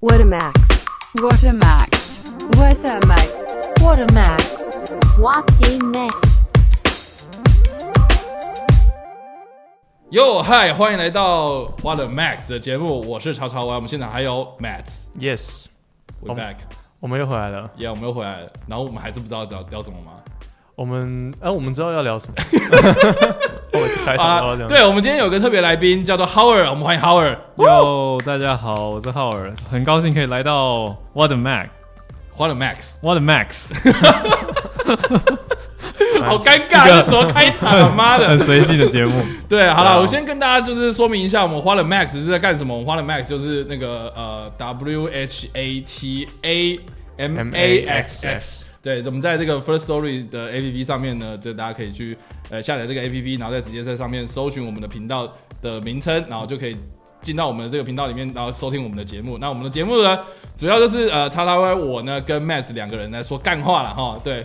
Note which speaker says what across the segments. Speaker 1: What a max.
Speaker 2: What a max.
Speaker 1: What a max. What a max.
Speaker 3: What a max！
Speaker 4: 哟嗨，欢迎来到 What a Max 的节目，我是曹曹玩，我们现场还有 Max。
Speaker 5: Yes，
Speaker 4: We back，
Speaker 5: 我们又回来了。
Speaker 4: 耶、yeah,，我们又回来了。然后我们还是不知道聊聊什么吗？
Speaker 5: 我们哎、我们知道要聊什 么。我开头
Speaker 4: 啊
Speaker 5: 要，讲，
Speaker 4: 对，我们今天有个特别来宾叫做 Howard，我们欢迎 Howard，
Speaker 6: 哟，大家好，我是浩尔，很高兴可以来到 What a Max。
Speaker 4: What a Max，
Speaker 6: What a Max，
Speaker 4: 好尴尬，这什么开场？啊妈的
Speaker 6: 很！随性的节目，
Speaker 4: 对，好
Speaker 6: 哇
Speaker 4: 了，
Speaker 6: 哦
Speaker 4: 我先跟大家就是说明一下，我们花了 max 是在干什么？我们花了 max 就是那个呃 W H A T A M A X X。对，我们在这个 First Story 的 APP 上面呢，这大家可以去呃下载这个 APP，然后再直接在上面搜寻我们的频道的名称，然后就可以进到我们的这个频道里面，然后收听我们的节目。那我们的节目呢，主要就是呃叉叉 Y 我呢跟 Max 两个人来说干话了哈。对，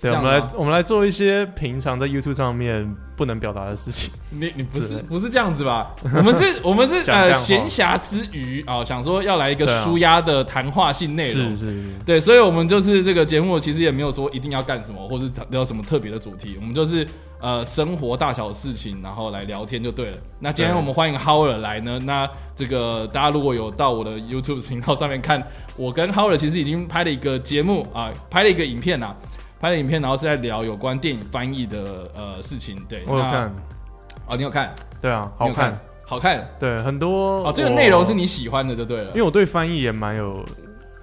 Speaker 4: 是这
Speaker 5: 对，我
Speaker 4: 样
Speaker 5: 们
Speaker 4: 吗
Speaker 5: 来我们来做一些平常在 YouTube 上面不能表达的事情。
Speaker 4: 你你不
Speaker 5: 之
Speaker 4: 是
Speaker 5: 类
Speaker 4: 不是这样子吧？我们 是，我们是
Speaker 5: 讲
Speaker 4: 呃
Speaker 5: 干话
Speaker 4: 闲暇之余啊、想说要来一个
Speaker 5: 对啊
Speaker 4: 舒压的谈话性内容。
Speaker 5: 是是是，
Speaker 4: 对，所以我们就是这个节目其实也没有说一定要干什么，或是聊什么特别的主题，我们就是呃生活大小事情，然后来聊天就对了。那今天
Speaker 5: 对
Speaker 4: 我们欢迎 Howard 来呢，那这个大家如果有到我的 YouTube 频道上面看，我跟 Howard 其实已经拍了一个节目啊、拍了一个影片啊。拍了影片，然后是在聊有关电影翻译的呃事情，对，
Speaker 5: 我有
Speaker 4: 那
Speaker 5: 看，
Speaker 4: 哦，你有看？
Speaker 5: 对啊，
Speaker 4: 你
Speaker 5: 好
Speaker 4: 有
Speaker 5: 看
Speaker 4: 看，，好看。
Speaker 5: 对，很多
Speaker 4: 哦，这个
Speaker 5: 我
Speaker 4: 内容是，你喜欢的就对了
Speaker 5: 因。为我对翻译也蛮有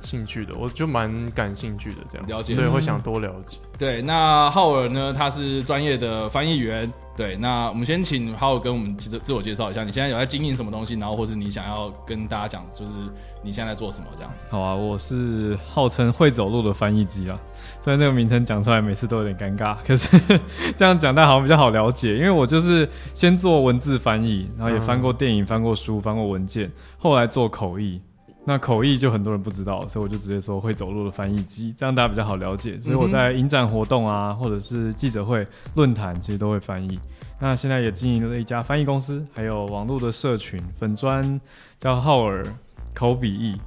Speaker 5: 兴趣的，我就蛮感兴趣的这样，
Speaker 4: 了解嗯
Speaker 5: 所以会想多了解。
Speaker 4: 对，那浩尔呢？他是专业的翻译员。对，那我们先请浩尔跟我们自自我介绍一下，你现在有在经营什么东西，然后或是你想要跟大家讲，就是你现在在做什么这样子。
Speaker 6: 好啊，我是号称会走路的翻译机啊，虽然这个名称讲出来每次都有点尴尬， 可是这样讲大家好像比较好了解，因为我就是先做文字翻译，然后也翻过电影、翻过书、翻过文件，后来做口译。那口译就很多人不知道，所以我就直接说会走路的翻译机，这样大家比较好了解。所以我在影展活动啊，或者是记者会、论坛，其实都会翻译。那现在也经营了一家翻译公司，还有网络的社群粉砖，叫浩尔口笔译。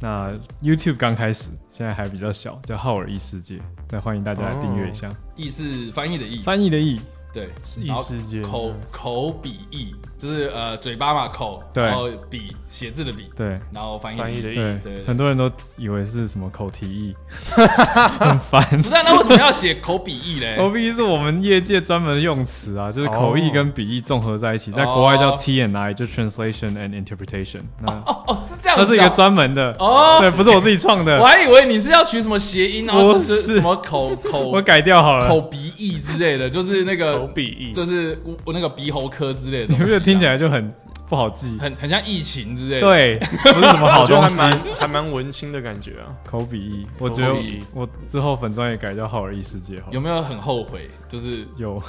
Speaker 6: 那 YouTube 刚开始，现在还比较小，叫浩尔异世界。那欢迎大家来订阅一下、
Speaker 4: 译是翻译的译，
Speaker 6: 翻译的译，
Speaker 4: 对，
Speaker 5: 异
Speaker 4: 然后
Speaker 5: 世界
Speaker 4: 口口笔译就是呃嘴巴嘛口，
Speaker 6: 对
Speaker 4: 然后笔写字的笔，
Speaker 6: 对
Speaker 4: 然后翻译
Speaker 5: 翻译的
Speaker 4: 译。
Speaker 5: 译
Speaker 6: 对
Speaker 4: 对对
Speaker 6: 很多人都以为是什么口蹄译， 很烦。
Speaker 4: 不是、啊，那为什么要写口笔译嘞？
Speaker 6: 口笔译是我们业界专门的用词啊，就是口译跟笔译综合在一起，在国外叫
Speaker 4: 哦
Speaker 6: T and I，就 Translation and Interpretation。那
Speaker 4: 哦哦，是这样子、
Speaker 6: 它
Speaker 4: 啊，
Speaker 6: 是一个专门的
Speaker 4: 哦
Speaker 6: 对，不是我自己创的
Speaker 4: 我，还以为你是要取什么谐音，然后
Speaker 6: 不
Speaker 4: 是
Speaker 6: 是
Speaker 4: 什么口口
Speaker 6: 我改掉好了。
Speaker 4: 口鼻翼之类的，就是那个
Speaker 5: 口笔译
Speaker 4: 就是我我那个鼻喉科之类的东西
Speaker 6: 有
Speaker 4: 啊，
Speaker 6: 没有听起来就很不好记？
Speaker 4: 很很像疫情之类的？，
Speaker 6: 对，不是什么好
Speaker 5: 我觉得
Speaker 6: 东
Speaker 5: 还
Speaker 6: 西。
Speaker 5: 蛮还蛮文青的感觉啊，
Speaker 6: 口笔译，E 我
Speaker 5: 口
Speaker 6: 觉得
Speaker 5: 笔译
Speaker 6: 我之后粉妆也改叫浩尔异世界好了。
Speaker 4: 有没有很后悔？就是
Speaker 6: 有，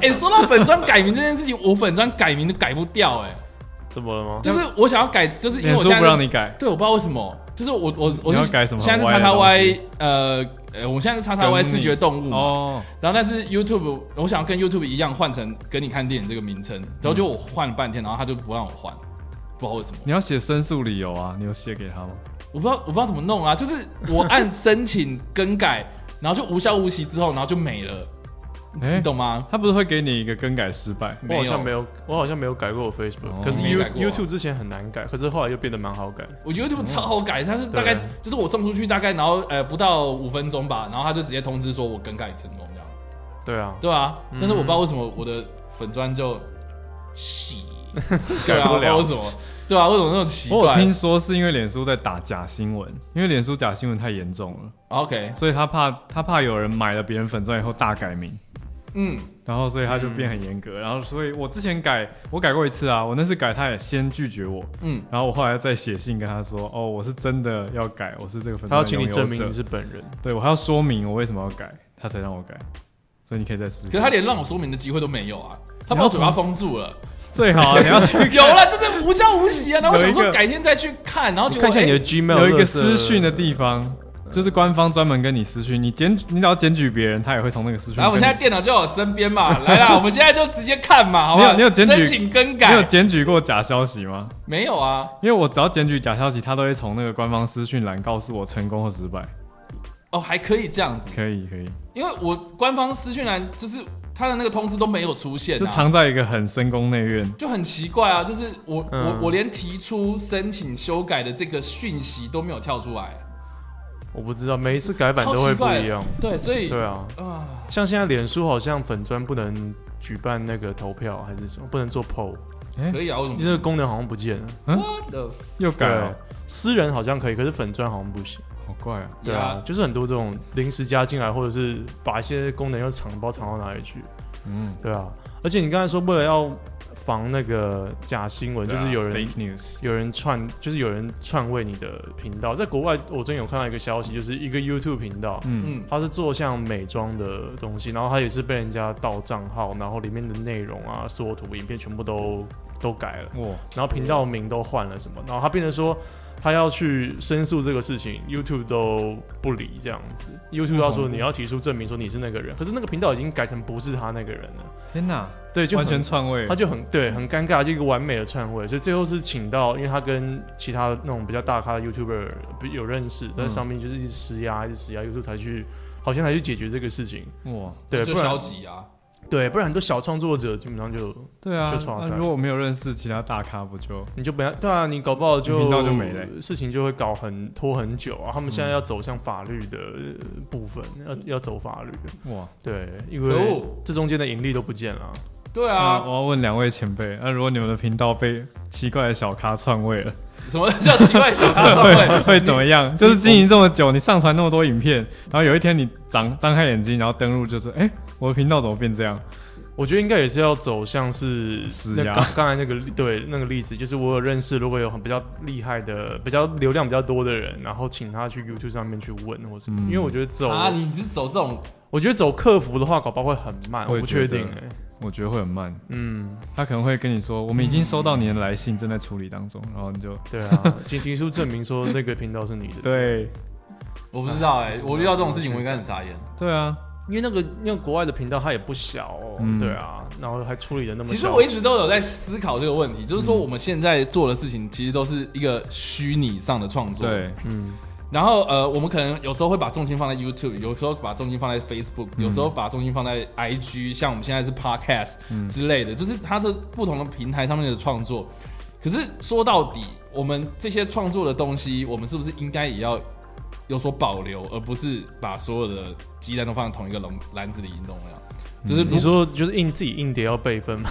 Speaker 4: 哎、说到粉砖改名这件事情，我粉砖改名都改不掉、哎，
Speaker 5: 怎么了吗？
Speaker 4: 就是我想要改，就是因为
Speaker 6: 脸
Speaker 4: 我
Speaker 6: 书
Speaker 4: 现在
Speaker 6: 不让
Speaker 4: 是
Speaker 6: 你改，
Speaker 4: 对，我不知道为什么，就是我我我
Speaker 6: 你要
Speaker 4: 是
Speaker 6: 改什么
Speaker 4: 现在是
Speaker 6: 很
Speaker 4: 叉
Speaker 6: 歪的
Speaker 4: 叉
Speaker 6: 东
Speaker 4: Y，
Speaker 6: 西
Speaker 4: 呃呃，我现在是叉叉 Y
Speaker 6: 跟你
Speaker 4: 视觉动物嘛
Speaker 6: 哦，
Speaker 4: 然后但是 YouTube，我想要跟 YouTube 一样换成跟你看电影这个名称，然
Speaker 6: 嗯
Speaker 4: 后就我换了半天，然后他就不让我换，不知道为什么。
Speaker 6: 你要写申诉理由啊，你有写给他吗？
Speaker 4: 我不知道我不知道怎么弄啊，就是我按申请更改， 然后就无效无息之后，然后就没了，你
Speaker 6: 哎
Speaker 4: 你懂吗？
Speaker 6: 他不是会给你一个更改失败？
Speaker 5: 我好像
Speaker 4: 没
Speaker 5: 没有，我好像没有改过我 Facebook，、
Speaker 6: 哦
Speaker 5: 可是
Speaker 4: 没
Speaker 5: You
Speaker 4: 改过啊
Speaker 5: YouTube 之前很难改，可是后来又变得蛮好改。
Speaker 4: 我觉得这
Speaker 6: 嗯
Speaker 4: 个超好改，它是大概
Speaker 5: 对
Speaker 4: 就是我送出去大概然后呃不到五分钟吧，然后他就直接通知说我更改成功这样，
Speaker 5: 对啊，
Speaker 4: 对啊，
Speaker 6: 嗯
Speaker 4: 但是我不知道为什么我的粉砖就 洗，对啊，
Speaker 5: 改不
Speaker 4: 我不知道
Speaker 5: 了
Speaker 4: 为什么，对啊，为什么那么奇
Speaker 6: 我有
Speaker 4: 怪
Speaker 6: 听说是因为脸书在打假新闻，因为脸书假新闻太严重了，
Speaker 4: ？OK，
Speaker 6: 所以他怕他怕有人买了别人粉钻以后大改名，
Speaker 4: 嗯，
Speaker 6: 然后所以他就变很严格，然后所以我之前改我改过一次啊，我那次改他也先拒绝我，
Speaker 4: 嗯，
Speaker 6: 然后我后来再写信跟他说，哦，我是真的要改，我是这个粉
Speaker 5: 他要
Speaker 6: 钻的
Speaker 5: 请你
Speaker 6: 拥有
Speaker 5: 证明
Speaker 6: 者
Speaker 5: 你是本人。
Speaker 6: 对我还要说明我为什么要改，他才让我改，所以你可以再试试看。
Speaker 4: 可是他连让我说明的机会都没有啊，他把
Speaker 6: 你要
Speaker 4: 我嘴巴
Speaker 6: 怎么
Speaker 4: 封住了。
Speaker 6: 最好 啊你要去
Speaker 4: 有了，就是无消无息啊。然后我想
Speaker 6: 有
Speaker 4: 说
Speaker 6: 一个
Speaker 4: 改天再去看，然后
Speaker 5: 你
Speaker 4: 结果
Speaker 5: 看一下你的
Speaker 4: 哎
Speaker 5: Gmail
Speaker 6: 有一个
Speaker 5: 垃圾
Speaker 6: 私讯的地方，就是官方专门跟你私讯，你检你只要检举别人，他也会从那个私讯。
Speaker 4: 来，啊我现在电脑就在我身边嘛， 来啦，我们现在就直接看 嘛，好不好？
Speaker 6: 你有你有检
Speaker 4: 申
Speaker 6: 举
Speaker 4: 请更
Speaker 6: 你有
Speaker 4: 改？
Speaker 6: 检举过假消息吗？
Speaker 4: 没有啊？
Speaker 6: 因为我只要检举假消息，他都会从那个官方私讯栏告诉我成功或失败。
Speaker 4: 哦，还可以这样子，
Speaker 6: 可以可以，
Speaker 4: 因为我官方私讯栏就是他的那个通知都没有出现、啊，
Speaker 6: 就藏在一个很深宫内院。
Speaker 4: 就很奇怪啊，就是我、
Speaker 5: 嗯
Speaker 4: 我我连提出申请修改的这个讯息都没有跳出来，
Speaker 5: 我不知道，每一次改版
Speaker 4: 超
Speaker 5: 都会
Speaker 4: 奇
Speaker 5: 不
Speaker 4: 怪的
Speaker 5: 一样。
Speaker 4: 对，所以
Speaker 5: 对啊，
Speaker 4: 啊
Speaker 5: 像现在脸书好像粉砖不能举办那个投票还是什么，不能做 poll，
Speaker 4: 可以啊，为什么呃
Speaker 5: 这个功能好像不见了。
Speaker 4: ？What the
Speaker 6: 又改
Speaker 5: 啊
Speaker 6: 了，
Speaker 5: 私人好像可以，可是粉砖好像不行。
Speaker 6: 好怪啊！
Speaker 5: 对啊，就是很多这种临时加进来，或者是把一些功能又藏，不知道藏到哪里去。
Speaker 6: 嗯，
Speaker 5: 对啊，而且你刚才说为了要防那个假新闻，
Speaker 6: 啊
Speaker 5: 就是有人
Speaker 6: fake news，
Speaker 5: 有人串，就是有人篡位你的频道。在国外，我最近有看到一个消息，就是一个 YouTube 频道，
Speaker 6: 嗯，
Speaker 4: 嗯，
Speaker 5: 它是做像美妆的东西，然后它也是被人家盗账号，然后里面的内容啊、缩图、影片全部都都改了，
Speaker 6: 哇，
Speaker 5: 然后频道名都换了什么，然后它变成说。他要去申诉这个事情，YouTube 都不理这样子。YouTube
Speaker 6: 嗯
Speaker 5: 要说你要提出证明说你是那个人，可是那个频道已经改成不是他那个人了。
Speaker 6: 天哪，
Speaker 5: 对，就
Speaker 6: 完
Speaker 5: 很
Speaker 6: 全篡位
Speaker 5: 他。就很对，很尴尬，就一个完美的篡位，所以最后是请到，因为他跟其他那种比较大咖的 YouTuber 不有认识，在上面就是一直施压，一直施压，YouTube 才去，好像才去解决这个事情，
Speaker 6: 哇，
Speaker 5: 对，
Speaker 4: 就
Speaker 5: 不
Speaker 4: 消
Speaker 5: 然
Speaker 4: 极啊，
Speaker 5: 对，不然很多小创作者基本上就
Speaker 6: 对啊
Speaker 5: 就创，
Speaker 6: 那
Speaker 5: 伤
Speaker 6: 如果我没有认识其他大咖，不就
Speaker 5: 你就本来对啊，你搞不好就
Speaker 6: 频道就没了欸
Speaker 5: 事情就会搞很拖很久啊，他们现在要走向法律的呃部分，
Speaker 6: 嗯
Speaker 5: 要要走法律，
Speaker 6: 哇？
Speaker 5: 对，因
Speaker 4: 可
Speaker 5: 为
Speaker 4: 恶
Speaker 5: 这中间的盈利都不见了啊，
Speaker 4: 对
Speaker 6: 那
Speaker 4: 啊，
Speaker 6: 我要问两位前辈，呃那如果你们的频道被奇怪的小咖篡位 了，
Speaker 4: 什么 叫奇怪小咖上
Speaker 6: 嗯会
Speaker 4: 位？
Speaker 6: 会怎么样？就是经营这么久，你上传那么多影片，然后有一天你张张开眼睛，然后登录，就是哎、诶我的频道怎么变这样？
Speaker 5: 我觉得应该也是要走向是
Speaker 6: 施
Speaker 5: 那
Speaker 6: 压
Speaker 5: 刚刚才那个例对那个例子，就是我有认识，如果有很比较厉害的、比较流量比较多的人，然后请他去 YouTube 上面去问或什么，
Speaker 6: 嗯
Speaker 5: 因为我觉得走，
Speaker 4: 啊，你是走这种
Speaker 5: 我觉得走客服的话，搞不好会很慢，
Speaker 6: 我
Speaker 5: 我
Speaker 6: 也
Speaker 5: 不
Speaker 6: 觉
Speaker 5: 确
Speaker 6: 得
Speaker 5: 定哎、
Speaker 6: 我觉得会很慢，
Speaker 5: 嗯，
Speaker 6: 他可能会跟你说，我们已经收到你的来信，正在处理当中，然后你就
Speaker 5: 对 啊，请提出证明说那个频道是你的，，
Speaker 6: 对
Speaker 4: 我不知道哎、我遇到这种事情我应该很傻眼。
Speaker 6: 对啊，
Speaker 5: 因为那个那个国外的频道它也不小哦，
Speaker 6: 嗯
Speaker 5: 对啊，然后还处理的那么
Speaker 4: 其
Speaker 5: 小，嗯
Speaker 4: 实我一直都有在思考这个问题，就是说我们现在做的事情其实都是一个虚拟上的创作，
Speaker 6: 对，
Speaker 5: 嗯，
Speaker 4: 然后呃，我们可能有时候会把重心放在 YouTube，有时候把重心放在 Facebook，、有时
Speaker 5: 嗯
Speaker 4: 候把重心放在 IG，像我们现在是 Podcast 之类的，就是它的不同的平台上面的创作。可是说到底，我们这些创作的东西，我们是不是应该也要有所保留，而不是把所有的鸡蛋都放在同一个笼篮子里，你懂吗？就是
Speaker 6: 嗯
Speaker 4: 如
Speaker 5: 你说就是硬自己硬碟要备份嘛，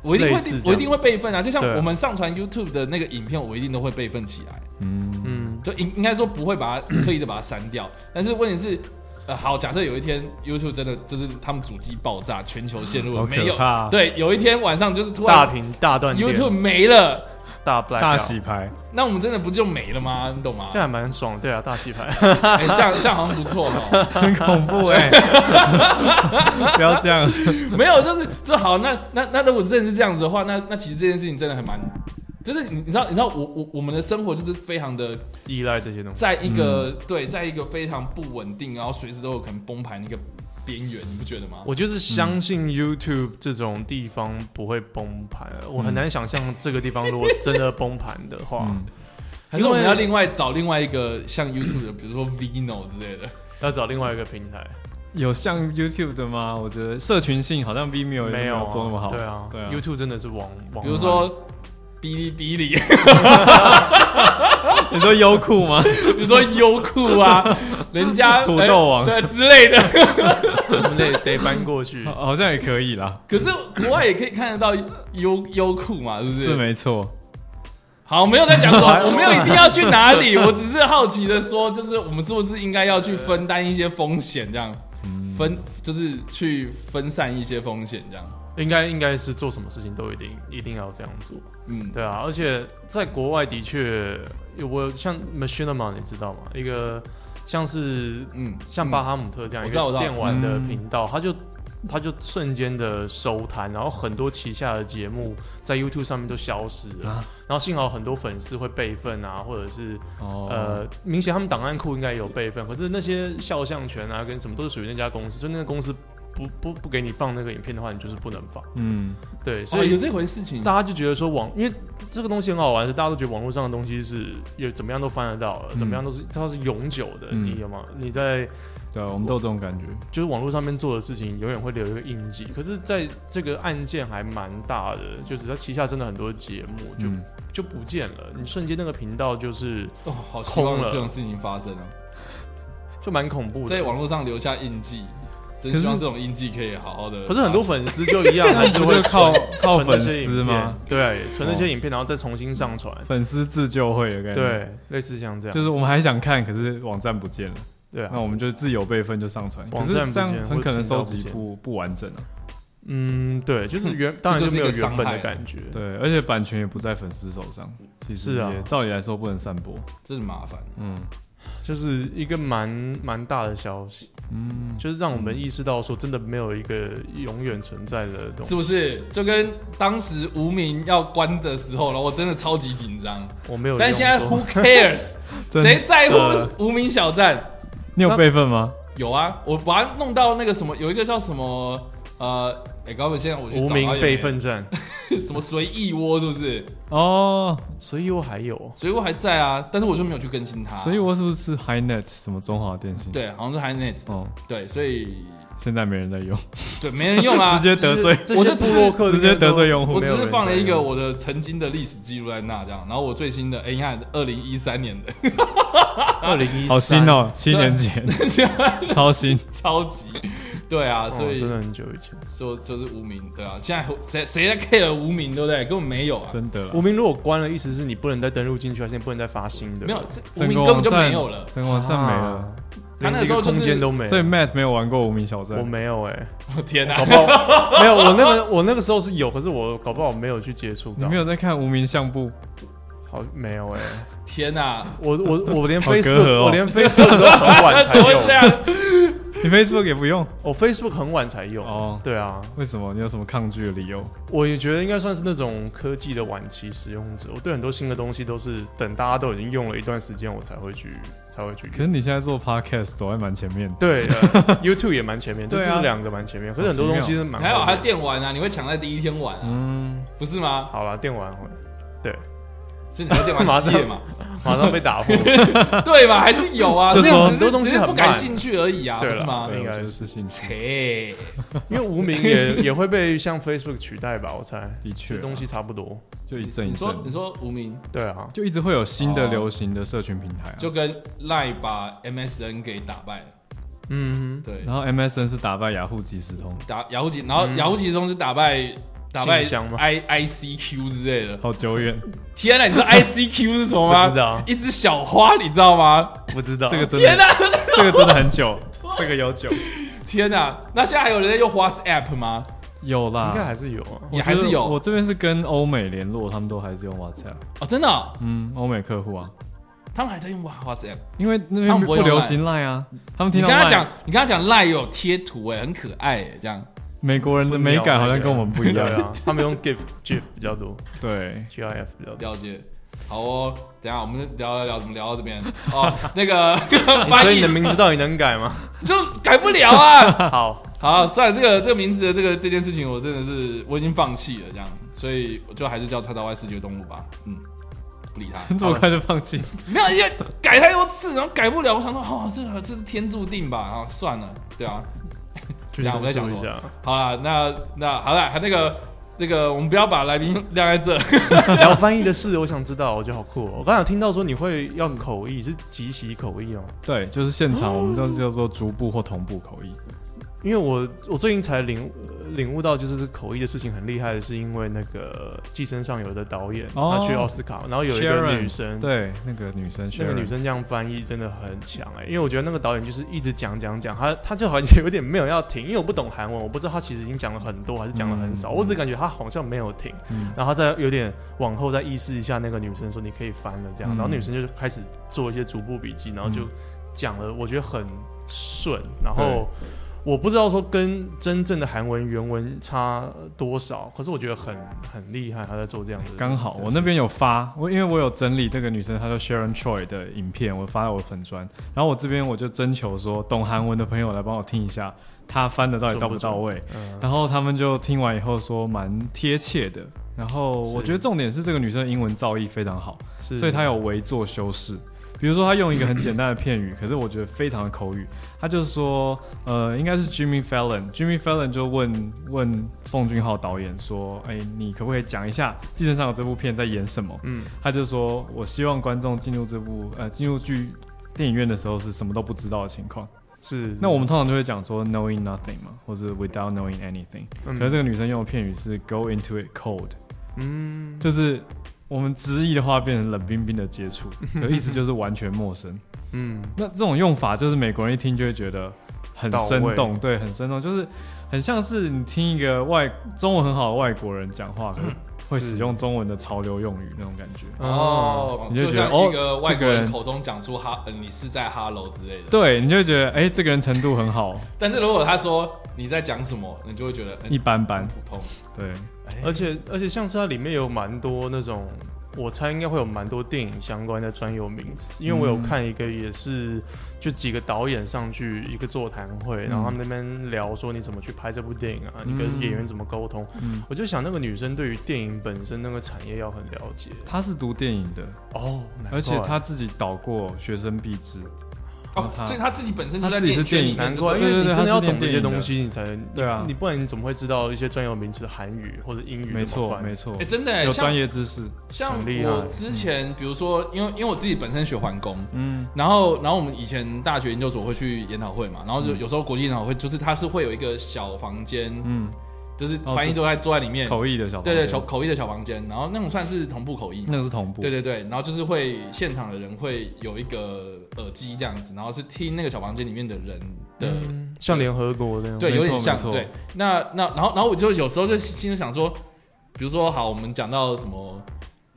Speaker 4: 我一定
Speaker 5: 类似这
Speaker 4: 会
Speaker 5: 样
Speaker 4: 我一定会备份啊，就像
Speaker 5: 对啊
Speaker 4: 我们上传 YouTube 的那个影片，我一定都会备份起来。
Speaker 6: 嗯，
Speaker 5: 嗯，
Speaker 4: 就应应该说不会把它刻意的把它删掉， 但是问题是，呃，好，假设有一天 YouTube 真的就是他们主机爆炸，全球陷入
Speaker 6: 好
Speaker 4: 没有
Speaker 6: 可怕
Speaker 4: 对，有一天晚上就是突
Speaker 5: 大
Speaker 4: 然
Speaker 5: 屏大断电
Speaker 4: YouTube 没了，
Speaker 5: 大 black
Speaker 6: 大洗牌，
Speaker 4: 那我们真的不就没了吗？你懂吗
Speaker 5: 这？样还蛮爽的，对啊，大洗牌。
Speaker 4: 哎，这样这样好像不错哦。
Speaker 6: 很恐怖 哎、不要这样，
Speaker 4: 没有，就是就好。那那那如果真的是这样子的话，那那其实这件事情真的很蛮，就是你你知道你知道我我我们的生活就是非常的
Speaker 5: 依赖这些东西。
Speaker 4: 在一个、对，在一个非常不稳定，然后随时都有可能崩盘的一个边缘，你不觉得吗？
Speaker 5: 我就是相
Speaker 6: 嗯
Speaker 5: 信 YouTube 这种地方不会崩盘，我很难想象这个地方如果真的崩盘的话，
Speaker 6: 嗯，
Speaker 4: 还是我们
Speaker 5: 因为
Speaker 4: 要另外找另外一个像 YouTube 的，比如说 Vino 之类的，
Speaker 5: 要找另外一个平台，
Speaker 6: 有像 YouTube 的吗？我觉得社群性好像 Vimeo 也
Speaker 5: 没有啊
Speaker 6: 做那么好，
Speaker 5: 对啊
Speaker 6: 对啊
Speaker 5: y o u t u b e 真的是网网，
Speaker 4: 比如说哔哩哔哩，
Speaker 6: 你说优酷 吗？
Speaker 4: 比如说优酷啊，人家
Speaker 6: 土豆网
Speaker 4: 哎对之类的。
Speaker 5: 我们得得搬过去
Speaker 6: 好，好像也可以啦，
Speaker 4: 可是国外也可以看得到优优酷嘛，是不
Speaker 6: 是没错。
Speaker 4: 好，我没有在讲什么，我没有一定要去哪里，我只是好奇的说，就是我们是不是应该要去分担一些风险，这样分就是去分散一些风险，这样。
Speaker 5: 应该应该是做什么事情都一定一定要这样做，
Speaker 4: 嗯，
Speaker 5: 对啊，而且在国外的确，我像 Machine Man 你知道吗？一个像是
Speaker 4: 嗯，
Speaker 5: 像巴哈姆特这样
Speaker 4: 嗯
Speaker 5: 一
Speaker 4: 我知道我
Speaker 5: 个
Speaker 4: 知道
Speaker 5: 电玩的
Speaker 6: 嗯
Speaker 5: 频道，他就它就瞬间的收摊，然后很多旗下的节目在 YouTube 上面都消失了。
Speaker 6: 啊
Speaker 5: 然后幸好很多粉丝会备份啊，或者是
Speaker 6: 哦，
Speaker 5: 呃，明显他们档案库应该有备份，可是那些肖像权啊跟什么都是属于那家公司，所以那个公司不不不给你放那个影片的话，你就是不能放。
Speaker 6: 嗯，
Speaker 5: 对，所
Speaker 4: 哦，有
Speaker 5: 以
Speaker 4: 这回事情。
Speaker 5: 大家就觉得说网，因为这个东西很好玩，是大家都觉得网络上的东西是有怎么样都翻得到了，怎么样都是它是永久的，
Speaker 6: 嗯
Speaker 5: 你有吗？你在
Speaker 6: 对啊，我们都有这种感觉。
Speaker 5: 就是网络上面做的事情，永远会留一个印记。可是，在这个案件还蛮大的，就是它旗下真的很多节目就、
Speaker 6: 嗯
Speaker 5: 就不见了，你瞬间那个频道就是
Speaker 4: 哦，好希望
Speaker 5: 空了
Speaker 4: 这种事情发生啊，
Speaker 5: 就蛮恐怖的，
Speaker 4: 在网络上留下印记，真希望这种印记可以好好的。
Speaker 5: 可是很多粉丝就一样，还是
Speaker 6: 不
Speaker 5: 会
Speaker 6: 就靠
Speaker 5: 存
Speaker 6: 靠
Speaker 5: 存那些
Speaker 6: 粉丝
Speaker 5: 影片
Speaker 6: 吗？哦
Speaker 5: 对，存那些影片，然后再重新上传。
Speaker 6: 粉丝自救会的概念，，
Speaker 5: 对，类似像这样，
Speaker 6: 就是我们还想看，可是网站不见了，
Speaker 5: 对啊
Speaker 6: 那，我们就自由备份就上传，可
Speaker 5: 网
Speaker 6: 是
Speaker 5: 站不
Speaker 6: 这样
Speaker 5: 见或
Speaker 6: 很
Speaker 5: 者
Speaker 6: 可能
Speaker 5: 频道
Speaker 6: 收
Speaker 5: 不
Speaker 6: 集
Speaker 5: 见
Speaker 6: 不不完整啊。
Speaker 5: 嗯，对， 就是原当然
Speaker 4: 这就
Speaker 5: 就
Speaker 4: 是
Speaker 5: 没有
Speaker 4: 一个
Speaker 5: 原本
Speaker 4: 伤
Speaker 5: 的
Speaker 4: 害啊
Speaker 5: 感觉，
Speaker 6: 对，而且版权也不在粉丝手上，其实
Speaker 5: 是啊
Speaker 6: 也照理来说不能散播。
Speaker 4: 真是麻烦。
Speaker 5: 哦
Speaker 6: 嗯
Speaker 5: 就是一个蛮蛮大的消息，
Speaker 6: 嗯，
Speaker 5: 就是让我们意识到说，真的没有一个永远存在的东
Speaker 4: 是
Speaker 5: 西。
Speaker 4: 不是就跟当时无名要关的时候了？我真的超级紧张，
Speaker 5: 我没有用过，
Speaker 4: 但现在 Who cares？
Speaker 6: 真的
Speaker 4: 谁在乎无名小
Speaker 5: 呃
Speaker 4: 站？
Speaker 6: 你有备份吗？
Speaker 4: 有啊，我把它弄到那个什么，有一个叫什么呃，哎、高本现在我去找
Speaker 5: 无
Speaker 4: 他
Speaker 5: 名
Speaker 4: 有没有
Speaker 5: 备份站，
Speaker 4: 什么随意窝是不是？
Speaker 6: 哦，
Speaker 5: 所以我还 有
Speaker 4: 随意窝还在啊，但是我就没有去更新它。
Speaker 6: 所以我是不是 HiNet 什么中华电信？，
Speaker 4: 啊对，好像是 HiNet
Speaker 6: 哦，
Speaker 4: 对，所以
Speaker 6: 现在没人在用，
Speaker 4: 对没人用 啊，
Speaker 6: 直接得罪，
Speaker 5: 这
Speaker 4: 我
Speaker 5: 些
Speaker 4: 就只
Speaker 5: 部
Speaker 4: 是
Speaker 5: 落客
Speaker 6: 直接得罪用户
Speaker 4: 我只
Speaker 6: 没有
Speaker 4: 是
Speaker 6: 人
Speaker 4: 放了
Speaker 6: 在
Speaker 4: 一个
Speaker 6: 用
Speaker 4: 我的曾经的历史记录在那这样，然后我最新的，哎、你看二零一三年的，
Speaker 5: 二零
Speaker 4: 啊
Speaker 5: 一
Speaker 6: 好新，哦，七年前 超新，
Speaker 4: 超级，对啊，
Speaker 5: 哦
Speaker 4: 所以
Speaker 5: 真的很久以前。
Speaker 4: 说就是无名，对啊，现在谁谁在 care 无名，对不对？根本没有啊，
Speaker 6: 真的啦
Speaker 5: 无名如果关了，意思是你不能再登录进去，还是你不能再发新的？
Speaker 4: 没有，这无
Speaker 6: 整
Speaker 4: 名
Speaker 6: 个
Speaker 4: 根
Speaker 6: 网
Speaker 4: 本就
Speaker 6: 站
Speaker 4: 没有了。 啊
Speaker 6: 整个网站哦没了。
Speaker 5: 连
Speaker 4: 他那
Speaker 5: 这
Speaker 4: 时候
Speaker 5: 个
Speaker 4: 就
Speaker 5: 空
Speaker 4: 是
Speaker 5: 间都没
Speaker 6: 所以
Speaker 5: 了。
Speaker 6: Matt 没有玩过无名小站，
Speaker 5: 我没有哎、
Speaker 4: 我天哪、 啊
Speaker 5: 搞不好没有，我那个我那个时候是有，可是我搞不好没有去接触
Speaker 6: 你
Speaker 5: 到。
Speaker 6: 没有在看无名相簿？
Speaker 5: 好没有哎、
Speaker 4: 天啊哪、
Speaker 5: 我我我连
Speaker 6: 好隔阂
Speaker 5: Facebook、
Speaker 6: 哦
Speaker 5: 我连 Facebook 都很晚 才
Speaker 4: 怎么会这
Speaker 5: 用，
Speaker 4: 样？
Speaker 6: 你 Facebook 也不用
Speaker 5: 我 Facebook 很晚才用。
Speaker 6: 哦？
Speaker 5: 对啊，
Speaker 6: 为什么？你有什么抗拒的理由？
Speaker 5: 我也觉得应该算是那种科技的晚期使用者。我对很多新的东西都是等大家都已经用了一段时间，我才会去才会去
Speaker 6: 可是
Speaker 5: 用。
Speaker 6: 你现在做 Podcast 走在蛮前面的，
Speaker 5: 对、呃、，YouTube 也蛮前面，这
Speaker 6: 对啊
Speaker 5: 这是两个蛮前面，可是很多东西是 蛮
Speaker 4: 还好
Speaker 5: 后面
Speaker 4: 他电玩啊，你会抢在第一天玩啊，
Speaker 6: 嗯，
Speaker 4: 不是吗？
Speaker 5: 好了，电玩会对，
Speaker 4: 所以你在电 玩
Speaker 5: 马
Speaker 4: 之
Speaker 5: 上
Speaker 4: 夜嘛，
Speaker 5: 马上被打 破。
Speaker 4: 对吧？还是有啊，
Speaker 6: 就
Speaker 4: 只是
Speaker 6: 说
Speaker 4: 只是
Speaker 5: 很多东西
Speaker 4: 只是
Speaker 5: 很
Speaker 4: 不感
Speaker 5: 慢
Speaker 4: 兴趣而已啊，不
Speaker 5: 对
Speaker 4: 是
Speaker 5: 啦
Speaker 4: 吗？
Speaker 6: 对，
Speaker 5: 应
Speaker 6: 我
Speaker 5: 该
Speaker 6: 觉得
Speaker 5: 是
Speaker 6: 是兴趣，
Speaker 4: 切，
Speaker 5: 因为无名也也会被像 Facebook 取代吧，我猜。
Speaker 6: 的确
Speaker 5: 这
Speaker 6: 啊
Speaker 5: 东西差不多。
Speaker 6: 就一阵一
Speaker 4: 你说
Speaker 6: 阵
Speaker 4: 你，说无名
Speaker 5: 对啊，
Speaker 6: 就一直会有新的
Speaker 4: 哦
Speaker 6: 流行的社群平台啊。
Speaker 4: 就跟赖把 MSN 给打败了，
Speaker 5: 嗯
Speaker 4: 对，
Speaker 6: 然后 MSN 是打败雅虎即时通，
Speaker 4: 打雅虎集，然后雅虎集中是打败打败
Speaker 5: 信箱吗
Speaker 4: I I C Q 之类的。
Speaker 6: 好 久远，
Speaker 4: 天啊哪，你知道 I C Q 是什么吗？
Speaker 5: 不知道
Speaker 4: 一只小花，你知道吗？
Speaker 5: 嗯哼，不知道
Speaker 6: 这个真
Speaker 4: 天
Speaker 6: 的，
Speaker 4: 哪，
Speaker 6: 这个真的很久，这个 有久，
Speaker 4: 天哪！那现在还有人在用 WhatsApp 吗？
Speaker 6: 有啦，
Speaker 5: 应该还是有啊。
Speaker 4: 也还是有
Speaker 6: 我这边是跟欧美联络，他们都还是用 WhatsApp，
Speaker 4: 哦，真的哦、
Speaker 6: 嗯，欧美客户啊，
Speaker 4: 他们还在用 WhatsApp。
Speaker 6: 因为那
Speaker 4: 他
Speaker 6: 边
Speaker 4: 们不
Speaker 6: 不
Speaker 4: 会用
Speaker 6: 流行 Line 啊，他们
Speaker 4: 你
Speaker 6: 听到
Speaker 4: 跟他
Speaker 6: Line，
Speaker 4: 讲，你跟他讲 Line 有贴图哎、很可爱哎、这样。
Speaker 6: 美国人的美感好像跟我们不一
Speaker 5: 对
Speaker 6: 样，
Speaker 5: 啊，他们用 GIF、GIF 比较多
Speaker 6: 对，
Speaker 5: ，GIF 比较多。
Speaker 4: 了解。好哦，等一下我们聊聊聊，怎么聊到这边？哦，那个
Speaker 5: 你哎所
Speaker 4: 翻
Speaker 5: 以你
Speaker 4: 译
Speaker 5: 的名字到底能改吗？
Speaker 4: 就改不了啊。
Speaker 5: 好，
Speaker 4: 好，算了，这个这个名字的这个这件事情，我真的是我已经放弃了，这样，所以我就还是叫叉叉 Y 视觉动物吧。嗯，不理他。
Speaker 6: 这么快就放弃，
Speaker 4: 没有，因为改太多次，然后改不了。我想说，哦，这个这是天注定吧，啊，算了，对啊。
Speaker 5: 去
Speaker 4: 等一下我们再
Speaker 5: 搜
Speaker 4: 讲
Speaker 5: 一
Speaker 4: 什么
Speaker 5: 下。
Speaker 4: 好了，那那好了，那个那个，我们不要把来宾 晾在这。
Speaker 5: 聊翻译的事，我想知道，我觉得好酷、哦。我刚才有听到说你会要口译，是即席口译哦。
Speaker 6: 对，就是现场我们叫叫做逐步或同步口译，
Speaker 5: 因为我我最近才领呃领悟到，就是口译的事情很厉害的，是因为那个《寄生上游》的导演，
Speaker 6: 哦
Speaker 5: 他去奥斯卡，然后有一个
Speaker 6: Sharon，
Speaker 5: 女生，
Speaker 6: 对，那个女生，
Speaker 5: 那个女
Speaker 6: Sharon，
Speaker 5: 生这样翻译真的很强哎、因为我觉得那个导演就是一直讲讲讲，他他就好像有点没有要停，因为我不懂韩文，我不知道他其实已经讲了很多还是讲了很少，
Speaker 6: 嗯
Speaker 5: 我只感觉他好像没有停，
Speaker 6: 嗯
Speaker 5: 然后他再有点往后再意识一下那个女生说你可以翻了这样，
Speaker 6: 嗯
Speaker 5: 然后女生就开始做一些逐步笔记，然后就讲了，我觉得很顺，然后我不知道说跟真正的韩文原文差多少，可是我觉得很很厉害，他在做这样子。
Speaker 6: 刚好我那边有发，我因为我有整理这个女生，她叫 Sharon Choi 的影片，我发在我的粉砖。然后我这边我就征求说，懂韩文的朋友来帮我听一下，她翻的到底到不到位。
Speaker 5: 嗯，
Speaker 6: 然后他们就听完以后说蛮贴切的。然后我
Speaker 5: 是
Speaker 6: 觉得重点是这个女生的英文造诣非常好，
Speaker 5: 是
Speaker 6: 所以她有微做修饰。比如说，她用一个很简单的片 语，可是我觉得非常的口语。她就是说，呃，应该是 Jimmy Fallon，Jimmy Fallon 就问问奉俊昊导演说，哎、你可不可以讲一下《寄生上流》这部片在演什么？
Speaker 5: 嗯
Speaker 6: 他就说，我希望观众进入这部呃进入剧电影院的时候是什么都不知道的情况。
Speaker 5: 嗯是
Speaker 6: 那我们通常就会讲说 knowing nothing 嘛，或者 without knowing anything。
Speaker 5: 嗯
Speaker 6: 可是这个女生用的片语是 go into it cold，
Speaker 5: 嗯
Speaker 6: 就是我们直译的话变成冷冰冰的接触，的意思就是完全陌生。
Speaker 5: 嗯
Speaker 6: 那这种用法就是美国人一听就会觉得很
Speaker 5: 到位
Speaker 6: 生动，对，很生动，就是很像是你听一个外中文很好的外国人讲话，可能会使用中文的潮流用语那种感觉。
Speaker 4: 哦，
Speaker 6: 你
Speaker 4: 就
Speaker 6: 就觉
Speaker 4: 像
Speaker 6: 得
Speaker 4: 一
Speaker 6: 哦
Speaker 4: 个外
Speaker 6: 这
Speaker 4: 国
Speaker 6: 个
Speaker 4: 人
Speaker 6: 人
Speaker 4: 口中讲出哈，呃你是在哈喽之类的。
Speaker 6: 对，你就会觉得哎、这个人程度很好，
Speaker 4: 但是如果他说你在讲什么，你就会觉得嗯
Speaker 6: 一般般
Speaker 4: 很。普通。哎
Speaker 6: 对，
Speaker 5: 而且而且像是它里面有蛮多那种，我猜应该会有蛮多电影相关的专有名词，因为我有
Speaker 6: 嗯
Speaker 5: 看一个也是就几个导演上去一个座谈会，
Speaker 6: 嗯
Speaker 5: 然后他们那边聊说你怎么去拍这部电影啊，你跟
Speaker 6: 嗯
Speaker 5: 演员怎么沟通，
Speaker 6: 嗯，
Speaker 5: 我就想那个女生对于电影本身那个产业要很了解
Speaker 6: 他是读电影的，
Speaker 5: 哦，难
Speaker 6: 而且
Speaker 5: 怪
Speaker 6: 他自己导过《学生必知》，然
Speaker 4: 哦
Speaker 6: 后，他
Speaker 4: 所以他自己本身就
Speaker 6: 他
Speaker 4: 在
Speaker 6: 自
Speaker 4: 电
Speaker 6: 己
Speaker 4: 影
Speaker 6: 是
Speaker 4: 圈
Speaker 6: 电
Speaker 4: 里
Speaker 6: 影
Speaker 4: 面
Speaker 5: 难
Speaker 4: 就
Speaker 5: 怪，
Speaker 4: 对
Speaker 5: 因为
Speaker 6: 对
Speaker 5: 你
Speaker 6: 对
Speaker 5: 真的
Speaker 6: 他
Speaker 5: 要
Speaker 6: 是
Speaker 5: 懂
Speaker 6: 练
Speaker 5: 这些
Speaker 6: 电影
Speaker 5: 东
Speaker 6: 的
Speaker 5: 西，你才能
Speaker 6: 对啊
Speaker 5: 你不然你怎么会知道一些专有名词韩语或者英语？
Speaker 6: 没错没
Speaker 5: 错，
Speaker 6: 错
Speaker 4: 哎，，真的耶
Speaker 6: 有
Speaker 4: 像
Speaker 6: 专业知啊识，
Speaker 4: 像
Speaker 5: 很厉害
Speaker 4: 我之前，比如说，因为因为我自己本身学环工，
Speaker 6: 嗯，
Speaker 4: 然后然后我们以前大学研究所会去研讨会嘛，然后就有时候国际研讨会，就是它是会有一个小房间，
Speaker 6: 嗯，
Speaker 4: 就是翻译都在坐在里面，
Speaker 6: 口译的
Speaker 4: 对
Speaker 6: 小房
Speaker 4: 对，
Speaker 6: 间
Speaker 4: 小口译的小房间，然后那种算是同步口译嘛，
Speaker 6: 那个是同步，
Speaker 4: 对对对，然后就是会现场的人会有一个耳机这样子，然后是听那个小房间里面的人的，
Speaker 6: 嗯
Speaker 5: 像联合国那样，
Speaker 4: 对，
Speaker 6: 没
Speaker 4: 有
Speaker 6: 错
Speaker 4: 点像
Speaker 6: 没错
Speaker 4: 对。那那然后然后我就有时候就心里想说，比如说好，我们讲到什么。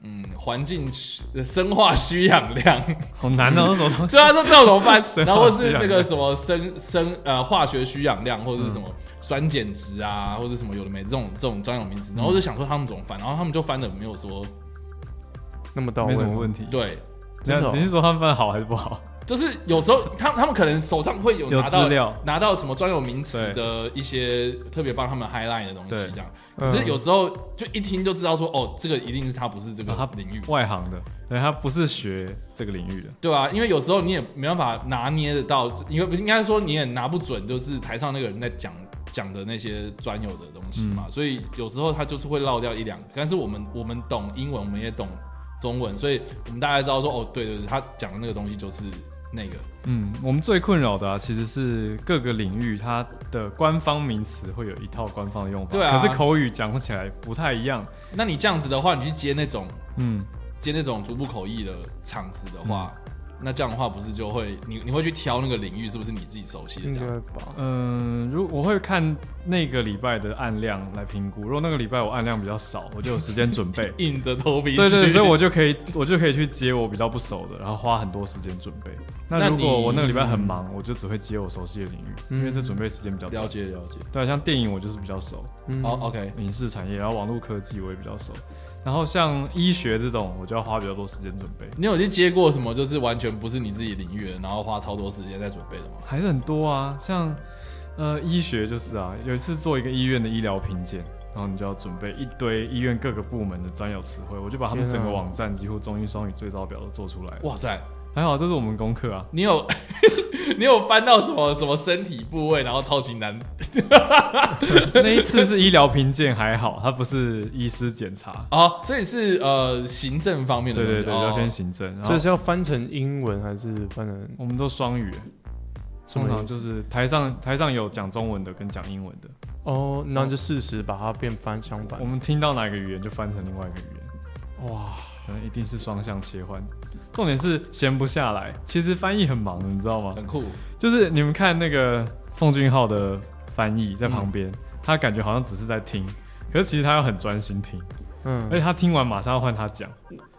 Speaker 4: 嗯，环境需呃生化需氧量，
Speaker 6: 好难哦，那什么东西
Speaker 4: 对？啊，这这种怎么办？
Speaker 6: 生化
Speaker 4: 然后是
Speaker 6: 需氧
Speaker 4: 那个
Speaker 6: 量嗯
Speaker 4: 什么生生呃化学需氧量，或者是什么酸碱值啊，或者什么有的没的这种这种专有名词，然后我
Speaker 6: 嗯
Speaker 4: 就想说他们怎么翻，然后他们就翻的没有说
Speaker 5: 那么到位
Speaker 6: 没
Speaker 5: 吗，
Speaker 6: 什么问题。
Speaker 4: 对，
Speaker 5: 真的哦
Speaker 6: 你是说他们分好还是不好？
Speaker 4: 就是有时候他他们可能手上会有
Speaker 6: 有
Speaker 4: 拿到
Speaker 6: 资料
Speaker 4: 拿到什么专有名词的一些特别帮他们 highlight 的东西
Speaker 6: 对
Speaker 4: 这样，
Speaker 5: 嗯
Speaker 4: 可是有时候就一听就知道说哦，这个一定是他不是这个
Speaker 6: 啊
Speaker 4: 领域，
Speaker 6: 外行的，对他不是学这个领域的，
Speaker 4: 对啊，因为有时候你也没办法拿捏得到，因为不是应该说你也拿不准，就是台上那个人在讲讲的那些专有的东西嘛，所以有时候他就是会落掉一两个。但是我们我们懂英文，我们也懂中文，所以我们大概知道说哦，对对对，他讲的那个东西就是那个，
Speaker 6: 嗯，我们最困扰的啊，其实是各个领域它的官方名词会有一套官方的用法，
Speaker 4: 对啊
Speaker 6: 可是口语讲起来不太一样，
Speaker 4: 那你这样子的话，你去接那种
Speaker 6: 嗯，
Speaker 4: 接那种逐步口译的场子的话，那这样的话不是就会你你会去挑那个领域是不是你自己熟悉的
Speaker 5: 应
Speaker 4: 这
Speaker 5: 该
Speaker 4: 样？。
Speaker 5: 吧？
Speaker 6: 嗯，如我会看那个礼拜的案量来评估，如果那个礼拜我案量比较少，我就有时间准备
Speaker 4: 硬着头皮去。
Speaker 6: 对对，所以我就可以，我就可以去接我比较不熟的，然后花很多时间准备。
Speaker 4: 那
Speaker 6: 那如果
Speaker 4: 你
Speaker 6: 我那个礼拜很忙，我就只会接我熟悉的领域，因为这准备时间比较短
Speaker 4: 了。解了解。
Speaker 6: 对啊，像电影我就是比较熟，
Speaker 5: 嗯
Speaker 4: 哦、o k
Speaker 6: 影视产业，然后网络科技我也比较熟，然后像医学这种，我就要花比较多时间准备，
Speaker 4: 你有去接过什么就是完全不是你自己领域的，然后花超多时间在准备的吗？
Speaker 6: 还是很多啊。像呃医学就是啊，有一次做一个医院的医疗评鉴，然后你就要准备一堆医院各个部门的专有词汇，我就把他们
Speaker 5: 天啊
Speaker 6: 整个网站几乎中英双语对照表都做出来了。
Speaker 4: 哇塞，
Speaker 6: 还好这是我们功课啊，
Speaker 4: 你有 你有翻到什么什么身体部位，然后超级难？
Speaker 6: 那一次是医疗评鉴还好，它不是医师检查。
Speaker 4: 哦，所以是呃行政方面的
Speaker 6: 对
Speaker 4: 东西，
Speaker 6: 对对，
Speaker 4: 哦
Speaker 6: 要跟行政，然后
Speaker 5: 所以是要翻成英文还是翻成
Speaker 6: 我们都双语，
Speaker 5: 什
Speaker 6: 通
Speaker 5: 么意
Speaker 6: 常
Speaker 5: 思？
Speaker 6: 就是台上台上有讲中文的跟讲英文的，
Speaker 5: 哦，那就事实把它变翻相反
Speaker 6: 我。们听到哪一个语言就翻成另外一个语言。
Speaker 5: 哇，
Speaker 6: 可能一定是双向切换。重点是闲不下来，其实翻译很忙的，你知道吗？
Speaker 5: 嗯
Speaker 4: 很酷。
Speaker 6: 就是你们看那个奉俊昊的翻译在
Speaker 5: 嗯
Speaker 6: 旁边，他感觉好像只是在听，可是其实他要很专心听，
Speaker 5: 嗯
Speaker 6: 而，且他听完马上要换他讲，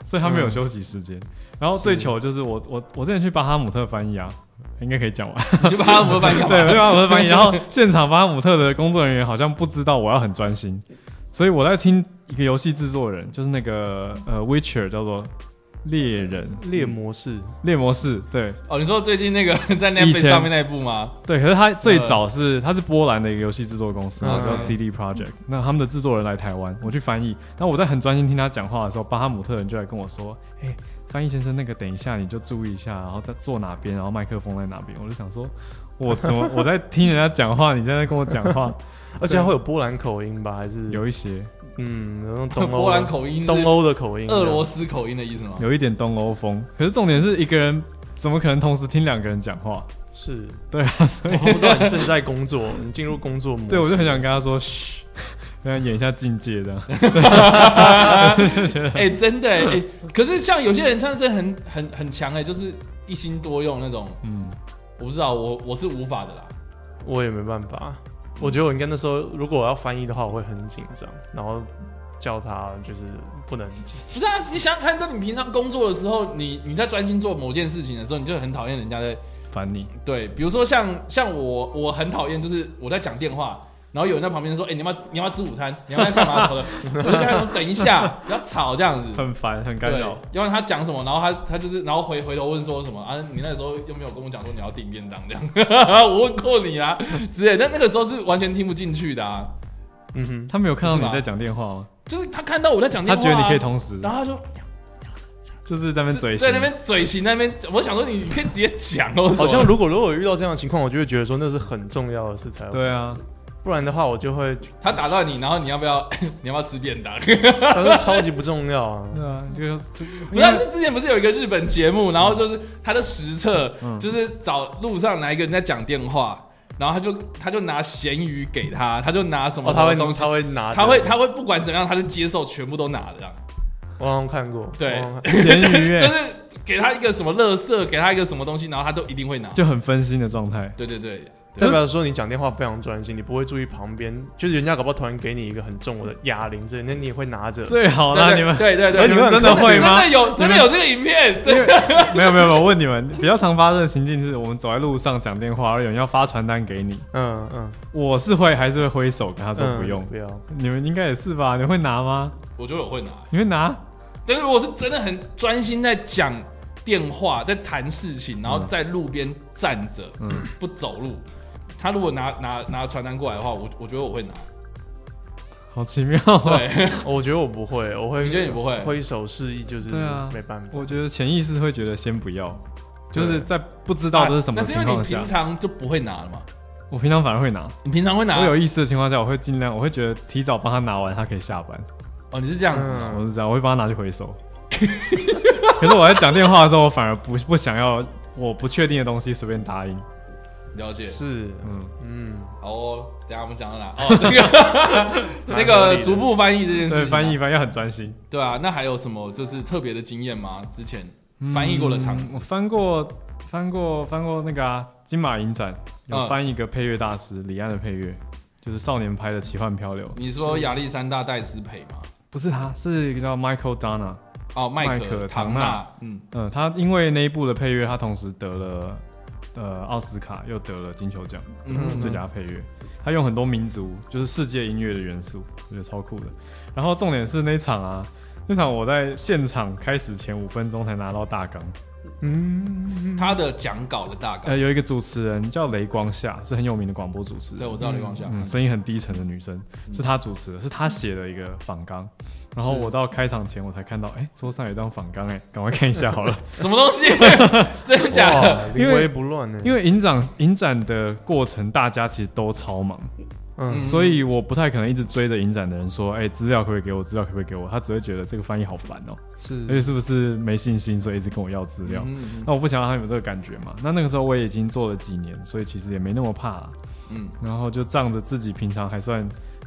Speaker 6: 所以他没有
Speaker 5: 嗯
Speaker 6: 休息时间。然后最糗的就是我我我之前去巴哈姆特翻译啊，应该可以讲完。
Speaker 4: 你去巴哈姆特翻译好
Speaker 6: 对，
Speaker 4: 吗
Speaker 6: 我就巴哈姆特翻译，然后现场巴哈姆特的工作人员好像不知道我要很专心，所以我在听一个游戏制作人，就是那个呃《Witcher》叫做猎人
Speaker 5: 猎模式，
Speaker 6: 猎模式，对
Speaker 4: 哦，你说最近那个 在
Speaker 6: 以
Speaker 4: Netflix
Speaker 6: 前
Speaker 4: 上面那一部吗？
Speaker 6: 对。可是他最早是、他是波兰的一个游戏制作公司，然后
Speaker 5: 嗯
Speaker 6: 叫 CD Project，、那他们的制作人来台湾，我去翻译，然后我在很专心听他讲话的时候，巴哈姆特人就来跟我说，哎、翻译先生，那个等一下你就注意一下，然后在坐哪边，然后麦克风在哪边，我就想说。我怎么我在听人家讲话，你在那跟我讲话，
Speaker 5: 而且它会有波兰口音吧？还 是
Speaker 6: 有一些
Speaker 5: 嗯，那种东欧的
Speaker 4: 波兰口音是
Speaker 5: 东欧的口音，
Speaker 4: 俄罗斯口音的意思
Speaker 5: 啊
Speaker 4: 吗？
Speaker 6: 有一点东欧风。可是重点是一个人怎么可能同时听两个人讲话？
Speaker 5: 是。
Speaker 6: 对啊，所以
Speaker 5: 我不知道你正在工作，你进入工作模式，
Speaker 6: 对我就很想跟他说嘘， 跟他演一下境界这样。
Speaker 5: 嗯
Speaker 4: 哎、真的哎、哎可是像有些人真的是很很很强哎、就是一心多用那种，
Speaker 6: 嗯，
Speaker 4: 我不知道，我我是无法的啦。
Speaker 5: 我也没办法。我觉得我应该那时候，如果我要翻译的话，我会很紧张，然后叫他就是不能，
Speaker 4: 不是啊，你想想看，当你平常工作的时候，你你在专心做某件事情的时候，你就很讨厌人家在
Speaker 6: 烦你，
Speaker 4: 对，比如说像像我，我很讨厌就是我在讲电话，然后有人在旁边说，哎、你要不要你要不要吃午餐？你要不要干嘛？什么的， 我就跟他说等一下，不要吵这样子。
Speaker 6: 很烦，很干
Speaker 4: 对
Speaker 6: 扰。，
Speaker 4: 要让他讲什么，然后他他就是，然后回回头问说什么啊？你那时候又没有跟我讲说你要订便当这样 子，我问过你啊之类的，但那个时候是完全听不进去的啊，
Speaker 5: 嗯哼，
Speaker 6: 他没有看到
Speaker 4: 是吧
Speaker 6: 你在讲电话吗？
Speaker 4: 就是他看到我在讲
Speaker 6: 他
Speaker 4: 电话、啊
Speaker 6: 觉得你可以，同时，
Speaker 4: 然后他就
Speaker 6: 就是在那边嘴型
Speaker 4: 在那。边嘴型那边，我想说你你可以直接讲哦，
Speaker 5: 好像如果如果我遇到这样的情况，我就会觉得说那是很重要的事才，
Speaker 6: 对啊，
Speaker 5: 不然的话我就会
Speaker 4: 他打到你，然后你要不要 你要不要吃便 当？
Speaker 5: 他说超级不重要啊。
Speaker 6: 对啊，就就
Speaker 4: 不是，这之前不是有一个日本节目，然后就是他的实测，
Speaker 6: 嗯
Speaker 4: 就是找路上哪一个人在讲电话，然后他就他就拿咸鱼给他，他就拿什么
Speaker 5: 哦，
Speaker 4: 什
Speaker 5: 他
Speaker 4: 么
Speaker 5: 会
Speaker 4: 东西，
Speaker 5: 他会拿着，
Speaker 4: 他会他会不管怎么样，他是接受全部都拿 的啊，
Speaker 5: 我好像看过，
Speaker 4: 对
Speaker 5: 我好像看
Speaker 6: 咸 鱼
Speaker 4: 就
Speaker 6: 耶，
Speaker 4: 是给他一个什么乐色，给他一个什么东西，然后他都一定会拿。
Speaker 6: 就很分心的状态。
Speaker 4: 对对对，
Speaker 5: 代表说你讲电话非常专心，你不会注意旁边，就是人家搞不好突然给你一个很重的哑铃之类，那你也会拿着。
Speaker 6: 最好
Speaker 4: 对
Speaker 6: 啦，
Speaker 4: 对
Speaker 6: 你们
Speaker 4: 对对
Speaker 5: 哎
Speaker 4: 对，
Speaker 5: 你们
Speaker 6: 真的会吗
Speaker 4: 真的有真的有这个影片，真的
Speaker 6: 没有没有，没有我问你们，比较常发生的情境是我们走在路上讲电话，而有人要发传单给你，
Speaker 5: 嗯嗯，
Speaker 6: 我是会还是会挥手跟他
Speaker 5: 他
Speaker 6: 说不用，
Speaker 4: 嗯
Speaker 5: 不要，哦
Speaker 6: 你们应该也是吧？你会拿吗？
Speaker 4: 我觉得我会拿。
Speaker 6: 你会拿？
Speaker 4: 但是如果是真的很专心在讲电话，在谈事情，然后在路边站着、
Speaker 6: 嗯
Speaker 4: 不走路，他如果拿拿拿传单过来的话，我我觉得我会拿。
Speaker 6: 好奇妙、哦。，
Speaker 4: 对，
Speaker 5: 我觉得我不会，我会。
Speaker 4: 你觉得你不会
Speaker 5: 挥手示意就是
Speaker 6: 对啊
Speaker 5: 没办法。
Speaker 6: 我觉得潜意识会觉得先不要，
Speaker 5: 对
Speaker 6: 就是在不知道这是什 么
Speaker 4: 啊那是因
Speaker 6: 情
Speaker 4: 为你
Speaker 6: 况下
Speaker 4: 平，常就不会拿了嘛？
Speaker 6: 我平常反而会拿。
Speaker 4: 你平常会拿？
Speaker 6: 我有意识的情况下，我会尽量，我会觉得提早帮他拿完，他可以下班。
Speaker 4: 哦，你是这样子啊、
Speaker 5: 嗯
Speaker 6: 我是这样，我会帮他拿去回收。 可是我在讲电话的时候，我反而不不想要我不确定的东西随便答应。
Speaker 4: 了解。
Speaker 5: 是，
Speaker 6: 嗯，
Speaker 5: 嗯，
Speaker 4: 好哦，等一下我们讲到 哪？哦，那个那
Speaker 5: 合理
Speaker 4: 个
Speaker 5: 的
Speaker 4: 逐步翻译这件事情
Speaker 6: 对，
Speaker 4: 啊，
Speaker 6: 翻译翻译要很专心。
Speaker 4: 对啊。那还有什么就是特别的经验吗？之前翻译过的场
Speaker 6: 嗯
Speaker 4: 子
Speaker 6: 我翻过翻过翻过那个啊，金马影展有
Speaker 4: 嗯
Speaker 6: 翻一个配乐大师李安的配乐，就是少年拍的《奇幻漂流》，
Speaker 4: 你说亚历山大戴斯培吗？
Speaker 6: 不是他，是一个叫 Michael Dana，
Speaker 4: 哦，麦
Speaker 6: 麦
Speaker 4: 克
Speaker 6: 克
Speaker 4: 唐
Speaker 6: 唐纳
Speaker 4: 纳，嗯，
Speaker 6: 嗯、他因为那一部的配乐，他同时得了呃奥斯卡，又得了金球奖
Speaker 4: 嗯哼
Speaker 6: 最佳配乐。他用很多民族，就是世界音乐的元素，我觉得超酷的。然后重点是那一场啊，那场我在现场开始前五分钟才拿到大纲，
Speaker 4: 他的讲稿的大纲
Speaker 6: 呃，，有一个主持人叫雷光夏，是很有名的广播主持人。
Speaker 4: 对我知道雷光夏，嗯
Speaker 6: 嗯，声音很低沉的女生，是她主持的，是她写的一个访纲。然后
Speaker 4: 是
Speaker 6: 我到开场前我才看到，哎、桌上有一张访纲，哎，赶快看一下好了。
Speaker 4: 什么东西？ 真的假
Speaker 5: 哇
Speaker 4: 的？，
Speaker 5: 临
Speaker 6: 因为
Speaker 5: 危不乱欸呢。
Speaker 6: 因为影展影展的过程，大家其实都超忙，
Speaker 5: 嗯，
Speaker 6: 所以我不太可能一直追着影展的人说，哎、资料可不可以给我？资料可不可以给我？他只会觉得这个翻译好烦哦、而且
Speaker 5: 是，
Speaker 6: 是不是没信心，所以一直跟我要资料。
Speaker 4: 嗯
Speaker 6: 那我不想让他有这个感觉嘛。那那个时候我也已经做了几年，所以其实也没那么怕啦、
Speaker 4: 嗯，
Speaker 6: 然后就仗着自己平常还算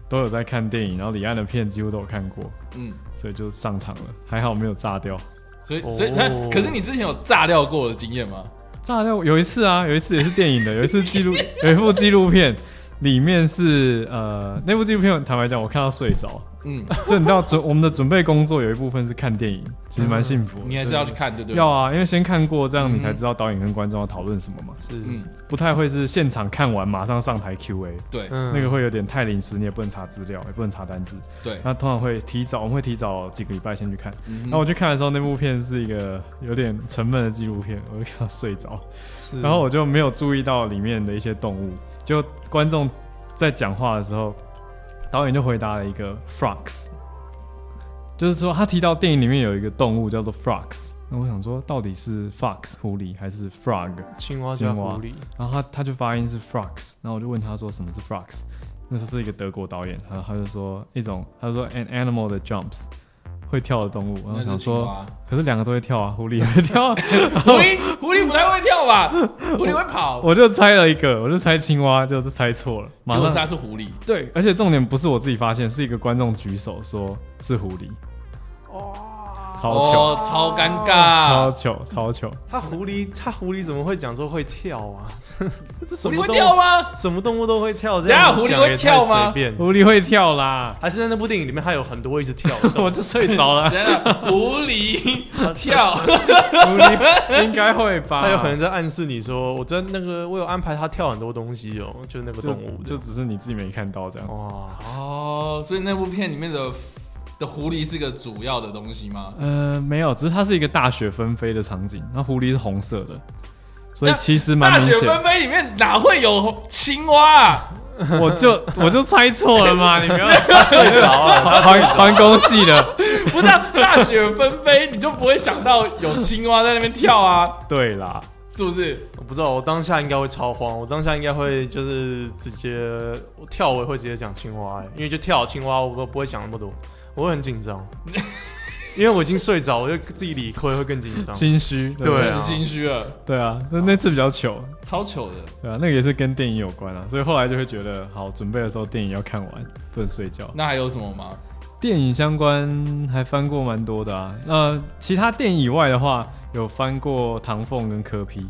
Speaker 6: 都有在看电影，然后李安的片几乎都有看过，
Speaker 4: 嗯，
Speaker 6: 所以就上场了，还好没有炸掉。
Speaker 4: 所以
Speaker 5: 哦
Speaker 4: 所以他，可是你之前有炸掉过的经验吗？
Speaker 6: 炸掉有一次啊，有一次也是电影的，有一次记 录有一部纪录片，里面是呃那部纪录片，坦白讲我看到睡着，
Speaker 4: 嗯，
Speaker 6: 就你知道准我们的准备工作有一部分是看电影，其实蛮幸福的。
Speaker 4: 嗯你还是要去看，对不对？
Speaker 6: 要，啊，因为先看过，这样你
Speaker 4: 嗯
Speaker 6: 才知道导演跟观众要讨论什么嘛。
Speaker 5: 是，
Speaker 4: 嗯，
Speaker 6: 不太会是现场看完马上上台 Q&A，
Speaker 4: 对
Speaker 5: 嗯
Speaker 6: 那个会有点太临时，你也不能查资料，也不能查单字。
Speaker 4: 对，
Speaker 6: 那通常会提早，我们会提早几个礼拜先去看。
Speaker 4: 嗯哼
Speaker 6: 然后我去看的时候，嗯那部片是一个有点沉闷的纪录片，我就看到睡着，
Speaker 5: 是
Speaker 6: 然后我就没有注意到里面的一些动物。就观众在讲话的时候，导演就回答了一个 frogs，就是说他提到电影里面有一个动物叫做 frogs。那我想说，到底是 fox 狐狸还是 frog？
Speaker 5: 青蛙加
Speaker 6: 青蛙
Speaker 5: 狐狸，
Speaker 6: 然后他他就发音是 frogs，然后我就问他说什么是 frogs，那时候是一个德国导演，然后他就说一种，他就说 an animal that jumps，会跳的动物，然后
Speaker 4: 那
Speaker 6: 我
Speaker 4: 是
Speaker 6: 想
Speaker 4: 青
Speaker 6: 说，
Speaker 4: 蛙。
Speaker 6: 可是两个都会跳啊，狐狸也会跳、 啊，
Speaker 4: 狐狸，狐狸不太会跳吧？狐狸会跑，
Speaker 6: 我就猜了一个，我就猜青蛙，就是猜错了，
Speaker 4: 结
Speaker 6: 马
Speaker 4: 果是
Speaker 6: 上
Speaker 4: 它是狐狸。
Speaker 6: 对，而且重点不是我自己发现，是一个观众举手说是狐狸，超糗，
Speaker 4: 哦，超尴
Speaker 6: 超
Speaker 4: 尬。
Speaker 6: 糗，超糗，
Speaker 5: 它狐狸，它狐狸怎么会讲说会跳啊？ 这什
Speaker 4: 狐狸
Speaker 5: 么
Speaker 4: 会
Speaker 5: 动
Speaker 4: 跳
Speaker 5: 物？
Speaker 4: 吗？
Speaker 5: 什么动物都会跳，这
Speaker 4: 等一下
Speaker 5: 样子
Speaker 4: 狐狸
Speaker 5: 讲
Speaker 4: 会
Speaker 5: 也太
Speaker 4: 跳吗
Speaker 5: 随便
Speaker 6: 狐狸会跳啦，
Speaker 5: 还是在那部电影里面，它有很多一直跳
Speaker 6: 我
Speaker 5: 的，
Speaker 6: 就睡着了
Speaker 4: 等，一下狐狸跳，
Speaker 6: 狐狸应该会
Speaker 4: 啊
Speaker 6: 吧，
Speaker 5: 它有可能在暗示你说，我在那个我有安排它跳很多东西哦，就是那个
Speaker 6: 就
Speaker 5: 动物就
Speaker 6: 就只是你自己没看到这样。
Speaker 5: 哇，
Speaker 4: 哦，所以那部片里面的的狐狸是个主要的东西吗？
Speaker 6: 呃，没有，只是它是一个大雪纷飞的场景，那狐狸是红色的，所以
Speaker 4: 那
Speaker 6: 其实蛮
Speaker 4: 大
Speaker 6: 明
Speaker 4: 雪
Speaker 6: 显
Speaker 4: 纷
Speaker 6: 的。
Speaker 4: 飞里面哪会有青蛙啊？
Speaker 6: 我就我就猜错了嘛，你不要睡
Speaker 5: 着了他
Speaker 6: 环环工系的。
Speaker 4: 不是、啊、大雪纷飞，你就不会想到有青蛙在那边跳啊？
Speaker 6: 对啦，
Speaker 4: 是不是？
Speaker 5: 我不知道，我当下应该会超慌，我当下应该会就是直接我跳，我也会直接讲青蛙、欸，因为就跳青蛙，我不会想那么多，我会很 紧张，因为我已经睡着，我就自己理亏会更紧张。
Speaker 6: 心虚。不
Speaker 5: 对啊
Speaker 4: 很心虚了，
Speaker 6: 对啊，那那次比较糗，
Speaker 4: 超糗的。
Speaker 6: 对啊，那个也是跟电影有关啊，所以后来就会觉得，好，准备的时候电影要看完，不能睡觉。
Speaker 4: 那还有什么吗？
Speaker 6: 电影相关还翻过蛮多的啊，呃，其他电影以外的话，有翻过唐凤跟柯批，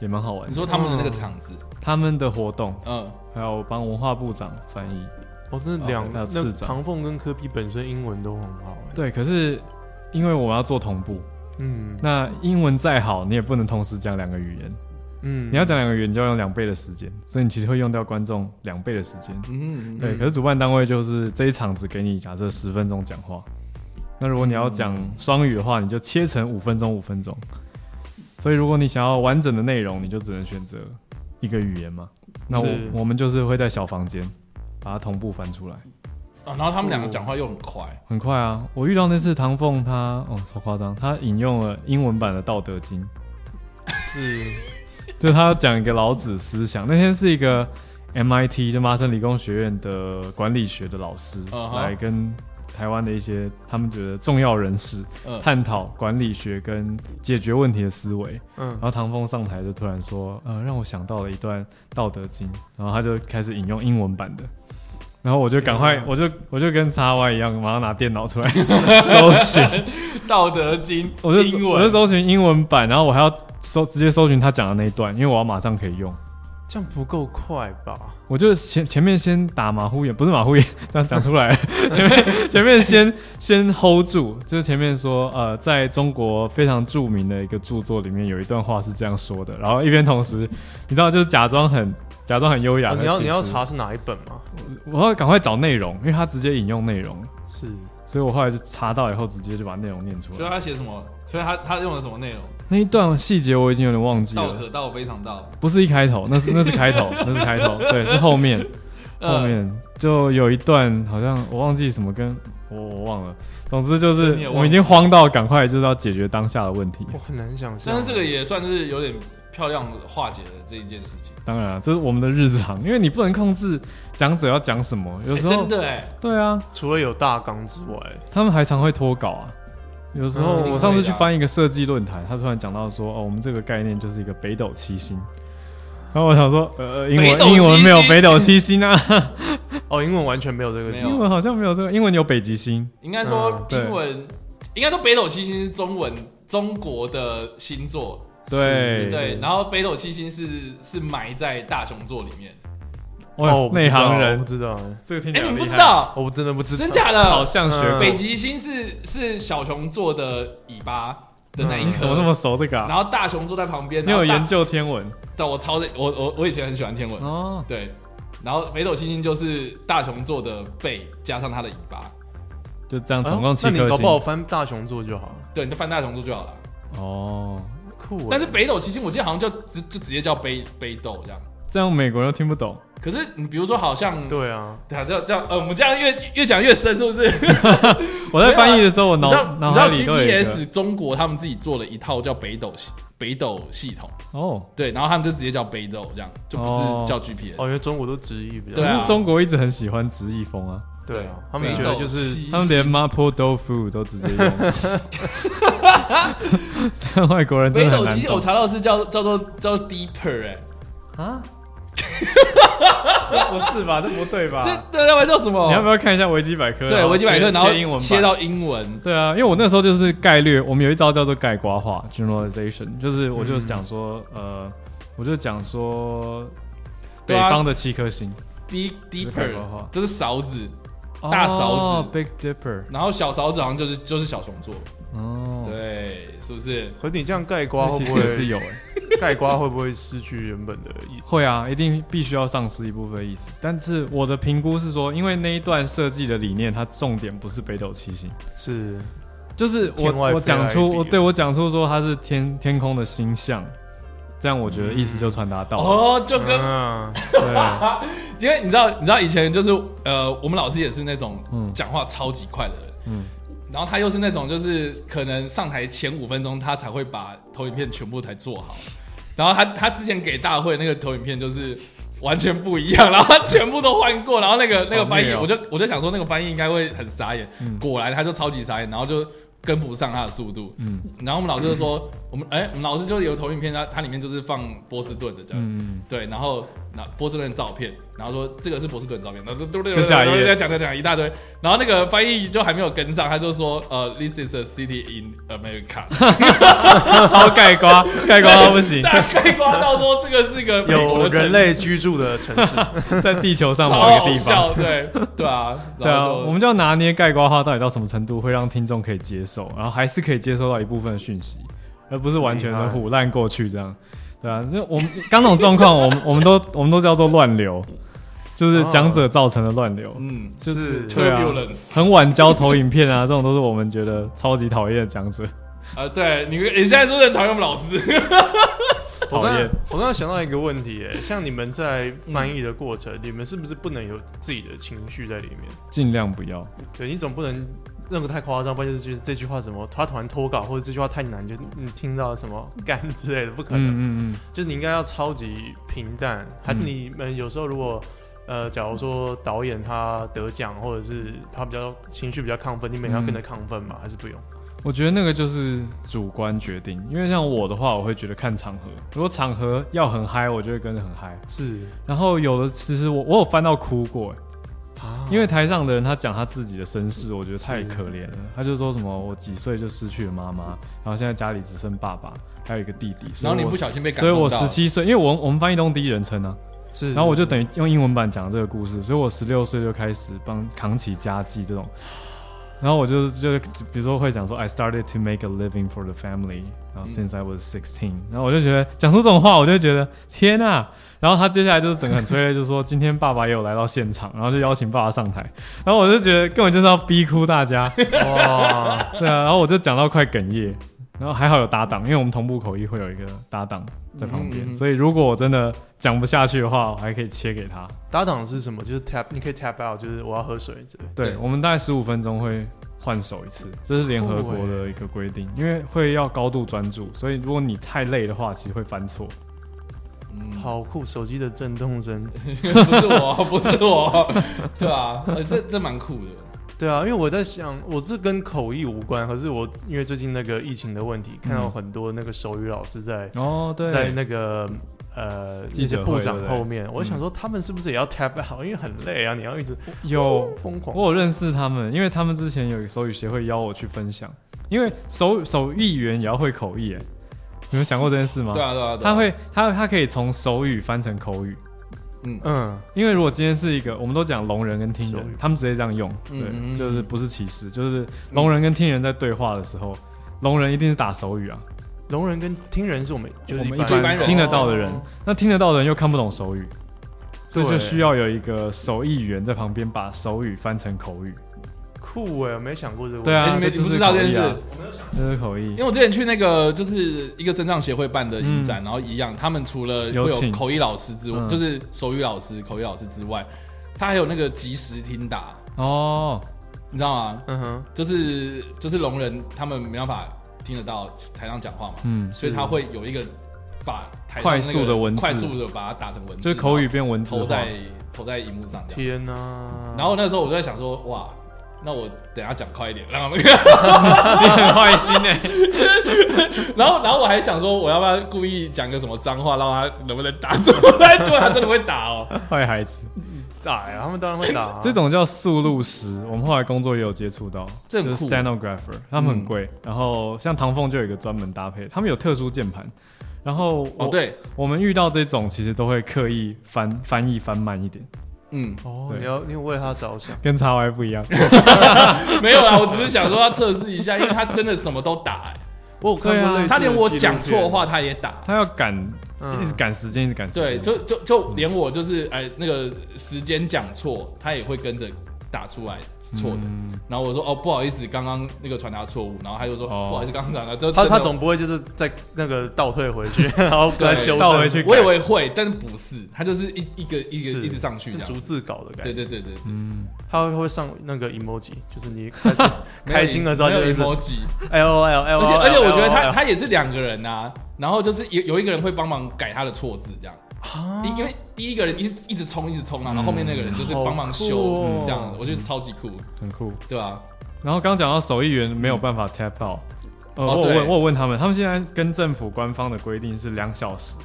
Speaker 6: 也蛮好玩
Speaker 4: 你
Speaker 6: 的。
Speaker 4: 说他们的那个场子，
Speaker 6: 他们的活动，
Speaker 4: 嗯，
Speaker 6: 还有帮文化部长翻译。
Speaker 5: 哦，那两、
Speaker 6: 还有
Speaker 5: 那
Speaker 6: 市长
Speaker 5: 唐凤跟科比本身英文都很好、欸，
Speaker 6: 对，可是因为我们要做同步，
Speaker 5: 嗯
Speaker 6: 那英文再好，你也不能同时讲两个语言。
Speaker 5: 嗯
Speaker 6: 你要讲两个语言，你就要用两倍的时间，所以你其实会用掉观众两倍的时间。
Speaker 4: 嗯，
Speaker 6: 对，可是主办单位就是这一场只给你假设十分钟讲话，那如果你要讲双语的话，你就切成五分钟五分钟。所以如果你想要完整的内容，你就只能选择一个语言嘛。那我
Speaker 5: 是
Speaker 6: 我们就是会在小房间把它同步翻出来。
Speaker 4: 啊，然后他们
Speaker 6: 嗯
Speaker 4: 两个讲话又很快，
Speaker 6: 很快啊！我遇到那次唐凤，他哦超夸张，他引用了英文版的《道德经》，
Speaker 5: 是
Speaker 6: 就是他要讲一个老子思想。那天是一个 MIT 就麻省理工学院的管理学的老师、
Speaker 4: 嗯哼
Speaker 6: 来跟台湾的一些他们觉得重要人士
Speaker 4: 嗯，
Speaker 6: 探讨管理学跟解决问题的思维。
Speaker 5: 嗯
Speaker 6: 然后唐凤上台就突然说，呃，让我想到了一段《道德经》，然后他就开始引用英文版的，然后我就赶快，
Speaker 5: 天啊
Speaker 6: 我就我就跟叉 Y 一样，马上拿电 脑出来搜寻，
Speaker 4: 《道德经》
Speaker 6: 我就
Speaker 4: 英
Speaker 6: 我就
Speaker 4: 文，
Speaker 6: 搜寻英文版，然后我还要搜直接搜寻他讲的那一段，因为我要马上可以用。
Speaker 5: 这样不够快吧？
Speaker 6: 我就前前面先打马虎眼，不是马虎眼，这样讲 出来了。前面前面先先 hold 住，就是前面说，呃，在中国非常著名的一个著作里面有一段话是这样说的，然后一边同时，你知道，就是假装很假装很优雅、
Speaker 5: 哦你要
Speaker 6: 但其实
Speaker 5: 你要，查是哪一本吗？
Speaker 6: 我要赶快找内容，因为他直接引用内容，
Speaker 5: 是
Speaker 6: 所以我后来就查到以后，直接就把内容念出
Speaker 4: 所以
Speaker 5: 啊
Speaker 6: 来。
Speaker 4: 他写什么？所以他他用了什么内容？
Speaker 6: 那一段细节我已经有点忘记
Speaker 4: 道
Speaker 6: 了，
Speaker 4: 可道非常道，
Speaker 6: 不是一开头，那是那是开头，那是开头，对，是后面。后
Speaker 4: 呃
Speaker 6: 面就有一段，好像我忘记什么跟，我我忘了。总之就
Speaker 4: 你也忘记
Speaker 6: 是
Speaker 4: 哦
Speaker 6: 我们已经慌到，赶快就是要解决当下的问题。
Speaker 5: 我很难想象。
Speaker 4: 但是这个也算是有点漂亮地化解了这一件事情。
Speaker 6: 当然、啊，这是我们的日常，因为你不能控制讲者要讲什么，有
Speaker 4: 哎
Speaker 6: 时候、
Speaker 4: 真的哎，
Speaker 6: 对啊，
Speaker 5: 除了有大纲之外，
Speaker 6: 他们还常会脱稿啊。有时候、
Speaker 5: 嗯一定
Speaker 6: 我上次
Speaker 4: 会的
Speaker 6: 去
Speaker 4: 啊
Speaker 6: 翻一个设计论坛，他突然讲到说，哦，我们这个概念就是一个北斗七星。然后我想说，呃，英
Speaker 4: 北斗
Speaker 6: 文
Speaker 4: 七星
Speaker 6: 英文没有北斗七星啊，
Speaker 5: 哦，英文完全没有这个字
Speaker 4: 没有
Speaker 6: 英文好像没有这个，英文有北极星，
Speaker 4: 应该说
Speaker 5: 嗯
Speaker 6: 对
Speaker 4: 英文，应该说北斗七星是中文中国的星座，
Speaker 6: 对
Speaker 4: 对，然后北斗七星是是埋在大熊座里面，
Speaker 5: 哦，我不知
Speaker 6: 内
Speaker 5: 道
Speaker 6: 行人
Speaker 5: 我不，知道欸，
Speaker 6: 这个听起
Speaker 4: 哎、
Speaker 6: 来
Speaker 4: 你们
Speaker 6: 很
Speaker 4: 不
Speaker 6: 厉
Speaker 4: 知
Speaker 6: 害，
Speaker 4: 道？
Speaker 5: 哦我真的不知道，
Speaker 4: 真假的？
Speaker 6: 好像学
Speaker 5: 嗯
Speaker 6: 过
Speaker 4: 北极星是是小熊做的尾巴的那一
Speaker 6: 你
Speaker 4: 颗，
Speaker 6: 嗯怎么那么熟这个啊？
Speaker 4: 然后大熊坐在旁边，
Speaker 6: 你有研
Speaker 4: 究？
Speaker 6: 究天文
Speaker 4: 但我超我我我以前很喜欢天文，
Speaker 6: 哦？
Speaker 4: 对。然后北斗七星就是大熊座的背加上它的尾巴，
Speaker 6: 就这样，
Speaker 5: 啊
Speaker 6: 总共七
Speaker 5: 那你
Speaker 6: 颗
Speaker 5: 搞不好
Speaker 6: 星。
Speaker 5: 翻大熊座就好了，
Speaker 4: 对，你就翻大熊座就好了。
Speaker 6: 哦，
Speaker 5: 酷欸。
Speaker 4: 但是北斗七星我记得好像就直就直接叫北北斗这样。
Speaker 6: 这样美国人都听不懂。
Speaker 4: 可是你比如说好像对
Speaker 5: 对啊，
Speaker 4: 啊，这样这样呃，我们这样越越讲越深，是不是？
Speaker 6: 我在翻译的时候，我
Speaker 4: 啊 你
Speaker 6: 脑
Speaker 4: 知道
Speaker 6: 脑
Speaker 4: 你知
Speaker 6: 海
Speaker 4: 道
Speaker 6: 里都有一个
Speaker 4: GPS 中国他们自己做了一套叫北斗系北斗系统，
Speaker 6: 哦。
Speaker 4: 对，然后他们就直接叫北斗这样，就不
Speaker 6: 哦
Speaker 4: 是叫 GPS。
Speaker 5: 哦，因为中国都直译比较
Speaker 4: 对啊
Speaker 6: 可是中国一直很喜欢直译风啊，
Speaker 5: 对啊，他们
Speaker 4: 北
Speaker 5: 觉
Speaker 4: 斗
Speaker 5: 得就是
Speaker 4: 七
Speaker 6: 他们连 mapo tofu 都直接用，这样外国人真
Speaker 4: 北
Speaker 6: 的
Speaker 4: 斗
Speaker 6: 很难
Speaker 4: 七，我
Speaker 6: 懂
Speaker 4: 查到是叫叫做叫做 Deeper 哎、
Speaker 6: 啊！这不是吧？这不对吧？
Speaker 4: 这这那玩叫什么？
Speaker 6: 啊你要不要看一下维基百科？
Speaker 4: 对维基百科，
Speaker 6: 切
Speaker 4: 然后
Speaker 6: 切英文版
Speaker 4: 切到英文，
Speaker 6: 对啊，因为我那时候就是概略，我们有一招叫做概括化 （generalization），就是我就是讲说，呃，我就讲说北
Speaker 4: 对啊
Speaker 6: 方的七颗星，
Speaker 4: ，Big
Speaker 6: 概括化
Speaker 4: Deeper，这是勺子，大勺子
Speaker 6: 哦 （Big Dipper）。
Speaker 4: 然后小勺子好像就是就是小熊座，
Speaker 6: 哦，
Speaker 4: 对，是不是？
Speaker 5: 可是你这样盖瓜
Speaker 6: 那
Speaker 5: 会
Speaker 6: 其
Speaker 5: 不
Speaker 6: 实也 是
Speaker 5: 会
Speaker 6: 有诶、
Speaker 5: 盖瓜会不会失去原本的意思？
Speaker 6: 会啊，一定必须要丧失一部分意思。但是我的评估是说，因为那一段设计的理念，它重点不是北斗七星，
Speaker 5: 是
Speaker 6: 就是我
Speaker 5: 天外飞来
Speaker 6: 我讲出
Speaker 5: 一笔
Speaker 6: 我对我讲出说它是天天空的星象，这样我觉得意思就传达到了。
Speaker 4: 哦，就跟、
Speaker 5: 嗯，
Speaker 6: 对，
Speaker 4: 因为你知道，你知道以前就是呃，我们老师也是那种
Speaker 6: 嗯
Speaker 4: 讲话超级快的人，
Speaker 6: 嗯
Speaker 4: 然后他又是那种就是可能上台前五分钟他才会把投影片全部才做好，然后他他之前给大会那个投影片就是完全不一样，然后他全部都换过，然后那个那个翻译、
Speaker 6: 好虐哦
Speaker 4: 我就我就想说那个翻译应该会很傻眼，
Speaker 6: 嗯
Speaker 4: 果然他就超级傻眼，然后就跟不上他的速度，
Speaker 6: 嗯
Speaker 4: 然后我们老师就说、我们哎、我们老师就有投影片，它它里面就是放波士顿的这样。
Speaker 6: 嗯，
Speaker 4: 对，然后拿波士顿的照片，然后说这个是波士顿的照片，然后都
Speaker 6: 就下一页
Speaker 4: 在讲讲讲一大堆，然后那个翻译就还没有跟上，他就说呃，this is a city in America，
Speaker 6: 超盖 瓜，盖瓜啊到不行，
Speaker 4: 大概刮到说这个是一个美国
Speaker 5: 有
Speaker 4: 的城市
Speaker 5: 人类居住的城 市，
Speaker 6: 在地球上
Speaker 4: 超
Speaker 6: 某一
Speaker 4: 好
Speaker 6: 个地方。
Speaker 4: 笑，对对啊，
Speaker 6: 对
Speaker 4: 然
Speaker 6: 啊，
Speaker 4: 后就
Speaker 6: 我们就要拿捏盖瓜化到底到什么程度会让听众可以接受，然后还是可以接收到一部分的讯息，而不是完全
Speaker 4: 嗯啊
Speaker 6: 的腐烂过去这样。对啊，就我们刚那种状况，我们我们都我们都叫做乱流，就是讲者造成的乱流，
Speaker 4: 嗯
Speaker 5: 就是
Speaker 6: 对啊
Speaker 4: turbulence
Speaker 6: 很晚交投影片啊，这种都是我们觉得超级讨厌的讲者。
Speaker 4: 啊，对你你现在是不是很讨厌我们老师？
Speaker 5: 我
Speaker 6: 讨
Speaker 5: 刚
Speaker 6: 厌
Speaker 5: 我刚刚想到一个问题，哎，像你们在翻译的过
Speaker 4: 嗯
Speaker 5: 程，你们是不是不能有自己的情绪在里面？
Speaker 6: 尽量不要，
Speaker 5: 对你总不能那个太夸张，不然就是就是这句话什么他突然脱稿，或者这句话太难，就是你听到什么干之类的，不可
Speaker 4: 啊
Speaker 5: 能。
Speaker 6: 嗯嗯嗯，
Speaker 5: 就是你应该要超级平淡，还是你们有时候如果呃，假如说导演他得奖，或者是他比较情绪比较亢奋，你们也要跟着亢奋吗？还是不用？
Speaker 6: 我觉得那个就是主观决定，因为像我的话，我会觉得看场合，如果场合要很嗨，我就会跟着很嗨。
Speaker 5: 是
Speaker 6: 然后有的其实我我有翻到哭过，欸
Speaker 5: 啊
Speaker 6: 因为台上的人他讲他自己的身世，我觉得太可怜了。他就说什么我几岁就失去了妈妈，然后现在家里只剩爸爸，还有一个弟弟。所
Speaker 4: 然后
Speaker 6: 以
Speaker 4: 你
Speaker 6: 我
Speaker 4: 不小心被感
Speaker 6: 所以
Speaker 4: 动
Speaker 6: 我
Speaker 4: 到，
Speaker 6: 十七岁，因为我我们翻译都用第一人称啊，
Speaker 5: 是，
Speaker 6: 然后我就等于用英文版讲这个故事，所以我十六岁就开始帮扛起家计这种。然后我就就比如说会讲说，I started to make a living for the family，然后
Speaker 4: 嗯
Speaker 6: since I was sixteen，、然后我就觉得讲出这种话，我就觉得天啊！然后他接下来就是整个很催泪，就说今天爸爸也有来到现场，然后就邀请爸爸上台，然后我就觉得根本就是要逼哭大 家，
Speaker 5: 哇，
Speaker 6: 对啊，然后我就讲到快哽咽，然后还好有搭档，因为我们同步口译会有一个搭档在旁边，
Speaker 4: 嗯嗯嗯
Speaker 6: 所以如果我真的讲不下去的话，我还可以切给他。
Speaker 5: 搭档是什么？就是 tap，你可以 tap out，就是我要喝水之类的。
Speaker 6: 对，
Speaker 4: 对
Speaker 6: 我们大概十五分钟会换手一次，这是联合国的一个规定，因为会要高度专注，所以如果你太累的话，其实会犯错。
Speaker 4: 嗯
Speaker 5: 好酷，手机的震动声。
Speaker 4: 不是我，不是我， 对啊，呃这这蛮酷的，
Speaker 5: 对啊，因为我在想，我这跟口译无关，可是我因为最近那个疫情的问题，看到很多那个手语老师在
Speaker 6: 哦，对，
Speaker 5: 在那个呃
Speaker 6: 记
Speaker 5: 那
Speaker 6: 者
Speaker 5: 些
Speaker 6: 会
Speaker 5: 部
Speaker 6: 对
Speaker 5: 长
Speaker 6: 不对
Speaker 5: 后面，我想说他们是不是也要 tap out？因为很累啊，你要一直
Speaker 6: 有
Speaker 5: 疯狂。
Speaker 6: 我有认识他们，因为他们之前有手语协会邀我去分享，因为手手艺员也要会口译，哎，你们想过这件事吗？
Speaker 4: 对啊对啊，对啊
Speaker 6: 他会他他可以从手语翻成口语，
Speaker 5: 嗯，
Speaker 6: 因为如果今天是一个，我们都讲聋人跟听
Speaker 5: 手语
Speaker 6: 人，他们直接这样用，对，
Speaker 4: 嗯嗯嗯
Speaker 6: 就是不是歧视，就是聋人跟听人在对话的时候，聋人一定是打手语啊，
Speaker 5: 聋人跟听人是我们就是
Speaker 6: 我们
Speaker 5: 一
Speaker 4: 一般
Speaker 6: 般
Speaker 4: 人
Speaker 6: 听得到的人，
Speaker 4: 哦
Speaker 6: 那听得到的人又看不懂手语，所以就
Speaker 5: 对
Speaker 6: 需要有一个手译员在旁边把手语翻成口语，
Speaker 5: 酷哎，我没想过这个问题。
Speaker 6: 对啊
Speaker 4: 哎你没
Speaker 6: 这
Speaker 4: 你不
Speaker 6: 就是
Speaker 4: 知道这件
Speaker 6: 口译
Speaker 4: 事
Speaker 6: 啊？这是口译
Speaker 4: 因为。我之前去那个就是一个征障协会办的影展，然后一样，他们除了会
Speaker 6: 嗯有
Speaker 4: 有
Speaker 6: 请
Speaker 4: 口译老师之外，
Speaker 6: 嗯
Speaker 4: 就是手语老师、口译老师之外，他还有那个即时听打，
Speaker 6: 哦，
Speaker 4: 你知道吗？
Speaker 5: 嗯哼，
Speaker 4: 就是就是聋人他们没办法听得到台上讲话嘛，
Speaker 6: 嗯，
Speaker 4: 所以他会有一个把台上那个
Speaker 6: 快速的文字
Speaker 4: 快速的把它打成文字，
Speaker 6: 就是口语变文字
Speaker 4: 投
Speaker 6: 化嗯
Speaker 4: 在投在荧幕上这样。
Speaker 5: 天哪！
Speaker 4: 然后那时候我就在想说，哇，那我等一下讲快一点，让他们。
Speaker 6: 你很 坏心哎、
Speaker 4: 然后，然后我还想说，我要不要故意讲个什么脏话，让他能不能打中？但 结果他真的会打哦。
Speaker 6: 坏孩子，
Speaker 5: 哎呀，他们当然会打啊
Speaker 6: 这种叫速录师，我们后来工作也有接触到，
Speaker 4: 这
Speaker 6: 就
Speaker 4: 很
Speaker 6: 是
Speaker 4: 酷欸嗯
Speaker 6: stenographer，他们很贵。然后像唐凤就有一个专门搭配，他们有特殊键盘。然后我
Speaker 4: 哦，，对，
Speaker 6: 我们遇到这种其实都会刻意翻翻译翻慢一点，
Speaker 4: 嗯，
Speaker 5: 哦，
Speaker 6: 对
Speaker 5: 你要你有为他着想，
Speaker 6: 跟 X Y 不一 样。
Speaker 4: 没有啦，我只是想说要测试一下，因为他真的什么都打、欸，
Speaker 5: 我有看过
Speaker 6: 对啊
Speaker 5: 类似的
Speaker 4: 他连我
Speaker 5: 纪录
Speaker 4: 讲错
Speaker 5: 片，
Speaker 4: 话他也打。
Speaker 6: 他要赶，
Speaker 5: 嗯
Speaker 6: 一直赶时间，一直赶时间。
Speaker 4: 对，就就就连我就是哎、那个时间讲错，他也会跟着打出来错的。
Speaker 5: 嗯
Speaker 4: 然后我说哦不好意思，刚刚那个传达错误，然后他就说、
Speaker 6: 哦
Speaker 4: 不好意思，刚刚传达就
Speaker 5: 他
Speaker 4: 真的
Speaker 5: 他总不会就是在那个倒退回 去，然后再修正
Speaker 6: 倒回去
Speaker 4: 我以为会，但是不是，他就是一一个一个
Speaker 5: 是
Speaker 4: 一直上去这
Speaker 5: 是嗯逐
Speaker 4: 样。
Speaker 5: 字稿的感
Speaker 4: 对
Speaker 5: 觉。
Speaker 4: 对对对对，
Speaker 5: 他会会上那个 emoji，就是你开始
Speaker 4: 没有
Speaker 5: 开心的时候
Speaker 4: 没有
Speaker 5: 就一直
Speaker 4: emoji。
Speaker 5: L O L L，
Speaker 4: 而且而且
Speaker 5: 哎
Speaker 4: 我觉得他他也是两个人呐、然后就是有有一个人会帮忙改他的错字这样，
Speaker 5: 啊
Speaker 4: 因因为第一个人一直一直冲一直冲啊，然后后面那个人就是帮忙修、嗯
Speaker 5: 好酷哦
Speaker 4: 这样，我觉得超级酷，
Speaker 6: 很酷。
Speaker 4: 对啊，
Speaker 6: 然后刚讲到手艺员没有办法 tap out，呃，
Speaker 4: 嗯哦
Speaker 6: 我有
Speaker 4: 对
Speaker 6: 问我有问他们，他们现在跟政府官方的规定是两小时，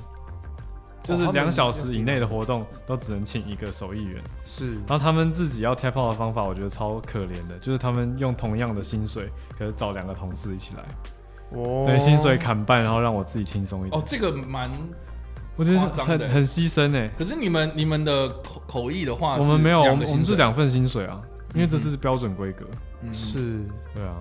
Speaker 6: 就是
Speaker 4: 哦
Speaker 5: 他们
Speaker 6: 两小时以内的活动都只能请一个手艺员。
Speaker 5: 是
Speaker 6: 然后他们自己要 tap out 的方法，我觉得超可怜的，就是他们用同样的薪水，可是找两个同事一起来，
Speaker 5: 哦
Speaker 6: 对，薪水砍半，然后让我自己轻
Speaker 5: 嗯
Speaker 6: 松一点。
Speaker 4: 哦，这个蛮，
Speaker 6: 我觉得
Speaker 4: 夸张
Speaker 6: 很
Speaker 4: 的
Speaker 6: 很牺牲哎、
Speaker 4: 可是你们你们的口口译的话是
Speaker 6: 我们没有，我
Speaker 4: 两个薪
Speaker 6: 们
Speaker 4: 水
Speaker 6: 我们是两份薪水啊，因为这是标准规格。
Speaker 4: 嗯
Speaker 5: 是，
Speaker 6: 对啊，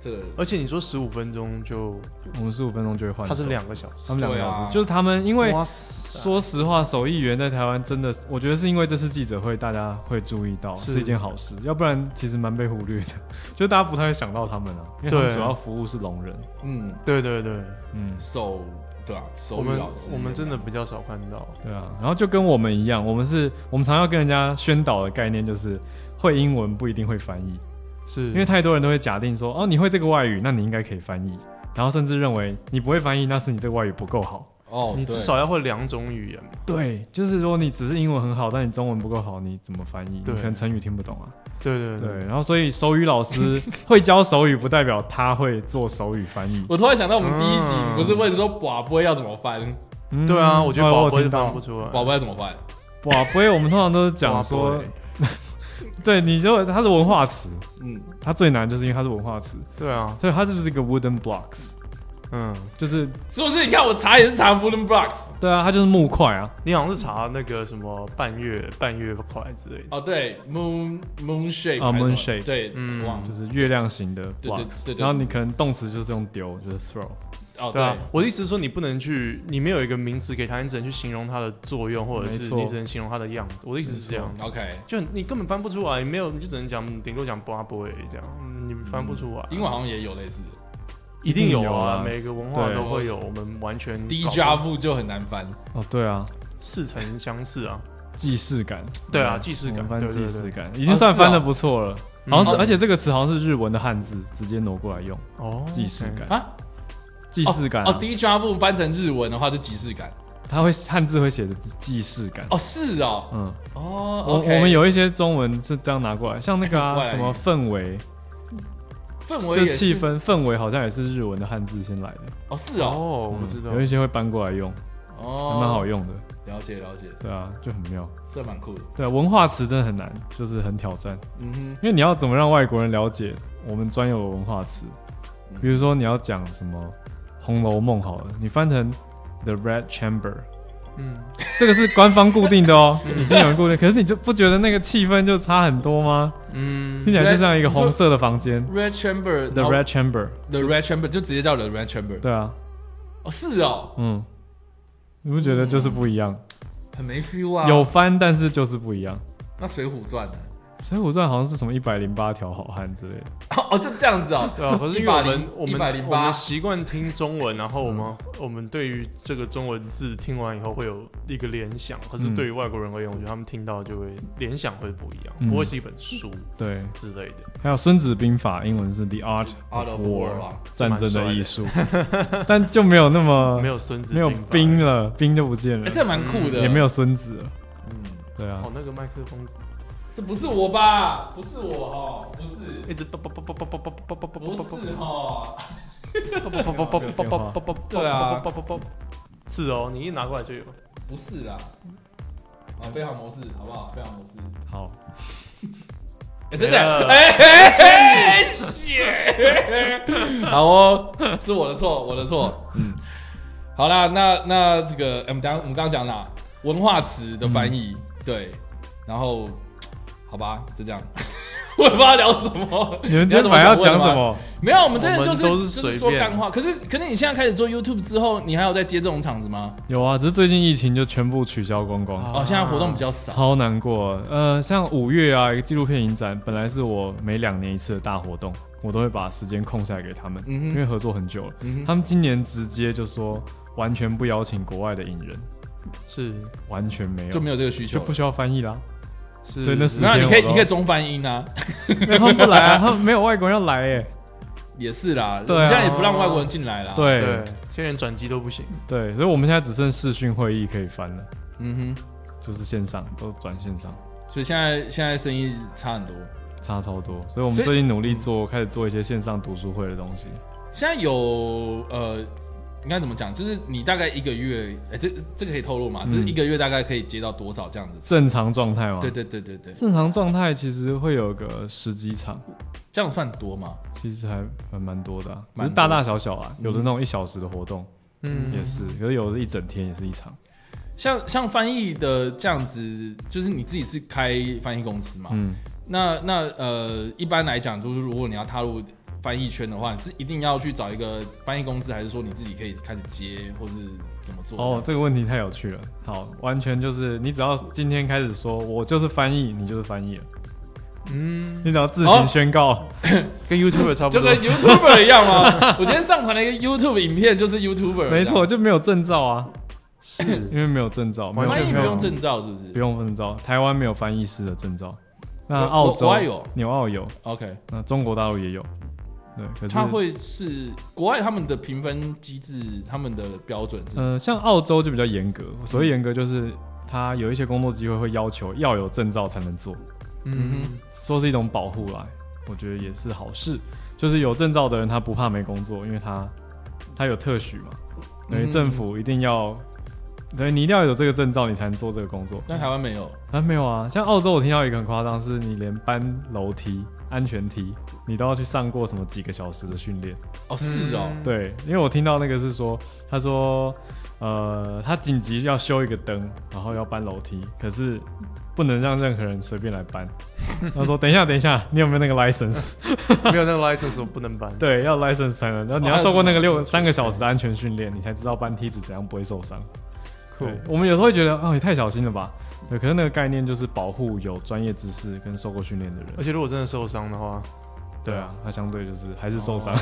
Speaker 4: 这个
Speaker 5: 而且你说十五分钟就
Speaker 6: 我们十五分钟就会换手。
Speaker 5: 他是两个小时
Speaker 6: 他，们两个
Speaker 4: 对啊
Speaker 6: 小时，就是他们因为
Speaker 5: 哇塞
Speaker 6: 说实话，手艺员在台湾真的，我觉得是因为这次记者会，大家会注意到
Speaker 5: 是
Speaker 6: 是一件好事，要不然其实蛮被忽略的， 就大家不太会想到他们啊，因为他们
Speaker 5: 对
Speaker 6: 主要服务是聋人，
Speaker 4: 嗯
Speaker 5: 对对对，
Speaker 6: 嗯，
Speaker 4: 手对啊手
Speaker 5: 我
Speaker 4: 语
Speaker 5: 们
Speaker 4: 老师
Speaker 5: 我们真的比较少看到，
Speaker 6: 对啊，然后就跟我们一样，我们是我们常要跟人家宣导的概念就是。会英文不一定会翻译，
Speaker 5: 是
Speaker 6: 因为太多人都会假定说，哦，你会这个外语，那你应该可以翻译，然后甚至认为你不会翻译，那是你这个外语不够好。
Speaker 4: 哦
Speaker 5: 你
Speaker 4: 对
Speaker 5: 至少要会两种语言嘛，
Speaker 6: 对，就是如果你只是英文很好，但你中文不够好，你怎么翻译？你
Speaker 5: 对
Speaker 6: 可能成语听不懂啊。
Speaker 5: 对对
Speaker 6: 对，，然后所以手语老师 会教手语，不代表他会做手语翻译。
Speaker 4: 我突然想到我们第一集
Speaker 5: 嗯
Speaker 4: 不是问说寡不会要怎么翻，
Speaker 6: 嗯
Speaker 5: 对啊，我觉得
Speaker 6: 哦
Speaker 5: 宝
Speaker 6: 我
Speaker 5: 贝
Speaker 6: 听
Speaker 5: 翻
Speaker 6: 到
Speaker 5: 不出来，
Speaker 4: 寡不要怎么翻，
Speaker 6: 哇，不会，我们通常都是讲
Speaker 5: 宝
Speaker 6: 说
Speaker 5: 贝，
Speaker 6: 对，你就它是文化词，
Speaker 4: 嗯
Speaker 6: 它最难就是因为它是文化词，
Speaker 5: 对啊，
Speaker 6: 所以它就是一个 wooden blocks，
Speaker 5: 嗯，
Speaker 6: 就是
Speaker 4: 是不是？你看我查也是查 b o o d e n blocks，
Speaker 6: 对啊，它就是木块啊，
Speaker 5: 你好像是查那个什么半月半月块之类的，
Speaker 4: 哦，对，moon moon shape
Speaker 6: 啊
Speaker 4: 还是
Speaker 6: moon
Speaker 4: 什么
Speaker 6: shape
Speaker 4: 对，
Speaker 5: 嗯
Speaker 4: 忘了
Speaker 6: 就是月亮形的
Speaker 4: 对对
Speaker 6: blocks，
Speaker 4: 对对
Speaker 6: 然后你可能动词就是用丢，就是 throw，
Speaker 4: 哦，
Speaker 5: 对啊
Speaker 4: 对，，
Speaker 5: 我的意思是说你不能去，你没有一个名词给它，你只能去形容它的作用，或者
Speaker 6: 没
Speaker 5: 是
Speaker 6: 错
Speaker 5: 你只能形容它的样子，我的意思是这样子。
Speaker 4: OK，
Speaker 5: 就你根本翻不出来，你没有，你就只能讲，顶多讲 b l a b o y 这样，嗯你翻不出来。
Speaker 4: 英文好像也有类似的
Speaker 5: 一定有
Speaker 6: 一定有
Speaker 5: 啊，
Speaker 6: 啊
Speaker 5: 每个文化
Speaker 6: 对
Speaker 5: 都会有，我们完全
Speaker 4: ，deja vu 就很难翻，
Speaker 6: 哦，对啊，
Speaker 5: 似曾相似啊，
Speaker 6: 既视感，
Speaker 5: 对啊，既视
Speaker 6: 我
Speaker 5: 感
Speaker 6: 们，翻
Speaker 5: 对
Speaker 6: 既
Speaker 5: 对
Speaker 6: 视
Speaker 5: 对，
Speaker 6: 感，已经算翻
Speaker 4: 是
Speaker 6: 的
Speaker 4: 哦
Speaker 6: 不错了，
Speaker 5: 嗯
Speaker 6: 好像是，啊
Speaker 4: 哦
Speaker 6: 而且这个词好像是日文的汉字，直接挪过来用，
Speaker 5: 哦，
Speaker 6: 既视感
Speaker 4: 啊，
Speaker 6: 既视感啊
Speaker 4: 哦，deja vu 翻成日文的话就即视感，
Speaker 6: 他会汉字会写的既视感。
Speaker 4: 哦，是哦，
Speaker 6: 嗯，
Speaker 4: 哦
Speaker 6: 我
Speaker 4: OK
Speaker 6: 我们有一些中文是这样拿过来，像那个
Speaker 4: 外
Speaker 6: 啊
Speaker 4: 来语
Speaker 6: 什么氛围，
Speaker 4: 氛围
Speaker 6: 就
Speaker 4: 也是
Speaker 6: 气，氛氛围好像也是日文的汉字先来的，嗯
Speaker 4: 哦，是哦，
Speaker 5: 哦，我不知道
Speaker 6: 有，一些会搬过来用，还
Speaker 4: 哦，
Speaker 6: 蛮好，用的，
Speaker 4: 了解了解，
Speaker 6: 对啊，就很妙。
Speaker 4: 这蛮酷的，
Speaker 6: 对啊，文化词真的很难，就是很挑战，
Speaker 4: 嗯
Speaker 6: 因为你要怎么让外国人了解我们专有的文化词，比如说你要讲什么《红楼梦》好了，你翻成 The Red Chamber，
Speaker 5: 嗯，
Speaker 6: 这个是官方固定的哦，已经有人固定，可是你就不觉得那个气氛就差很多吗？
Speaker 5: 嗯
Speaker 6: 听起来就像一个
Speaker 4: 你说
Speaker 6: 红色的房间
Speaker 4: Red Chamber
Speaker 6: ，The
Speaker 4: 然后
Speaker 6: Red Chamber，
Speaker 4: The Red Chamber 就直接叫 The Red Chamber。
Speaker 6: 对啊，
Speaker 4: 哦，是哦，
Speaker 6: 嗯，你不觉得就是不一样？
Speaker 4: 很没 feel 啊。
Speaker 6: 有翻，但是就是不一样。
Speaker 4: 那《水浒传》呢？
Speaker 6: 《水浒传》好像是什么一百零八条好汉之类 的，
Speaker 4: 哦哦，就这样子哦。
Speaker 5: 对啊，可是因为我们我
Speaker 4: 一
Speaker 5: 们
Speaker 4: 百零
Speaker 5: 我
Speaker 4: 八
Speaker 5: 们习惯听中文，然后我们、我们对于这个中文字听完以后会有一个联想，可是
Speaker 6: 嗯
Speaker 5: 对于外国人而言，我觉得他们听到就会联想会不一样，
Speaker 6: 嗯
Speaker 5: 不会是一本书
Speaker 6: 对，
Speaker 5: 之类的。
Speaker 6: 还有《孙子兵法》，英文是《The Art
Speaker 4: Art of
Speaker 6: of
Speaker 4: War
Speaker 6: War
Speaker 4: 吧》，
Speaker 6: 战争的艺术， 但就没有那么
Speaker 5: 没有孙子，
Speaker 6: 没有兵，了，兵就不见
Speaker 4: 哎，这
Speaker 6: 了，
Speaker 4: 蛮
Speaker 5: 嗯
Speaker 4: 酷的。
Speaker 6: 也没，有孙子了，
Speaker 4: 嗯，
Speaker 6: 对啊
Speaker 5: 哦，，那个麦克风
Speaker 4: 这不是我吧？不是我哦，不是，
Speaker 5: 一直叭叭叭叭叭叭叭叭叭
Speaker 4: 不
Speaker 5: 叭叭
Speaker 4: 是哦。
Speaker 5: 叭叭叭叭叭叭叭，叭叭叭，是哦，你一拿过来就有。
Speaker 4: 不是啦。啊，飞行模式好不好？飞行模式，
Speaker 6: 好，
Speaker 4: 哎，真
Speaker 5: 没了
Speaker 4: 的，哎哎哎哎，shit 好哦，是我的错，我的错。嗯，好啦，那那这个，哎我们刚我们刚刚讲哪？文化词的翻译，对，然后好吧，就这样。我也不知道聊什么，
Speaker 6: 你们
Speaker 4: 知道怎
Speaker 6: 今天
Speaker 4: 么
Speaker 6: 晚上要
Speaker 4: 问
Speaker 6: 讲
Speaker 4: 吗
Speaker 6: 什？么？
Speaker 4: 没有，我们真的就是
Speaker 5: 我们都
Speaker 4: 就
Speaker 5: 是随
Speaker 4: 是
Speaker 5: 便
Speaker 4: 说干话。可是，可是你现在开始做 YouTube 之后，你还有在接这种场子吗？
Speaker 6: 有啊，只是最近疫情就全部取消光光，
Speaker 5: 啊
Speaker 4: 哦，现在活动比较少。
Speaker 6: 超难过。呃，像五月啊，一个纪录片影展，本来是我每两年一次的大活动，我都会把时间空下来给他们，
Speaker 4: 嗯哼
Speaker 6: 因为合作很久了。
Speaker 4: 嗯哼
Speaker 6: 他们今年直接就说完全不邀请国外的影人，
Speaker 5: 是
Speaker 6: 完全没有，
Speaker 4: 就没有这个需求
Speaker 6: 就
Speaker 4: 了
Speaker 6: 不。需要翻译啦。
Speaker 5: 是，
Speaker 6: 时
Speaker 4: 那
Speaker 6: 间
Speaker 4: 你可以
Speaker 6: 我都
Speaker 4: 你可以中翻英啊，
Speaker 6: 他们不来啊，他们没有外国人要来哎、
Speaker 4: 也是啦。
Speaker 6: 对啊
Speaker 4: 你现在也不让外国人进来啦。，
Speaker 6: 对
Speaker 5: 对，现在连转机都不行。
Speaker 6: 对，所以我们现在只剩视讯会议可以翻了，
Speaker 4: 嗯
Speaker 6: 就是线上都转线上，
Speaker 4: 哼，所以现在现在生意差很多。
Speaker 6: 差超多。所以我们
Speaker 4: 所以
Speaker 6: 最近努力做，开始做一些线上读书会的东西。
Speaker 4: 现在有呃，应该怎么讲？就是你大概一个月，哎、这这个可以透露
Speaker 6: 嗯
Speaker 4: 吗？就是一个月大概可以接到多少这样子？
Speaker 6: 正常状态嘛，
Speaker 4: 对对对对对，
Speaker 6: 正常状态其实会有个十几场，
Speaker 4: 这样算多吗？
Speaker 6: 其实还蛮蛮多的、啊，只
Speaker 4: 蛮多
Speaker 6: 是大大小小啊，有的
Speaker 4: 嗯
Speaker 6: 那种一小时的活动、
Speaker 5: 嗯，
Speaker 6: 也是，可是有的一整天也是一场。
Speaker 4: 像像翻译的这样子，就是你自己是开翻译公司嘛？
Speaker 6: 嗯，
Speaker 4: 那那呃，一般来讲，就是如果你要踏入翻译圈的话，你是一定要去找一个翻译公司，还是说你自己可以开始接，或是怎么做？
Speaker 6: 哦，，这个问题太有趣了。好，完全就是你只要今天开始说，我就是翻译，你就是翻译了，
Speaker 5: 嗯，
Speaker 6: 你只要自
Speaker 4: 哦
Speaker 6: 行宣告，
Speaker 5: 跟 YouTube 差不
Speaker 4: 就
Speaker 5: 多。
Speaker 4: 跟 YouTuber 一样吗？ 我今天上传了一个 YouTube 影片，就是 YouTuber，
Speaker 6: 没错，就没有证照啊，
Speaker 5: 是
Speaker 6: 因为没有证照，没
Speaker 4: 这样，
Speaker 5: 完
Speaker 6: 有
Speaker 4: 翻译
Speaker 5: 全
Speaker 4: 不
Speaker 6: 没有
Speaker 4: 用证照是不是？
Speaker 6: 不用证照，台湾没有翻译师的证照，那
Speaker 4: 国
Speaker 6: 澳洲
Speaker 4: 国外有
Speaker 6: 纽澳有，
Speaker 4: OK，
Speaker 6: 那中国大陆也有，对，可是
Speaker 4: 它会是国外他们的评分机制，他们的标准是什么？
Speaker 6: 呃，像澳洲就比较严格，所谓严格就是它有一些工作机会会要求要有证照才能做，
Speaker 4: 嗯
Speaker 5: 嗯，
Speaker 4: 哼，
Speaker 6: 说是一种保护啦，我觉得也是好事。就是有证照的人他不怕没工作，因为他他有特许嘛，等于
Speaker 4: 嗯
Speaker 6: 政府一定要，等于你一定要有这个证照你才能做这个工作。
Speaker 4: 那台湾没有，
Speaker 6: 啊，没有啊，像澳洲我听到一个很夸张，是你连搬楼梯、安全梯，你都要去上过什么几个小时的训练。
Speaker 4: 哦，
Speaker 6: 嗯
Speaker 4: 是哦，
Speaker 6: 对，因为我听到那个是说，他说，呃，他紧急要修一个灯，然后要搬楼梯，可是不能让任何人随便来搬。 他说：“等一下，等一下，你有没有那个 license？
Speaker 5: 没有那个 license 我不能办。
Speaker 6: 对，要 license 才能。然后你要
Speaker 4: 哦还有
Speaker 6: 受过
Speaker 4: 这
Speaker 6: 那个
Speaker 4: 种
Speaker 6: 六三个小时的安全训练，你才知道搬梯子怎样不会受伤。
Speaker 5: 酷
Speaker 6: 对，我们有时候会觉得，哦，也太小心了吧？对，可是那个概念就是保护有专业知识跟受过训练的人
Speaker 5: 而。且如果真的受伤的 话，
Speaker 6: 对啊，他相对就是还是受伤，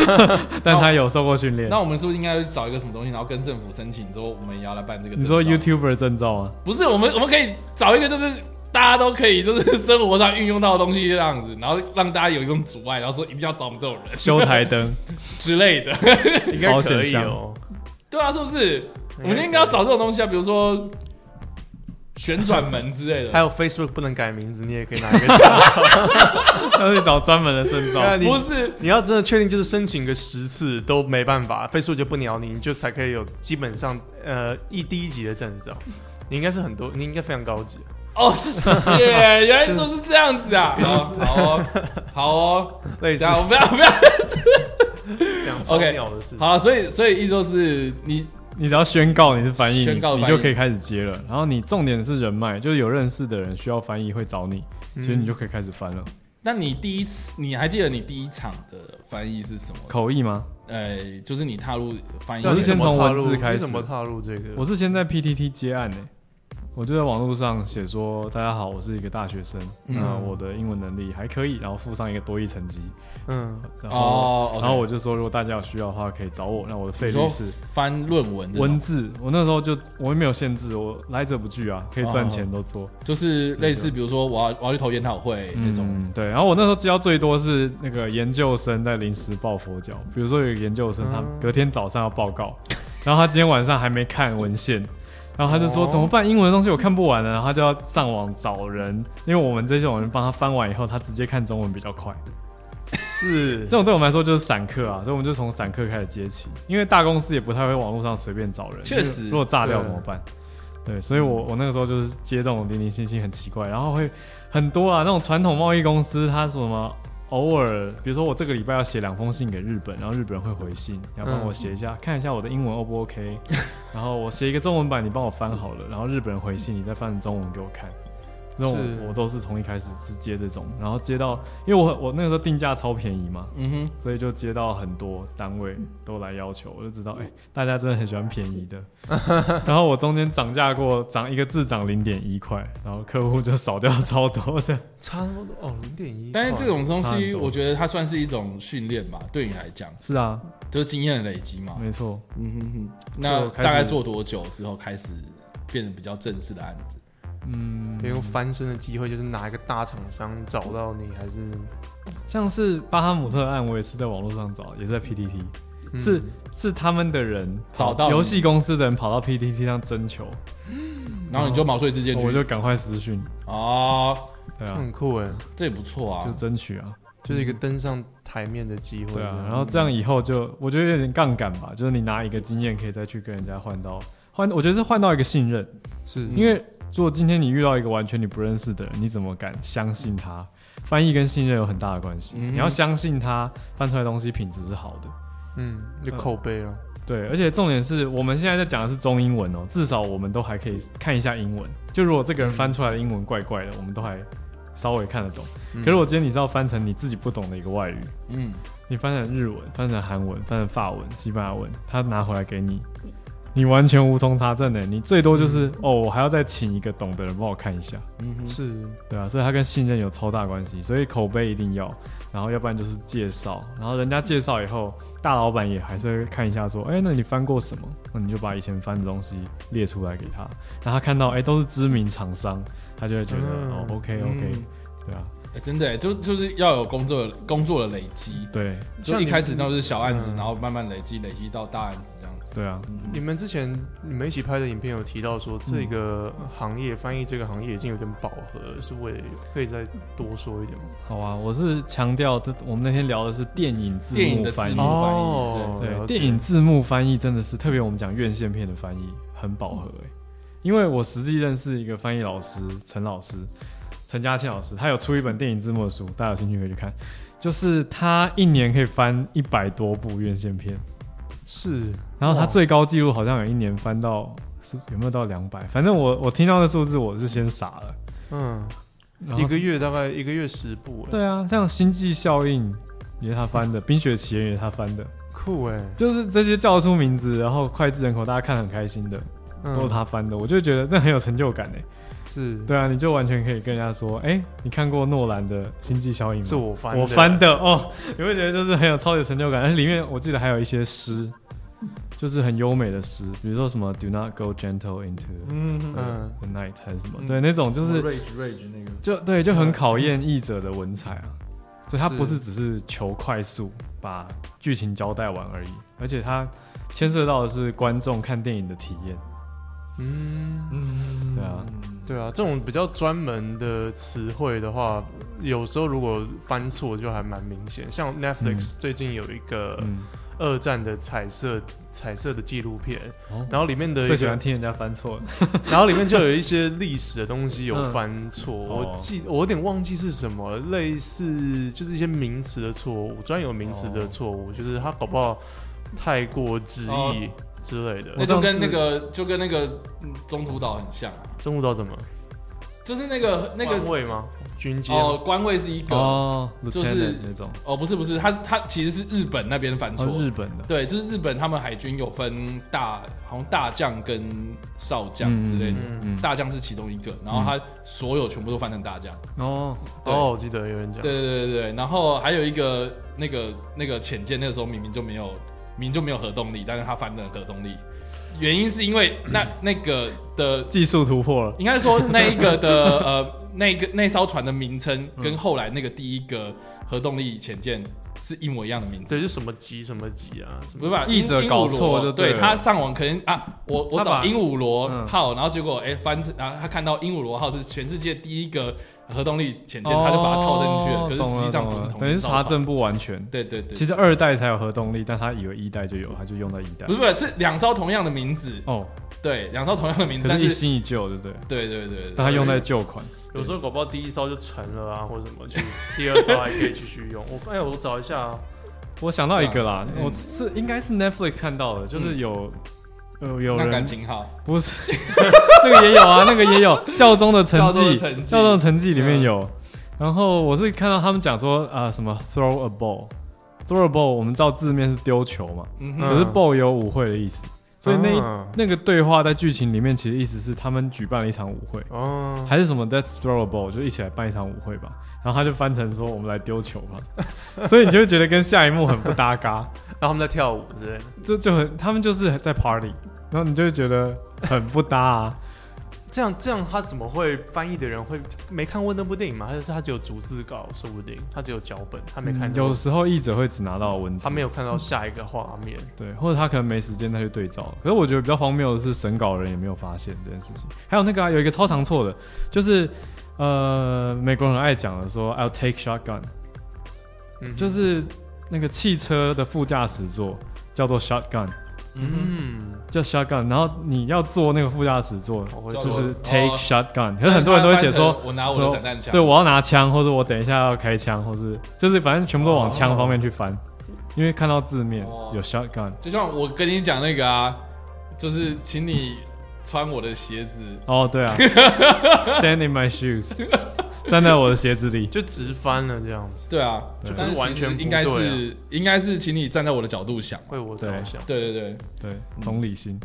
Speaker 6: 但他有受过训练
Speaker 4: 哦那。我们是不是应该找一个什么东西，然后跟政府申请，说我们也要来办这个证照？
Speaker 6: 你说 YouTuber 证照 吗？
Speaker 4: 不是，我们我们可以找一个就是大家都可以就是生活上运用到的东西这样子，然后让大家有一种阻碍，然后说一定要找我们这种人
Speaker 6: 修 台灯，
Speaker 4: 之类的。
Speaker 5: 应该可以哦。
Speaker 4: 对啊，是不是？我们应该要找这种东西啊，比如说旋转门之类
Speaker 5: 还
Speaker 4: 的。
Speaker 5: 有 Facebook 不能改名字，你也可以拿 一个证。
Speaker 6: 要去找专门的证照。
Speaker 5: 对啊你
Speaker 4: 不是，
Speaker 5: 你要真的确定，就是申请个十次都没办法，Facebook 就不鸟你，你就才可以有基本上呃一第一级的证照。你应该是很多，你应该非常高级。
Speaker 4: 哦，谢，原来说是这样子 啊，好好哦，好哦，等一
Speaker 5: 类似
Speaker 6: 啊
Speaker 4: 下我不要不要，
Speaker 5: 讲超
Speaker 4: OK
Speaker 5: 鸟的事。
Speaker 4: 好，所以所以意思就是你
Speaker 6: 你只要宣告你是翻译，
Speaker 4: 宣告
Speaker 6: 你
Speaker 4: 翻译
Speaker 6: 你就可以开始接了。然后你重点是人脉，就是有认识的人需要翻译会找你，
Speaker 4: 嗯
Speaker 6: 其实你就可以开始翻了。
Speaker 4: 那你第一次，你还记得你第一场的翻译是什么？
Speaker 6: 口译吗？
Speaker 4: 呃，就是你踏入翻译
Speaker 5: 对啊
Speaker 6: 我
Speaker 5: 你
Speaker 6: 是先
Speaker 5: 怎么
Speaker 6: 从
Speaker 5: 踏
Speaker 6: 文
Speaker 5: 入
Speaker 6: 字开
Speaker 5: 你
Speaker 6: 始
Speaker 5: 怎么踏入这个？
Speaker 6: 我是先在 PTT 接案呢、欸我就在网络上写说：“大家好，我是一个大学生，
Speaker 4: 嗯
Speaker 6: 那我的英文能力还可以，然后附上一个多译成绩，
Speaker 5: 嗯，
Speaker 6: 然后、
Speaker 4: 哦，OK，
Speaker 6: 然后我就说，如果大家有需要的话，可以找我。那我的费
Speaker 4: 你
Speaker 6: 率
Speaker 4: 说
Speaker 6: 是
Speaker 4: 翻论文这种，
Speaker 6: 文字，我那时候就我也没有限制，我来者不拒啊，可以赚钱都做、
Speaker 4: 就是类似，比如说我要我要去投研讨会那种，
Speaker 6: 哦嗯。对，然后我那时候接到最多是那个研究生在临时抱佛脚，比如说有一个研究生他
Speaker 5: 嗯
Speaker 6: 隔天早上要报告，然后他今天晚上还没看文献。然后他就说、
Speaker 5: 哦
Speaker 6: 怎么办？英文的东西我看不完了，啊然后他就要上网找人，因为我们这种人帮他翻完以后，他直接看中文比较快。
Speaker 5: 是
Speaker 6: 这种对我们来说就是散客啊，所以我们就从散客开始接起，因为大公司也不太会网络上随便找人，
Speaker 4: 确实
Speaker 6: 如果炸掉怎么办？对，所以我我那个时候就是接这种零零星星很奇怪，然后会很多啊，那种传统贸易公司，它什么偶尔，比如说我这个礼拜要写两封信给日本，然后日本人会回信，你要帮我写一下，看一下我的英文 O 不 OK，然后我写一个中文版，你帮我翻好了，然后日本人回信，你再翻成中文给我看。那种
Speaker 5: 是
Speaker 6: 我都是从一开始是接这种，然后接到，因为我我那个时候定价超便宜嘛，
Speaker 4: 嗯哼，
Speaker 6: 所以就接到很多单位都来要求，我就知道，哎、大家真的很喜欢便宜的。 然后我中间涨价过，涨一个字涨零点一块，然后客户就少掉超多的。
Speaker 5: 差不多哦，零点一。
Speaker 4: 但是这种东
Speaker 6: 差很
Speaker 4: 西，
Speaker 6: 多
Speaker 4: 我觉得它算是一种训练吧，对你来讲
Speaker 6: 是啊，
Speaker 4: 就是经验的累积嘛。
Speaker 6: 没错，
Speaker 4: 嗯哼哼，那
Speaker 6: 就开
Speaker 4: 大
Speaker 6: 始
Speaker 4: 概做多久之后开始变得比较正式的案子？
Speaker 6: 嗯，
Speaker 5: 有一个翻身的机会，就是哪一个大厂商找到你，还是、
Speaker 6: 像是巴哈姆特的案，我也是在网络上找，也是在 PTT，、
Speaker 5: 嗯
Speaker 6: 是是他们的人
Speaker 4: 找到你
Speaker 6: 游戏公司的人跑到 PTT 上征求，
Speaker 4: 然后你就毛遂自荐去，
Speaker 6: 哦我就赶快私讯，
Speaker 4: 哦，
Speaker 6: 对
Speaker 5: 这
Speaker 6: 啊，
Speaker 5: 很酷哎，
Speaker 4: 这也不错啊
Speaker 6: 就，争取啊。
Speaker 5: 就是一个登上台面的机会。
Speaker 6: 对啊，然后这样以后就我觉得有点杠杆吧，就是你拿一个经验可以再去跟人家换到换，我觉得是换到一个信任，
Speaker 5: 是
Speaker 6: 因为如果今天你遇到一个完全你不认识的人，你怎么敢相信他？翻译跟信任有很大的关系，
Speaker 4: 嗯
Speaker 6: 你要相信他翻出来的东西品质是好的。
Speaker 5: 嗯，有口碑了。
Speaker 6: 对，而且重点是我们现在在讲的是中英文哦，至少我们都还可以看一下英文。就如果这个人翻出来的英文怪怪的，我们都还稍微看得懂。
Speaker 5: 嗯
Speaker 6: 可是我今天你知道翻成你自己不懂的一个外语，
Speaker 4: 嗯，
Speaker 6: 你翻成日文、翻成韩文、翻成法文、西班牙文，他拿回来给你，你完全无从查证的，你最多就是、哦，我还要再请一个懂的人帮我看一下，
Speaker 4: 嗯哼，
Speaker 5: 是
Speaker 6: 对啊，所以他跟信任有超大关系，所以口碑一定要，然后要不然就是介绍，然后人家介绍以后，大老板也还是会看一下说，哎、那你翻过什么？那你就把以前翻的东西列出来给他，然后他看到哎、都是知名厂商，他就会觉得、
Speaker 5: 嗯
Speaker 6: 哦，OK OK，、
Speaker 4: 嗯
Speaker 6: 对啊，
Speaker 4: 哎真的耶就就是要有工作工作的累积，
Speaker 6: 对
Speaker 4: 就一开始都是小案子，
Speaker 5: 嗯
Speaker 4: 然后慢慢累积累积到大案子这样子。
Speaker 6: 对啊，
Speaker 5: 你们之前你们一起拍的影片有提到说，这个行业、翻译这个行业已经有点饱和，是为可以再多说一点吗？
Speaker 6: 好啊，我是强调的，我们那天聊的是电影字
Speaker 4: 电影
Speaker 6: 幕
Speaker 4: 的字
Speaker 6: 翻译
Speaker 4: 幕，翻译，
Speaker 5: 哦了
Speaker 6: 嗯
Speaker 5: 解
Speaker 6: 对，电影字幕翻译真的是，特别我们讲院线片的翻译很饱和哎、因为我实际认识一个翻译老师陈老师，陈嘉庆老师，他有出一本电影字幕的书，大家有兴趣可以去看，就是他一年可以翻一百多部院线片，
Speaker 5: 是
Speaker 6: 然后他
Speaker 5: 哇
Speaker 6: 最高纪录好像有一年翻到是有没有到两百，反正我我听到那数字我是先傻了，
Speaker 5: 嗯，
Speaker 6: 然后
Speaker 5: 一个月大概一个月十部，哎，
Speaker 6: 对啊，像《星际效应》也是他翻的，《冰雪奇缘》也是他翻的，
Speaker 5: 酷哎，
Speaker 6: 就是这些叫得出名字，然后脍炙人口，大家看得很开心的，
Speaker 5: 嗯
Speaker 6: 都是他翻的，我就觉得那很有成就感哎。
Speaker 5: 是，
Speaker 6: 对啊，你就完全可以跟人家说，哎、你看过诺兰的《星际效应》
Speaker 5: 是
Speaker 6: 吗？
Speaker 5: 我翻
Speaker 6: 我翻的哦，你会觉得就是很有超级成就感，而且里面我记得还有一些诗，就是很优美的诗，比如说什么 “Do not go gentle into
Speaker 4: 嗯嗯，
Speaker 5: 嗯
Speaker 6: the night” 还是什么，
Speaker 5: 嗯
Speaker 6: 对，那种就是
Speaker 4: rage rage 那个，
Speaker 6: 就对，就很考验译者的文采啊。所以他
Speaker 5: 是
Speaker 6: 不是只是求快速把剧情交代完而已，而且他牵涉到的是观众看电影的体验。
Speaker 5: 嗯，
Speaker 4: 嗯，
Speaker 6: 对啊，
Speaker 5: 对啊，这种比较专门的词汇的话，有时候如果翻错就还蛮明显。像 Netflix 最近有一个
Speaker 6: 嗯，
Speaker 5: 二战的彩色彩色的纪录片，
Speaker 6: 哦
Speaker 5: 然后里面的一
Speaker 6: 最喜
Speaker 5: 个
Speaker 6: 欢听人家翻错了。
Speaker 5: 然后里面就有一些历史的东西有翻错，
Speaker 6: 哦
Speaker 5: 我记我有点忘记是什么，类似就是一些名
Speaker 6: 哦
Speaker 5: 词的错误，专有名词的错误，就是他搞不好太过直译，之类的。
Speaker 4: 那就跟那个就跟那个嗯中途岛很像啊，
Speaker 5: 中途岛怎么？
Speaker 4: 就是那个那
Speaker 5: 官
Speaker 4: 个
Speaker 5: 位吗？军阶吗？
Speaker 4: 哦，官位是一个哦
Speaker 6: 哦，
Speaker 4: 就
Speaker 6: lieutenant
Speaker 4: 是
Speaker 6: 那种，
Speaker 4: 不是不是，它它其实是日本那边犯错
Speaker 6: 哦，，日本的，
Speaker 4: 对，就是日本他们海军有分大，好像大将跟少将之类的，
Speaker 5: 嗯
Speaker 4: 大将是其中一个，然后他所有全部都翻成大将，
Speaker 5: 嗯
Speaker 6: 哦，
Speaker 4: 对
Speaker 5: 哦，我记得有人讲，
Speaker 4: 对对对对，然后还有一个那个那个潜舰，那个时候明明就没有，明明就没有核动力，但是他翻成核动力，原因是因为那那个的，
Speaker 6: 技术突破了，
Speaker 4: 应该说那一个的 呃，那个那艘船的名称
Speaker 6: 嗯
Speaker 4: 跟后来那个第一个核动力潜舰是一模一样的名字。
Speaker 5: 对，是什么级什么级啊？什么
Speaker 4: 不是吧？
Speaker 6: 译
Speaker 4: 鹦
Speaker 6: 者搞错
Speaker 4: 鹦鹉螺
Speaker 6: 就对
Speaker 4: 对
Speaker 6: 了
Speaker 4: 他上网可能啊，我我
Speaker 6: 他
Speaker 4: 找
Speaker 6: 把
Speaker 4: 鹦鹉螺
Speaker 6: 嗯
Speaker 4: 号，然后结果哎、翻成啊，他看到鹦鹉螺号是全世界第一个核动力潜舰，哦他就把它套进去了。可
Speaker 6: 哦
Speaker 4: 是
Speaker 6: 懂
Speaker 4: 实际上
Speaker 6: 懂
Speaker 4: 不是
Speaker 6: 了
Speaker 4: 同
Speaker 6: 等于
Speaker 4: 一
Speaker 6: 是
Speaker 4: 艘
Speaker 6: 查
Speaker 4: 船。
Speaker 6: 证不完全。
Speaker 4: 对对对，
Speaker 6: 其实二代才有核动力，但他以为一代就有，他就用到一代
Speaker 4: 不。是不是是两艘同样的名字，
Speaker 6: 哦，
Speaker 4: 对，两艘同样的名字，
Speaker 6: 可
Speaker 4: 但
Speaker 6: 是一
Speaker 4: 是
Speaker 6: 新一旧，对不对？
Speaker 4: 对对对对，
Speaker 6: 但他用在旧款，
Speaker 5: 有时候搞不好第一艘就沉了啊，或者什么，就第二艘还可以继续用。我哎，我找一下啊，
Speaker 6: 我想到一个啦，
Speaker 4: 嗯
Speaker 6: 我是应该是 Netflix 看到的，就是有、呃有
Speaker 4: 那感
Speaker 6: 人
Speaker 4: 情好，
Speaker 6: 不是 那个也有啊，那个也有教宗的成
Speaker 4: 教宗的嗯
Speaker 6: 绩，
Speaker 4: 成绩
Speaker 6: 教宗的成绩里面有。然后我是看到他们讲说啊、呃什么 throw a ball，throw a ball，我们照字面是丢球嘛，
Speaker 4: 嗯
Speaker 5: 嗯
Speaker 4: 哼，
Speaker 6: 可是 ball 有舞会的意思，所以那一、
Speaker 5: 啊
Speaker 6: 那个对话在剧情里面其实意思是他们举办了一场舞会。
Speaker 5: 哦，
Speaker 6: 还是什么 That's throwable，就一起来办一场舞会吧。然后他就翻成说我们来丢球吧， 所以你就会觉得跟下一幕很不搭嘎，
Speaker 5: 然后他们在跳舞之类的。
Speaker 6: 就就很他们就是在 party，然后你就会觉得很不搭啊。
Speaker 5: 这样这样，他怎么会翻译的人会没看过那部电影吗？还是他只有逐字稿？说不定他只有脚本， 他没看
Speaker 6: 嗯
Speaker 5: 到，
Speaker 6: 有时候译者会只拿到文字，
Speaker 5: 他没有看到下一个画面。
Speaker 6: 对，或者他可能没时间再去对照。可是我觉得比较荒谬的是，审稿人也没有发现这件事情。还有那个、啊、有一个超常错的，就是呃美国人很爱讲的说 I'll take shotgun，
Speaker 5: 嗯哼
Speaker 6: 就是那个汽车的副驾驶座叫做 shotgun。
Speaker 4: 嗯
Speaker 5: 嗯，
Speaker 6: 叫 shotgun，然后你要坐那个副驾驶座，
Speaker 5: 我会
Speaker 4: 叫
Speaker 6: 就
Speaker 5: 做
Speaker 6: 是
Speaker 4: 做
Speaker 6: take
Speaker 4: 哦
Speaker 6: shotgun，、可
Speaker 4: 哼，
Speaker 6: 是很多人都会写说，
Speaker 4: 我拿我的
Speaker 6: 说
Speaker 4: 散弹枪，
Speaker 6: 对我要拿枪，或者我等一下要开枪，或是就是反正全部都往枪方面去翻，因为看到字面、
Speaker 4: 哦
Speaker 6: 有 shotgun，
Speaker 4: 就像我跟你讲那个啊，就是请你穿我的鞋子，
Speaker 6: 哦 对啊，stand in my shoes，站 在我的鞋子里，
Speaker 5: 就直翻了这样子。
Speaker 4: 对啊，
Speaker 6: 对
Speaker 4: 但
Speaker 5: 就是完
Speaker 4: 其实
Speaker 5: 全不
Speaker 4: 应该
Speaker 5: 对啊
Speaker 4: 是应该是请你站在我的角度想，
Speaker 5: 为我着
Speaker 6: 对
Speaker 5: 想，
Speaker 4: 对对对，
Speaker 6: 对，
Speaker 4: 嗯
Speaker 6: 同理心。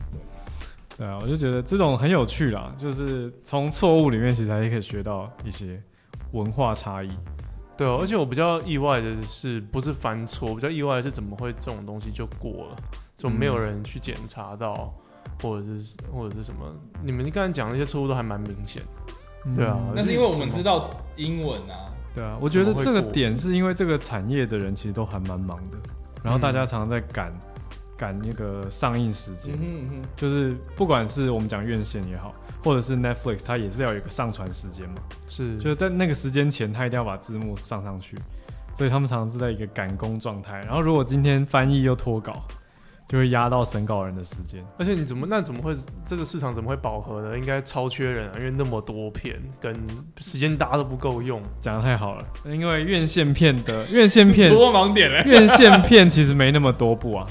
Speaker 6: 对啊，我就觉得这种很有趣啦，就是从错误里面其实还可以学到一些文化差异。
Speaker 5: 对哦，而且我比较意外的是，不是犯错，我比较意外的是怎么会这种东西就过了，怎么没有人去检查到，或者是或者是什么？你们刚才讲的那些错误都还蛮明显，对啊
Speaker 6: 嗯
Speaker 4: 那是因为我们知道英文啊，
Speaker 6: 对啊，我觉得这个
Speaker 5: 怎么会过
Speaker 6: 点是因为这个产业的人其实都还蛮忙的，然后大家常常在赶、
Speaker 5: 嗯
Speaker 6: 赶那个上映时间，
Speaker 4: 嗯哼嗯
Speaker 6: 就是不管是我们讲院线也好，或者是 Netflix，它也是要有一个上传时间嘛，
Speaker 5: 是
Speaker 6: 就是在那个时间前，它一定要把字幕上上去，所以他们常常是在一个赶工状态。然后如果今天翻译又脱稿，就会压到审稿人的时间。
Speaker 5: 而且你怎么那怎么会这个市场怎么会饱和呢？应该超缺人啊，因为那么多片跟时间大家都不够用。
Speaker 6: 讲的太好了，因为院线片的院线
Speaker 4: 哼，
Speaker 6: 片
Speaker 4: 多盲点嘞，
Speaker 6: 院线片其实没那么多部啊，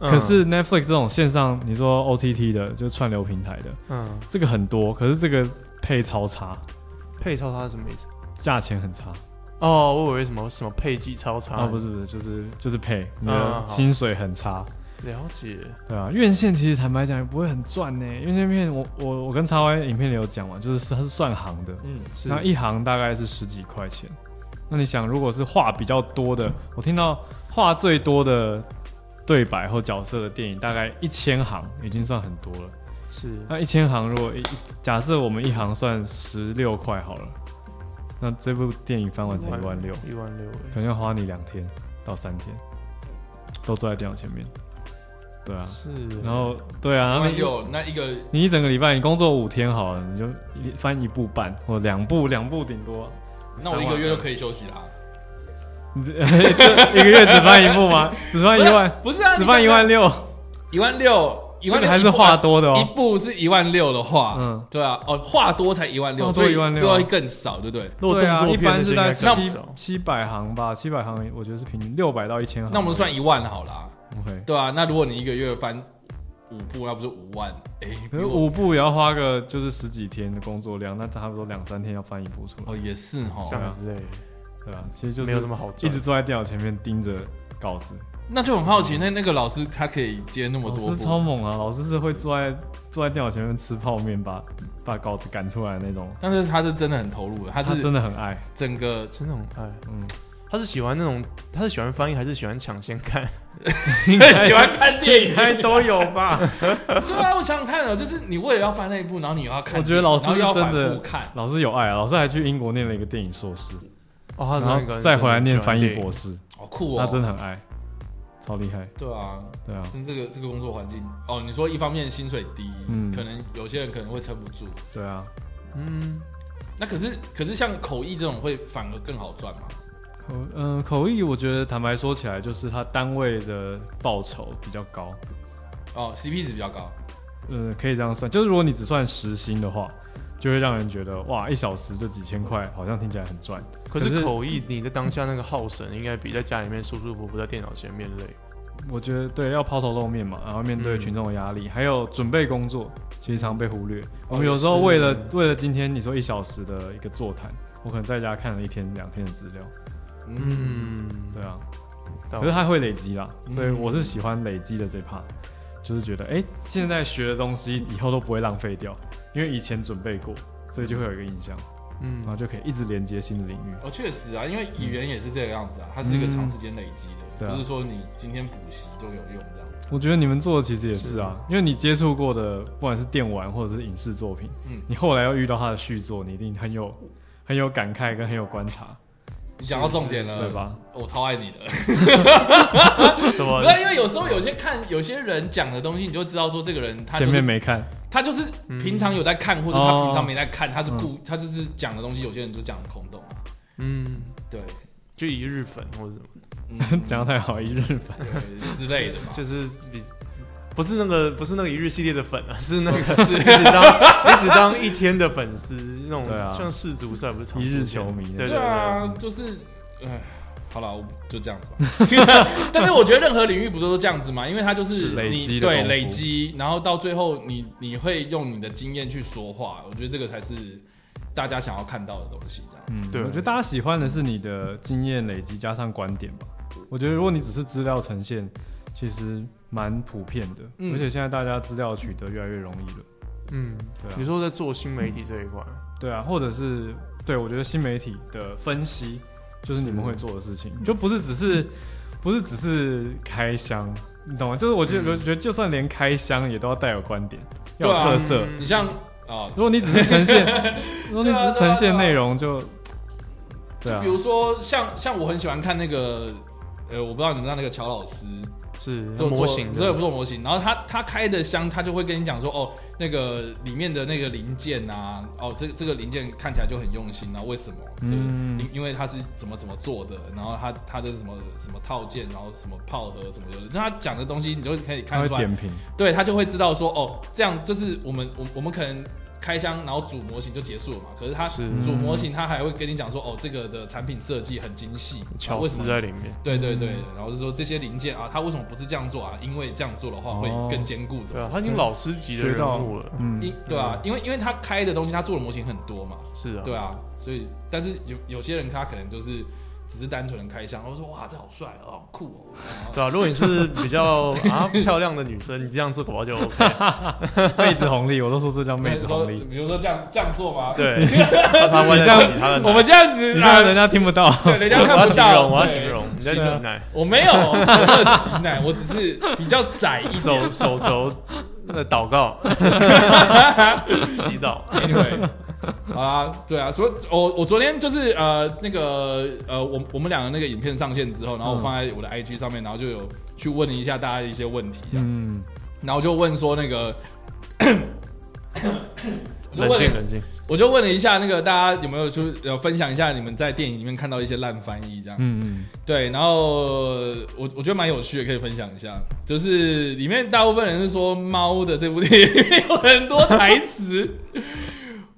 Speaker 5: 嗯
Speaker 6: 可是 Netflix 这种线上，你说 OTT 的，就是串流平台的，
Speaker 5: 嗯，
Speaker 6: 这个很多，可是这个配超差，
Speaker 5: 配超差是什么意思？
Speaker 6: 价钱很差
Speaker 5: 哦，我以为什么什么配给超差
Speaker 6: 啊，不是不是，就是就是配
Speaker 5: 嗯
Speaker 6: 你的
Speaker 5: 好
Speaker 6: 薪水很差，
Speaker 5: 了解，
Speaker 6: 对啊，院线其实坦白讲也不会很赚呢，院线片我我我跟叉 Y 影片里有讲嘛，就是它是算行的，
Speaker 4: 嗯，
Speaker 5: 是
Speaker 6: 那一行大概是十几块钱，那你想如果是话比较多的，我听到话最多的对白或角色的电影大概一千行已经算很多了。
Speaker 5: 是
Speaker 6: 那一千行，如果一假设我们一行算十六块好了，那这部电影翻完才一万六，
Speaker 5: 一万六哎
Speaker 6: 可能要花你两天到三天，都坐在电脑前面。对啊，
Speaker 5: 是，
Speaker 6: 然后对啊，然后
Speaker 4: 那
Speaker 6: 你
Speaker 4: 有那一个
Speaker 6: 你一整个礼拜你工作五天好了，你就一翻一部半或两部，两部顶多。
Speaker 4: 那我一个月就可以休息啦。
Speaker 6: 你这这一个月只翻一部吗？只翻一万，
Speaker 4: 不是啊，
Speaker 6: 只翻一万六，
Speaker 4: 一万六，一万
Speaker 6: 这
Speaker 4: 六
Speaker 6: 个还是话多的
Speaker 4: 一
Speaker 6: 哦。
Speaker 4: 部是一万六的话，
Speaker 6: 嗯
Speaker 4: 嗯，对啊，哦，话多才一万六，
Speaker 6: 话多
Speaker 4: 所以
Speaker 6: 16,000
Speaker 4: 又要更少，对不对？
Speaker 5: 如果
Speaker 6: 对
Speaker 5: 动
Speaker 6: 啊，
Speaker 5: 作
Speaker 6: 一
Speaker 5: 片那
Speaker 6: 般
Speaker 5: 些
Speaker 6: 是
Speaker 5: 应该
Speaker 6: 在
Speaker 5: 更
Speaker 6: 七
Speaker 5: 少
Speaker 6: 七百行吧，七百行我觉得是平均六百到一千行。
Speaker 4: 那我们算一万好啦，
Speaker 6: OK，
Speaker 4: 对啊，那如果你一个月翻五部，要不是五万，哎、
Speaker 6: 可
Speaker 4: 比
Speaker 6: 是
Speaker 4: 我
Speaker 6: 五部也要花个就是十几天的工作量，那差不多两三天要翻一部出来，
Speaker 4: 哦也是哈
Speaker 5: 这，样很累，
Speaker 6: 对吧、其实就是
Speaker 5: 没有那么好
Speaker 6: 一
Speaker 5: 赚
Speaker 6: 直坐在电脑前面盯着稿子，
Speaker 4: 那就很好奇，那那个老师他可以接那么
Speaker 6: 老
Speaker 4: 多
Speaker 6: 师
Speaker 4: 部，
Speaker 6: 超猛啊！老师是会坐在坐在电脑前面吃泡面，把把稿子赶出来的那种，
Speaker 4: 但是他是真的很投入的，他
Speaker 6: 他
Speaker 4: 是
Speaker 6: 真的很爱。
Speaker 4: 整 个
Speaker 5: 真的很爱。
Speaker 6: 嗯，
Speaker 5: 他是喜欢那种，他是喜欢翻译还是喜欢抢先看？
Speaker 4: 喜欢看电
Speaker 6: 应
Speaker 4: 影。
Speaker 6: 该都有吧？
Speaker 4: 对啊，我想想看哦，就是你为了要翻那一部，然后你又要看电影，
Speaker 6: 我觉得老
Speaker 4: 然后
Speaker 6: 师是
Speaker 4: 又要
Speaker 6: 真
Speaker 4: 反
Speaker 6: 的
Speaker 4: 复看，
Speaker 6: 老师有爱啊！老师还去英国念了一个电影硕士，
Speaker 5: 哦，他的那
Speaker 6: 然
Speaker 5: 个
Speaker 6: 后再回来念翻译博
Speaker 5: 博士。
Speaker 6: 士，
Speaker 4: 好酷哦，
Speaker 6: 他真的很爱，超厉害。
Speaker 4: 对啊，
Speaker 6: 对啊，
Speaker 4: 跟这个这个工作环境哦，你说一方面薪水低，
Speaker 6: 嗯
Speaker 4: 可能有些人可能会撑不住，
Speaker 6: 对啊，
Speaker 5: 嗯，
Speaker 4: 那可是可是像口译这种会反而更好赚嘛？
Speaker 6: 口嗯、口译，我觉得坦白说起来，就是他单位的报酬比较高，
Speaker 4: 哦，CP 值比较高，
Speaker 6: 呃，可以这样算，就是如果你只算时薪的话，就会让人觉得哇，一小时就几千块，好像听起来很赚。
Speaker 5: 可
Speaker 6: 可
Speaker 5: 是
Speaker 6: 是
Speaker 5: 口译你在当下那个耗神，应该比在家里面舒舒服服在电脑前面累。
Speaker 6: 我觉得对，要抛头露面嘛，然后面对
Speaker 5: 嗯
Speaker 6: 群众的压力，还有准备工作，其实常被忽略。我们有时候为了为了今天你说一小时的一个座谈，我可能在家看了一天两天的资料，
Speaker 4: 嗯，
Speaker 5: 嗯，
Speaker 6: 对啊，
Speaker 5: 到
Speaker 6: 可是它会累积啦，
Speaker 4: 哦嗯
Speaker 6: 所以我是喜欢累积的这一 part，就是觉得哎、诶现在学的东西以后都不会浪费掉，因为以前准备过，所以就会有一个印象，然后
Speaker 5: 嗯，
Speaker 6: 就可以一直连接新的领域。
Speaker 4: 哦确实啊，因为语言也是这个样子啊，它是一个长时间累积的，
Speaker 6: 嗯对啊
Speaker 4: 不是说你今天补习就有用这样。
Speaker 6: 我觉得你们做的其实也是啊，因为你接触过的不管是电玩或者是影视作品，
Speaker 4: 嗯
Speaker 6: 你后来又遇到他的续作，你一定很有很有感慨跟很有观察，
Speaker 4: 你讲到重点了，
Speaker 6: 对？吧？
Speaker 4: 我超爱你 的，
Speaker 5: 怎么
Speaker 4: 不？是因为有时候有些看有些人讲的东西，你就知道说这个人他就
Speaker 6: 前面
Speaker 4: 是
Speaker 6: 没看，
Speaker 4: 他就是
Speaker 5: 嗯
Speaker 4: 平常有在看，或者他
Speaker 6: 哦
Speaker 4: 平常没在看，他是不他就是讲的东西，有些人就讲得空洞啊，
Speaker 5: 嗯，
Speaker 4: 对，
Speaker 5: 就一日粉或者什么，
Speaker 4: 嗯
Speaker 6: 讲的太好，一日本
Speaker 4: 对之类的嘛，
Speaker 5: 就是比不是那个不是那个一日系列的粉啊， 是那个
Speaker 4: 是
Speaker 5: 你只当你只当一天的粉丝那种
Speaker 6: 对啊，
Speaker 5: 像世足赛不是常
Speaker 6: 一日
Speaker 5: 出现
Speaker 6: 球迷
Speaker 5: 对
Speaker 4: 对
Speaker 5: 对
Speaker 4: 啊
Speaker 5: 对，，
Speaker 4: 就是，哎，好了，我就这样子吧。 但是我觉得任何领域不都是这样子嘛，因为它就是
Speaker 6: 是
Speaker 4: 你
Speaker 6: 累积的
Speaker 4: 对
Speaker 6: 功夫
Speaker 4: 累积，然后到最后你你会用你的经验去说话，我觉得这个才是大家想要看到的东西，这样。
Speaker 6: 嗯，
Speaker 5: 对
Speaker 6: 我觉得大家喜欢的是你的经验累积加上观点吧。我觉得如果你只是资料呈现，其实蛮普遍的，
Speaker 4: 嗯
Speaker 6: 而且现在大家资料取得越来越容易了，
Speaker 5: 嗯，
Speaker 6: 对啊
Speaker 5: 你说在做新媒体这一块，
Speaker 6: 对啊，或者是对我觉得新媒体的分析就是你们会做的事
Speaker 4: 嗯
Speaker 6: 情，就不是只是不是只是开箱，你懂吗？就是我觉得、
Speaker 5: 嗯
Speaker 6: 我觉得就算连开箱也都要带有观点，
Speaker 4: 对
Speaker 6: 要有
Speaker 4: 啊
Speaker 6: 特色。
Speaker 5: 嗯
Speaker 4: 你像啊，
Speaker 6: 如果你只是 呈现，如果你只
Speaker 4: 对啊
Speaker 6: 是呈
Speaker 4: 对啊对
Speaker 6: 现
Speaker 4: 啊
Speaker 6: 内容就，对
Speaker 4: 就
Speaker 6: 啊
Speaker 4: 比，如说像像我很喜欢看那个，呃，我不知道你们知道那个乔老师，
Speaker 5: 是
Speaker 4: 做
Speaker 5: 模型
Speaker 4: 对，不
Speaker 5: 的，
Speaker 4: 做模型。然后他他开的箱，他就会跟你讲说，哦，那个里面的那个零件啊，哦，这这个零件看起来就很用心啊，为什么？就是
Speaker 6: 嗯
Speaker 4: 因因为它是怎么怎么做的，然后它它的什么什么套件，然后什么炮盒什么的，他讲的东西你就可以
Speaker 6: 他
Speaker 4: 看
Speaker 6: 会
Speaker 4: 出来，
Speaker 6: 点评，
Speaker 4: 对他就会知道说，哦，这样就是我们我我们可能。开箱，然后组模型就结束了嘛。可是他
Speaker 5: 是
Speaker 4: 组模型，他还会跟你讲说，哦，这个的产品设计很精细，啊
Speaker 5: 巧
Speaker 4: 为什
Speaker 5: 思
Speaker 4: 么
Speaker 5: 在里面，
Speaker 4: 对对对，然后就说这些零件啊，它为什么不是这样做啊？因为这样做的话会更坚固，什
Speaker 5: 对
Speaker 4: 么
Speaker 5: 啊，
Speaker 4: 的？
Speaker 5: 他已经老师级的
Speaker 6: 学
Speaker 5: 人
Speaker 6: 到
Speaker 5: 物了，
Speaker 6: 嗯
Speaker 4: 因，对啊，因为因为他开的东西，他做的模型很多嘛，
Speaker 5: 是啊，
Speaker 4: 对啊，所以但是有有些人他可能就是只是单纯的开箱，然后说哇这好帅哦，好酷哦，然后
Speaker 5: 对啊，如果你是比 较啊漂亮的女生，你这样做恐怕就 OK。
Speaker 6: 妹子红利，我都说这叫妹子红利，
Speaker 4: 比如说这样这样做吗？，
Speaker 5: 对，他他弯在其他的奶，
Speaker 4: 我们这样子，
Speaker 6: 你看人
Speaker 4: 家
Speaker 6: 家听不到，
Speaker 4: 对人家
Speaker 5: 我
Speaker 4: 看
Speaker 5: 要
Speaker 4: 不
Speaker 5: 形
Speaker 4: 到，
Speaker 5: 容，我要
Speaker 4: 对
Speaker 5: 形容，你在
Speaker 6: 是啊
Speaker 5: 挤奶，
Speaker 4: 我没有，我没有挤奶，我只是比较窄一点。
Speaker 5: 手手肘呃祷 告，祈祷，
Speaker 4: Anyway，好啦，对啊，所以我我昨天就是呃那个呃我我们两个那个影片上线之后，然后我
Speaker 6: 嗯
Speaker 4: 放在我的 IG 上面，然后就有去问一下大家一些问题，这样
Speaker 6: 嗯，
Speaker 4: 然后就问说那个，我就
Speaker 5: 冷静
Speaker 4: 问了，
Speaker 5: 冷静。
Speaker 4: 我就问了一下那个大家有没有就是呃分享一下你们在电影里面看到一些烂翻译这样，
Speaker 6: 嗯
Speaker 4: 对，然后我我觉得蛮有趣的，可以分享一下。就是里面大部分人是说《猫》的这部电影 有很多台词。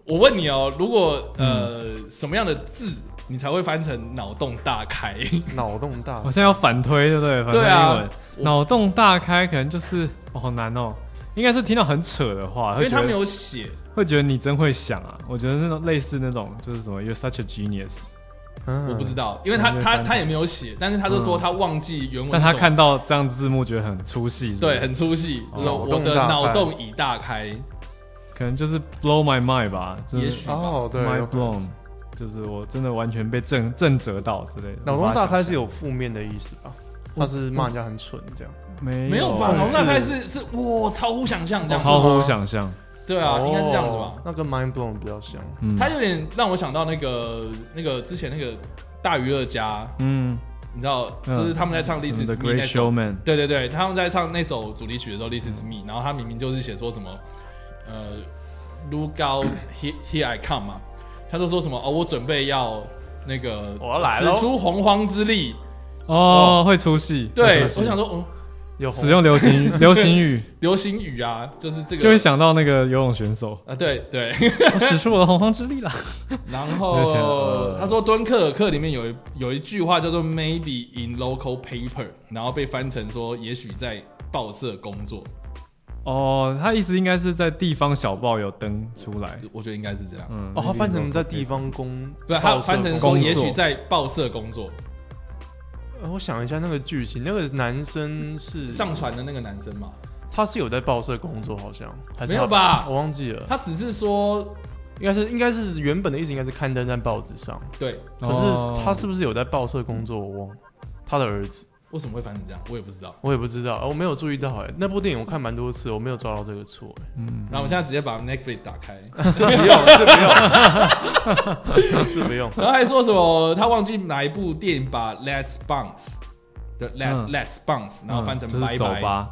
Speaker 4: 我问你哦，如果呃、
Speaker 6: 嗯
Speaker 4: 什么样的字你才会翻成脑洞大开？
Speaker 5: 脑洞大
Speaker 6: 嗯，我现在要反推，对不对？反推
Speaker 4: 对
Speaker 6: 英
Speaker 4: 啊
Speaker 6: 文，
Speaker 4: 我
Speaker 6: 脑洞大开，可能就是哦好难哦，应该是听到很扯的话，
Speaker 4: 因
Speaker 6: 啊会
Speaker 4: 为
Speaker 6: 觉
Speaker 4: 他没
Speaker 6: 得
Speaker 4: 有写，
Speaker 6: 会觉得你真会想啊。我觉得那种类似那种就是什么 you're such a genius，
Speaker 5: 嗯
Speaker 4: 我不知道，因为他
Speaker 6: 我觉得
Speaker 4: 他
Speaker 6: 嗯翻嗯
Speaker 4: 他也没有写，但是他就说他忘记原文是什
Speaker 6: 但
Speaker 4: 么，
Speaker 6: 他看到这样字幕觉得很出戏，是不是
Speaker 4: 对很出戏，
Speaker 6: 哦
Speaker 4: 就是我的脑
Speaker 5: 脑洞
Speaker 4: 洞已大开，
Speaker 6: 可能就是 blow my mind 吧，就是
Speaker 4: 也许
Speaker 5: 哦，对，有
Speaker 6: mind
Speaker 5: 可能
Speaker 6: blown，就是我真的完全被震震折到之类的。
Speaker 5: 脑洞
Speaker 6: 无法
Speaker 5: 大
Speaker 6: 想
Speaker 5: 开
Speaker 6: 象
Speaker 5: 是有负面的意思吧？他是骂人家很蠢这样。
Speaker 6: 没啊
Speaker 4: 没有吧？
Speaker 5: 讽
Speaker 4: 脑
Speaker 5: 刺
Speaker 4: 洞大开是是哇，超乎想象这样子，
Speaker 6: 哦超乎想象，
Speaker 4: 对啊，应该是这样子吧
Speaker 5: 哦？那跟 mind blown 比较像。
Speaker 6: 嗯，
Speaker 4: 他有点让我想到那个那个之前那个大娱乐家，
Speaker 6: 嗯，
Speaker 4: 你知道，
Speaker 6: 嗯
Speaker 4: 就是他们在唱《This
Speaker 6: 什么
Speaker 4: Is Me
Speaker 6: The》
Speaker 4: 那
Speaker 6: Great
Speaker 4: 首，
Speaker 6: Showman，
Speaker 4: 对对对，他们在唱那首主题曲的时候，《This Is Me》，然后他明明就是写说什么，呃，Look out here here I come 嘛，他就说什么哦，我准备要那个
Speaker 5: 我要来
Speaker 4: 使
Speaker 5: 咯
Speaker 4: 出洪荒之力，
Speaker 6: 哦，会出戏，
Speaker 4: 对
Speaker 6: 会
Speaker 4: 我
Speaker 6: 出戏
Speaker 4: 想说，嗯，
Speaker 5: 有
Speaker 6: 使用流行语流行语，
Speaker 4: 流星雨啊，就是这个，，
Speaker 6: 就会想到那个游泳选手
Speaker 4: 啊，对对，
Speaker 6: 我使出我的洪荒之力啦。
Speaker 4: 然
Speaker 6: 就想
Speaker 4: 后
Speaker 6: 呃
Speaker 4: 他说《敦刻尔克》里面有一有一句话叫做 “maybe in local paper”，然后被翻成说“也许在报社工作
Speaker 6: 哦，他意思应该是在地方小报有登出来”，，
Speaker 4: 我觉得应该是这样。
Speaker 6: 嗯，
Speaker 5: 哦，他翻成在地方工，
Speaker 4: 不是，他
Speaker 5: 报社
Speaker 4: 翻成
Speaker 5: 工
Speaker 4: 说“
Speaker 5: 作
Speaker 4: 也许在报社工作
Speaker 5: 呃我想一下那个剧情，那个男生”，是
Speaker 4: 上传的那个男生嘛，
Speaker 5: 他是有在报社工作，好像还是
Speaker 4: 没有
Speaker 5: 他
Speaker 4: 吧
Speaker 5: 我忘记了，
Speaker 4: 他只是说
Speaker 5: 应该是应该是原本的意思应该是刊登在报纸上，
Speaker 4: 对，
Speaker 5: 可
Speaker 6: 哦
Speaker 5: 是他是不是有在报社工作，我忘了。他的儿子，
Speaker 4: 为什么会翻成这样，我也不知道。
Speaker 5: 我也不知道，呃我没有注意到哎、那部电影我看蛮多次，我没有抓到这个错、哎
Speaker 4: 然后我现在直接把 Netflix 打开，
Speaker 5: 是不 用，是不用，是不用。
Speaker 4: 然后还说什么他忘记哪一部电影把 “Let's Bounce” 的 “Let、
Speaker 6: 嗯
Speaker 4: Let's Bounce”，然后翻成“
Speaker 6: 就
Speaker 4: 拜
Speaker 6: 是走
Speaker 4: 拜”，
Speaker 6: 吧。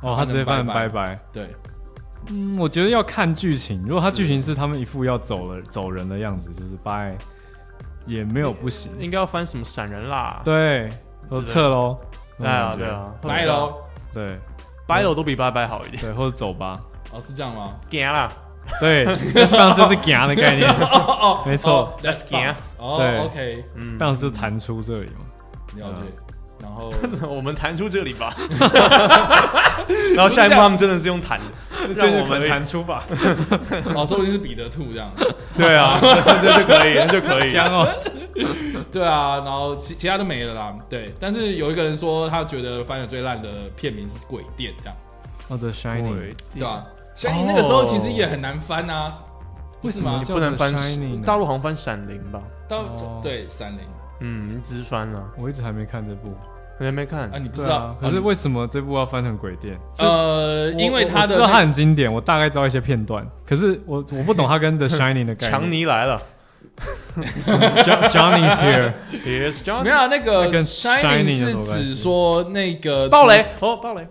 Speaker 6: 哦，他直接翻成
Speaker 4: 拜
Speaker 6: 拜拜。
Speaker 4: 对，
Speaker 6: 嗯，我觉得要看剧情，如果他剧情是他们一副要走了走人的样子，就是拜，也没有不行。
Speaker 5: 应该要翻什么闪人啦？
Speaker 6: 对，嗯我撤喽。
Speaker 5: 对啊，对，啊，
Speaker 4: 来喽。
Speaker 6: 对
Speaker 5: 掰了都比拜拜好一点。
Speaker 6: 对，或者走吧。
Speaker 4: 哦，是这样吗？
Speaker 5: 行啦，
Speaker 6: 对，那当时就是“夹”的概念，
Speaker 4: 哦
Speaker 6: 没错
Speaker 4: 哦，Let's
Speaker 5: Let's
Speaker 4: dance。哦
Speaker 6: 对
Speaker 4: ，OK，
Speaker 5: 嗯，
Speaker 6: 当时就弹出这里嘛。
Speaker 4: 了解。
Speaker 6: 嗯
Speaker 4: 然后
Speaker 5: 我们弹出这里 吧。然后下一
Speaker 4: 不是这
Speaker 5: 幕
Speaker 4: 样
Speaker 5: 他们真的是用弹的，让我们弹，
Speaker 6: 出 吧。
Speaker 4: 哦，说不定是彼得兔这 样。
Speaker 5: 对 啊，这就可以，这就可以。
Speaker 6: 香哦，
Speaker 4: 对啊，然后其其他都没了啦。对，但是有一个人说他觉得翻的最烂的片名是《鬼店》这样，
Speaker 6: 哦，《The Shining
Speaker 5: 对》
Speaker 4: 对吧？所以那个时候其实也很难翻啊，不是吗
Speaker 6: 哦为什么？叫
Speaker 5: 不能翻
Speaker 6: The Shining 啊
Speaker 5: 大陆好像翻《闪灵》吧？
Speaker 4: 到
Speaker 6: 哦
Speaker 4: 对三零
Speaker 5: 嗯，一直翻了，
Speaker 6: 我一直还没看这部。
Speaker 5: 你还没看
Speaker 4: 啊，？你不知
Speaker 6: 对
Speaker 4: 道
Speaker 5: 嗯
Speaker 6: 啊，？可是为什么这部要翻成鬼店？
Speaker 4: 呃，因为他
Speaker 6: 我
Speaker 4: 的
Speaker 6: 知道它
Speaker 4: 那
Speaker 6: 很经典，我大概知道一些片段，可是我我不懂它跟 The Shining 的概
Speaker 5: 强
Speaker 6: 念。
Speaker 5: 尼来了
Speaker 6: Jo- Johnny's here，
Speaker 5: ，Yes，强
Speaker 4: 没有那个
Speaker 6: 那跟
Speaker 4: Shining
Speaker 6: Shining
Speaker 4: 是
Speaker 6: 有什么关系
Speaker 4: 指说那个
Speaker 5: 暴雷哦，暴雷，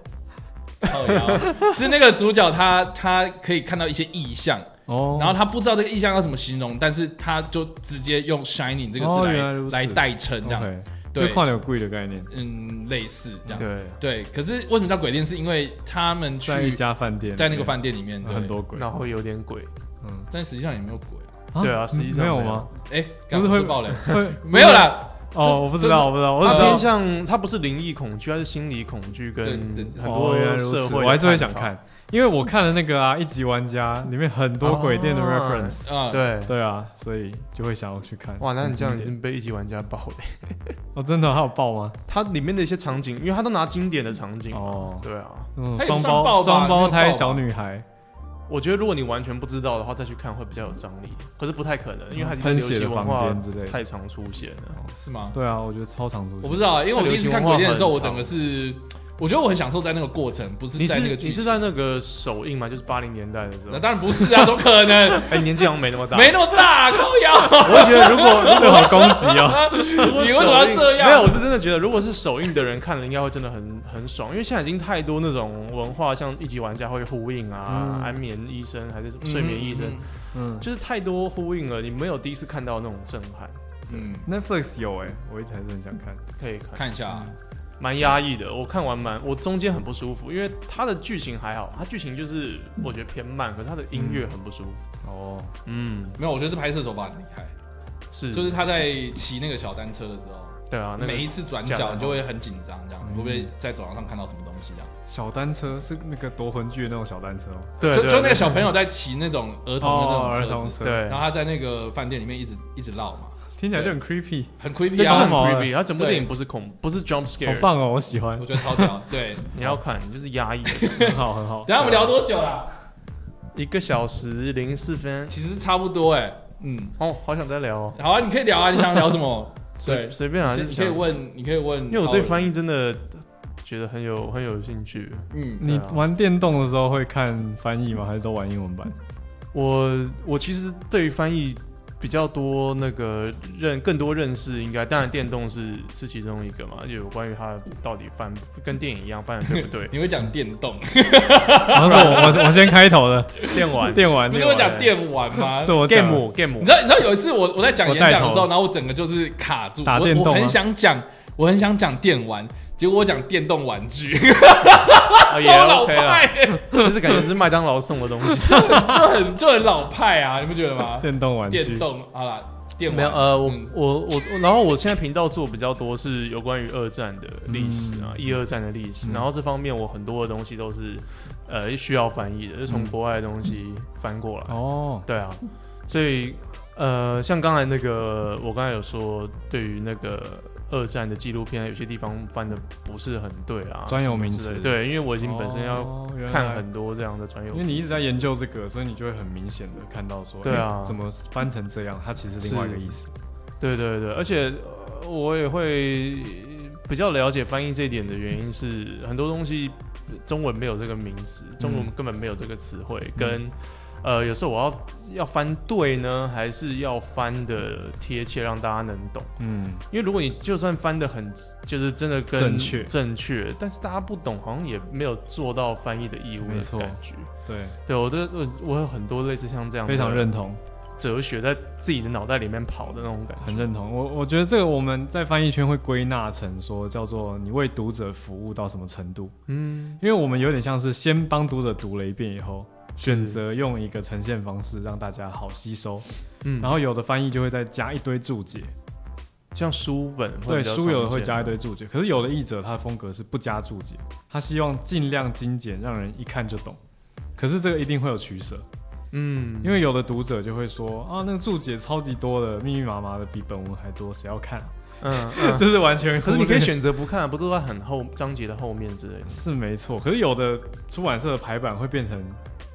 Speaker 4: 靠腰 是那个主角他他可以看到一些意象，
Speaker 6: 哦，
Speaker 4: 然后他不知道这个意象要怎么形容，但是他就直接用 shining 这个字
Speaker 6: 哦
Speaker 4: 来、
Speaker 6: 原来如此
Speaker 4: 来代称这样
Speaker 6: OK，
Speaker 4: 对
Speaker 6: 就跨流贵的概念，
Speaker 4: 嗯，类似这样。
Speaker 5: 对，
Speaker 4: 对，可是为什么叫鬼店？是因为他们去
Speaker 6: 在一家饭店，
Speaker 4: 在那个饭店里面
Speaker 6: 店
Speaker 4: 对
Speaker 6: 很，多鬼，
Speaker 5: 然后有点鬼，
Speaker 6: 嗯，
Speaker 4: 但实际上也没有鬼啊。
Speaker 5: 对啊实际上
Speaker 6: 没有
Speaker 5: 没有
Speaker 6: 吗？
Speaker 4: 哎、
Speaker 6: 不
Speaker 4: 刚
Speaker 6: 是
Speaker 4: 不
Speaker 6: 会
Speaker 4: 是爆雷，
Speaker 6: 会
Speaker 4: 没有啦。
Speaker 6: 哦，我不知道，我不知道，我
Speaker 5: 它
Speaker 6: 只
Speaker 5: 偏
Speaker 6: 知道
Speaker 5: 向它不是灵异恐惧，它是心理恐惧跟
Speaker 4: 对对
Speaker 5: 很
Speaker 6: 哦
Speaker 5: 多
Speaker 6: 原来如
Speaker 5: 社
Speaker 6: 此
Speaker 5: 会，
Speaker 6: 我还是会想。看，因为我看了那个啊，《一级玩家》 里面很多鬼店的
Speaker 5: 哦
Speaker 6: reference，
Speaker 4: 啊、
Speaker 5: 对，
Speaker 6: 对嗯啊，所以就会想要去看。
Speaker 5: 哇，那你这样
Speaker 6: 很
Speaker 5: 已
Speaker 6: 经
Speaker 5: 经
Speaker 6: 典
Speaker 5: 被一级玩家爆雷。
Speaker 6: 哦，真的还有爆吗？
Speaker 5: 它里面的一些场景，因为它都拿经典的场景。哦，
Speaker 6: 哦，
Speaker 5: 对啊，
Speaker 6: 嗯
Speaker 4: 它，也
Speaker 6: 双
Speaker 4: 不算爆吧
Speaker 6: 胞双胞
Speaker 4: 没有
Speaker 6: 胎
Speaker 4: 爆吧
Speaker 6: 小女孩，
Speaker 5: 我觉得如果你完全不知道的话，再去看会比较有张力。可是不太可能，因为它已经
Speaker 6: 喷
Speaker 5: 流
Speaker 6: 血的
Speaker 5: 行文
Speaker 6: 房
Speaker 5: 化
Speaker 6: 间之类的
Speaker 5: 太常出现了。
Speaker 4: 是吗？
Speaker 6: 对啊，我觉得超常出现。
Speaker 4: 我不知道啊，因为我第一次看鬼店的时候，我
Speaker 5: 这
Speaker 4: 整个
Speaker 5: 流
Speaker 4: 是，我觉得我很享受在那个过程，不是
Speaker 5: 你
Speaker 4: 在那
Speaker 5: 是
Speaker 4: 个剧
Speaker 5: 你是
Speaker 4: 情。
Speaker 5: 在那个首映吗？就是八零年代的时候
Speaker 4: 那。当然不是啊，怎么可 能？
Speaker 5: 哎，年纪好像没那么 大。
Speaker 4: 没那么大、啊，靠腰。啊
Speaker 5: 我会觉得如果如
Speaker 6: 这
Speaker 5: 果
Speaker 6: 好攻击哦。
Speaker 5: 如果
Speaker 4: 你为什么要
Speaker 5: 首映
Speaker 4: 这样
Speaker 5: 没有，我是真的觉得，如果是首映的人看了，应该会真的很很爽，因为现在已经太多那种文化，像一级玩家会呼应啊，
Speaker 6: 嗯
Speaker 5: 安眠医生还是什么睡眠医生，
Speaker 6: 嗯
Speaker 5: 就是太多呼应了，你没有第一次看到那种震撼，
Speaker 4: 嗯，嗯，
Speaker 6: ，Netflix 有哎、我一直还是很想看。
Speaker 5: 可以看，
Speaker 4: 看一下啊、
Speaker 5: 蛮压抑的。我看完蛮，我中间很不舒服，因为它的剧情还好，它剧情就是我觉得偏慢，可是它的音乐很不舒服。
Speaker 6: 哦，
Speaker 5: 嗯，
Speaker 4: 没有，我觉得这拍摄手法很厉害，
Speaker 5: 是，
Speaker 4: 就是他在骑那个小单车的时候，
Speaker 5: 对啊，那个
Speaker 4: 每一次转角你就会很紧张，这样
Speaker 5: 嗯
Speaker 4: 会不会在走廊上看到什么东西这样？
Speaker 6: 小单车是那个夺魂锯的那种小单车吗？
Speaker 5: 对，
Speaker 4: 就
Speaker 5: 对
Speaker 4: 就那个
Speaker 5: 对
Speaker 4: 小朋友在骑那种儿童的
Speaker 6: 哦
Speaker 4: 那
Speaker 6: 儿
Speaker 4: 种车
Speaker 6: 童
Speaker 4: 子，
Speaker 6: 车
Speaker 5: 对
Speaker 4: 然后他在那个饭店里面一直一直绕嘛，
Speaker 6: 听起来就很 creepy，
Speaker 4: 很
Speaker 5: 那
Speaker 4: creepy
Speaker 5: 个很
Speaker 6: 毛
Speaker 4: 啊，
Speaker 6: 啊
Speaker 5: creepy，它整部
Speaker 4: 对
Speaker 5: 电影不是恐，不是 jump
Speaker 6: 好
Speaker 5: scare，
Speaker 6: 棒哦，我喜欢
Speaker 4: 我，觉得超 屌。对，
Speaker 5: 你要看，你就是压抑的。
Speaker 6: 很好很 好
Speaker 4: 等一。下我们聊多久啦？
Speaker 5: 一个小时零四分，
Speaker 4: 其实差不多哎、嗯，
Speaker 5: 哦，好想再聊哦，
Speaker 4: 好啊，你可以聊啊，你想聊什么？对
Speaker 5: 随，随便 啊，
Speaker 4: 其
Speaker 5: 就
Speaker 4: 实
Speaker 5: 是
Speaker 4: 你可以
Speaker 5: 想
Speaker 4: 问，你可以问，哦
Speaker 5: 因为我对翻
Speaker 4: 译，
Speaker 5: 译真的觉得很有很有兴趣。
Speaker 4: 嗯，
Speaker 6: 你玩电动的时候会看翻译吗？还是都玩英文 版？
Speaker 5: 我我其实对于翻译比较多那个认更多认识，应该当然电动是是其中一个嘛，就有关于它到底翻跟电影一样翻的对不
Speaker 4: ？
Speaker 5: 对
Speaker 4: 你会讲电动，
Speaker 6: 然后是我我我先开头的，
Speaker 5: 电玩
Speaker 6: 电玩
Speaker 4: 你不
Speaker 6: 电
Speaker 4: 是
Speaker 6: 玩，
Speaker 4: 会
Speaker 5: 欸
Speaker 4: 讲电玩吗
Speaker 6: 是？我讲
Speaker 5: game game
Speaker 4: 你知道，你知道有一次我我在讲
Speaker 6: 我
Speaker 4: 演
Speaker 6: 带
Speaker 4: 讲的
Speaker 6: 头
Speaker 4: 时候，然后我整个就是卡住，
Speaker 6: 打电
Speaker 4: 我
Speaker 6: 动
Speaker 4: 我
Speaker 6: 吗
Speaker 4: 很想讲，我很想讲电玩，结果我讲电动玩具，
Speaker 6: 哦
Speaker 5: 啊 也
Speaker 4: 超老
Speaker 5: OK 啦
Speaker 4: 派，，欸
Speaker 5: 就是感觉是麦当劳送的东西。
Speaker 4: 就很就很老派啊，你不觉得吗？
Speaker 6: 电动玩具
Speaker 4: 电，动，好啦，电玩
Speaker 5: 没有呃，我
Speaker 4: 嗯
Speaker 5: 我我，我然后我现在频道做比较多是有关于二战的历史啊，一二战的历史，然后这方面我很多的东西都是呃需要翻译的，就是从国外的东西翻过来。
Speaker 6: 哦，
Speaker 5: 对啊，所以呃，像刚才那个，我刚才有说，对于那个二战的纪录片，有些地方翻的不是很对啊，
Speaker 6: 专有
Speaker 5: 什么
Speaker 6: 名
Speaker 5: 之类的
Speaker 6: 词
Speaker 5: 对，因为我已经本身要
Speaker 6: 哦原来
Speaker 5: 看很多这样的专有
Speaker 6: 因为你一直在研究这个，所以你就会很明显的看到说，
Speaker 5: 对啊
Speaker 6: 诶怎么翻成这样？它其实另外一个意思。
Speaker 5: 对对对，而且呃我也会比较了解翻译这一点的原因是，很多东西呃中文没有这个名词，
Speaker 6: 嗯
Speaker 5: 中文根本没有这个词汇，跟呃有时候我要要翻对呢，还是要翻的贴切，让大家能懂。
Speaker 6: 嗯，
Speaker 5: 因为如果你就算翻的很，就是真的跟
Speaker 6: 正确
Speaker 5: 正确，但是大家不懂，好像也没有做到翻译的义务
Speaker 6: 没
Speaker 5: 的
Speaker 6: 错
Speaker 5: 感觉。
Speaker 6: 对，
Speaker 5: 对我的我我有很多类似像这样的
Speaker 6: 非常认同，
Speaker 5: 哲学在自己的脑袋里面跑的那种感觉。
Speaker 6: 很认同。我我觉得这个我们在翻译圈会归纳成说，叫做你为读者服务到什么程度？
Speaker 5: 嗯，
Speaker 6: 因为我们有点像是先帮读者读了一遍以后，选择用一个呈现方式让大家好吸收，
Speaker 5: 嗯
Speaker 6: 然后有的翻译就会再加一堆注解，
Speaker 5: 像书本会
Speaker 6: 对，
Speaker 5: 比较
Speaker 6: 书有的
Speaker 5: 常见
Speaker 6: 会加一堆注解，可是有的译者他的风格是不加注解，他希望尽量精简，让人一看就懂。可是这个一定会有取舍，
Speaker 5: 嗯，
Speaker 6: 因为有的读者就会说啊，那个注解超级多的，密密麻麻的，比本文还多，谁要看、啊？
Speaker 5: 嗯嗯，
Speaker 6: 这是完全忽
Speaker 5: 可
Speaker 6: 略。
Speaker 5: 是你可以选择不看啊，不都在很后章节的后面之类的。
Speaker 6: 是没错，可是有的出版社的排版会变成，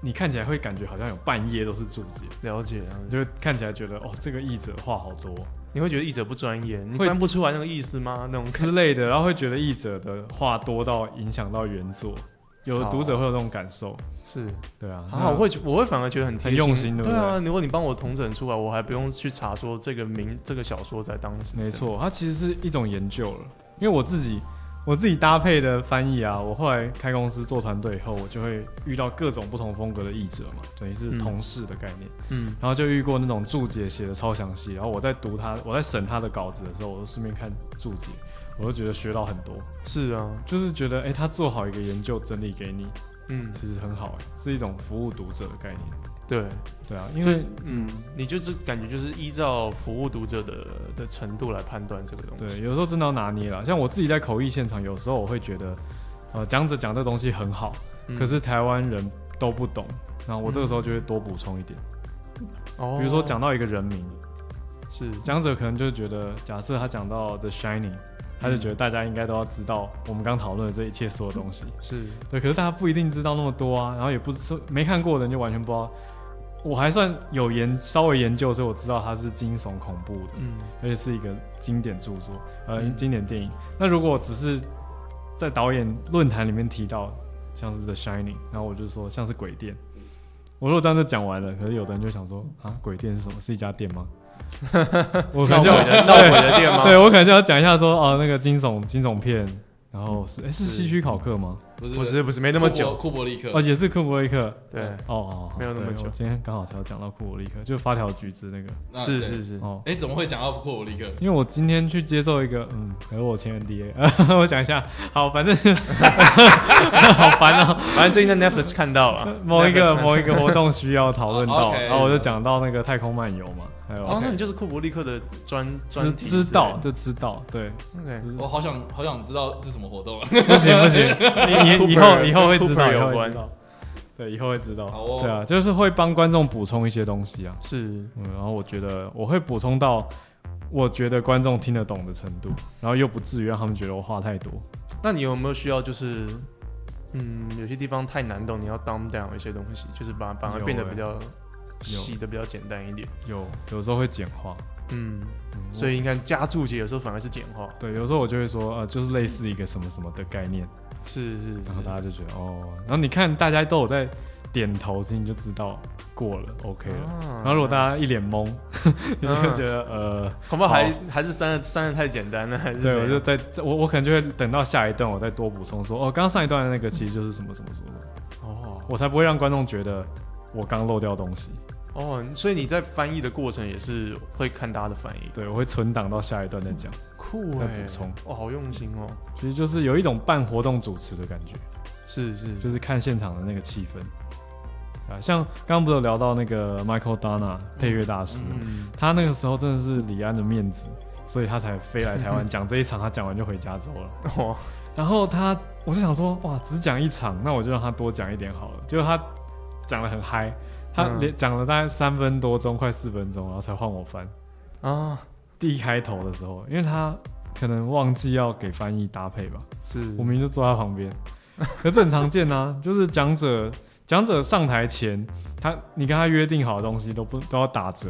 Speaker 6: 你看起来会感觉好像有半页都是注解，
Speaker 5: 了解啊，
Speaker 6: 你
Speaker 5: 就
Speaker 6: 就会看起来觉得哦，这个译者话好 多
Speaker 5: 你会觉得译者不专业，你
Speaker 6: 会
Speaker 5: 翻不出来那个意思吗？那种
Speaker 6: 之类的，然后会觉得译者的话多到影响到原作，有的读者会有这种感受。
Speaker 5: 是
Speaker 6: 对啊，
Speaker 5: 啊，
Speaker 6: 那
Speaker 5: 我会觉我会反而觉得很贴
Speaker 6: 很用心对
Speaker 5: 对
Speaker 6: 不
Speaker 5: 啊，如果你帮我统整出来，我还不用去查说这个名这个小说在当时。
Speaker 6: 没，错，它其实是一种研究了。因为我自己我自己搭配的翻译啊，我后来开公司做团队以后，我就会遇到各种不同风格的译者嘛，等于是
Speaker 5: 嗯
Speaker 6: 同事的概念。
Speaker 5: 嗯，
Speaker 6: 然后就遇过那种注解写的超详细，然后我在读他，我在审他的稿子的时候，我就顺便看注解，我就觉得学到很多，
Speaker 5: 是啊，
Speaker 6: 就是觉得哎、诶他做好一个研究整理给你，
Speaker 5: 嗯，
Speaker 6: 其实很好哎、是一种服务读者的概念。
Speaker 5: 对，
Speaker 6: 对啊，因为
Speaker 5: 嗯，你就是感觉就是依照服务读者的的程度来判断这个东西。
Speaker 6: 对，有时候真的要拿捏了。像我自己在口译现场，有时候我会觉得，呃，讲者讲这东西很好，
Speaker 5: 嗯
Speaker 6: 可是台湾人都不懂，然后我这个时候就会多补充一点，
Speaker 5: 哦
Speaker 6: 比如说讲到一个人名，
Speaker 5: 是
Speaker 6: 讲者可能就觉得，假设他讲到 The Shining，他就觉得大家应该都要知道我们刚讨论的这一切所有东西。
Speaker 5: 是，
Speaker 6: 对，可是大家不一定知道那么多啊，然后也不是没看过的人就完全不知道。我还算有研稍微研究，所以我知道它是惊悚恐怖的，
Speaker 5: 嗯，
Speaker 6: 而且是一个经典著作，呃，
Speaker 5: 嗯
Speaker 6: 经典电影。那如果只是在导演论坛里面提到，像是 The Shining，然后我就说像是鬼店。
Speaker 5: 嗯
Speaker 6: 我如果这样就讲完了，可是有的人就想说啊，鬼店是什么？是一家店 吗？我可
Speaker 5: 闹
Speaker 6: 能
Speaker 5: 鬼
Speaker 6: 就
Speaker 5: 的闹鬼的店吗？
Speaker 6: 对我可能就要讲一下说哦、那个惊悚惊悚片，然后是诶是
Speaker 5: 是
Speaker 6: 希区考克吗？
Speaker 4: 不是
Speaker 5: 不是不是没那么久，
Speaker 4: 库伯利克
Speaker 6: 哦，，也是库伯利克。
Speaker 5: 对，
Speaker 6: 哦哦，哦
Speaker 5: 没有那么
Speaker 6: 对
Speaker 5: 久
Speaker 6: 我今天刚好才有讲到库伯利克，就发条橘子那个
Speaker 4: 啊
Speaker 5: 是
Speaker 4: 对
Speaker 5: 是是，
Speaker 6: 哦。
Speaker 4: 哎、怎么会讲到库伯利克？
Speaker 6: 因为我今天去接受一个，嗯，可是我签 NDA，我 想一下，好，反正 好烦哦、
Speaker 5: 反正最近在 Netflix 看到了
Speaker 6: 某一个
Speaker 5: Netflix
Speaker 6: 某一个活动需要讨论
Speaker 4: 哦
Speaker 6: 到，
Speaker 4: ，OK
Speaker 6: 然后我就讲到那个太空漫游嘛，还有、
Speaker 5: 哦，那你就是库伯利克的专
Speaker 6: 知
Speaker 5: 专题
Speaker 6: 知道就知道，对，
Speaker 5: 之类的 OK。
Speaker 4: 我好想好想知道是什么活动啊！
Speaker 6: 不行不行，你你以后
Speaker 5: Cooper-
Speaker 6: 以后会知道，
Speaker 5: Cooper
Speaker 6: 以后
Speaker 5: 有
Speaker 6: 会
Speaker 5: 关
Speaker 6: 知道，对，以后会知道，
Speaker 4: 好哦
Speaker 6: 对啊，就是会帮观众补充一些东西啊，
Speaker 5: 是
Speaker 6: 嗯，然后我觉得我会补充到我觉得观众听得懂的程度，然后又不至于让他们觉得我话太多。
Speaker 5: 那你有没有需要就是，嗯，有些地方太难懂，你要 dumb down 一些东西，就是把反而
Speaker 6: 有
Speaker 5: 变得
Speaker 6: 欸
Speaker 5: 比较细的比较简单一点。
Speaker 6: 有有时候会简化，
Speaker 5: 嗯，
Speaker 6: 嗯
Speaker 5: 所以你看加注解有时候反而是简化。
Speaker 6: 我对，有时候我就会说，呃，就是类似一个什么什么的概念，
Speaker 5: 是是
Speaker 6: 然后大
Speaker 5: 是，
Speaker 6: 家就觉得哦，然后你看大家都有在点头，所以你就知道过了，OK
Speaker 5: 哦
Speaker 6: 了。
Speaker 5: 啊
Speaker 6: 然后如果大家一脸懵，
Speaker 5: 嗯
Speaker 6: 你就觉得呃，
Speaker 5: 恐怕还
Speaker 6: 好
Speaker 5: 还是删的删的太简单了，还是
Speaker 6: 对我
Speaker 5: 怎
Speaker 6: 就
Speaker 5: 样
Speaker 6: 在我我可能就会等到下一段，我再多补充说，哦，刚刚上一段的那个其实就是什么什么什么，
Speaker 5: 哦
Speaker 6: 我才不会让观众觉得我刚漏掉东西。
Speaker 5: 哦，所以你在翻译的过程也是会看大家的反应，
Speaker 6: 对，我会存档到下一段再讲。
Speaker 5: 酷哎、
Speaker 6: 再补充
Speaker 5: 哦，好用心哦，
Speaker 6: 其实就是有一种办活动主持的感觉，
Speaker 5: 是是，
Speaker 6: 就是看现场的那个气氛。啊，像刚刚不是有聊到那个 Michael Dana 配乐大师，
Speaker 5: 嗯，
Speaker 6: 他那个时候真的是李安的面子，所以他才飞 来台湾讲这一场，他讲完就回加州了。
Speaker 5: 哦，
Speaker 6: 然后他，我就想说，哇，只讲一场，那我就让他多讲一点好了。结果他讲的很嗨，他
Speaker 5: 嗯
Speaker 6: 连讲了大概三分多钟，快四分钟，然后才换我翻。
Speaker 5: 啊，
Speaker 6: 第一开头的时候，因为他可能忘记要给翻译搭配吧，
Speaker 5: 是
Speaker 6: 我明明就坐他旁边， 可这很常见啊，就是讲者讲者上台前，他你跟他约定好的东西都不都要打折，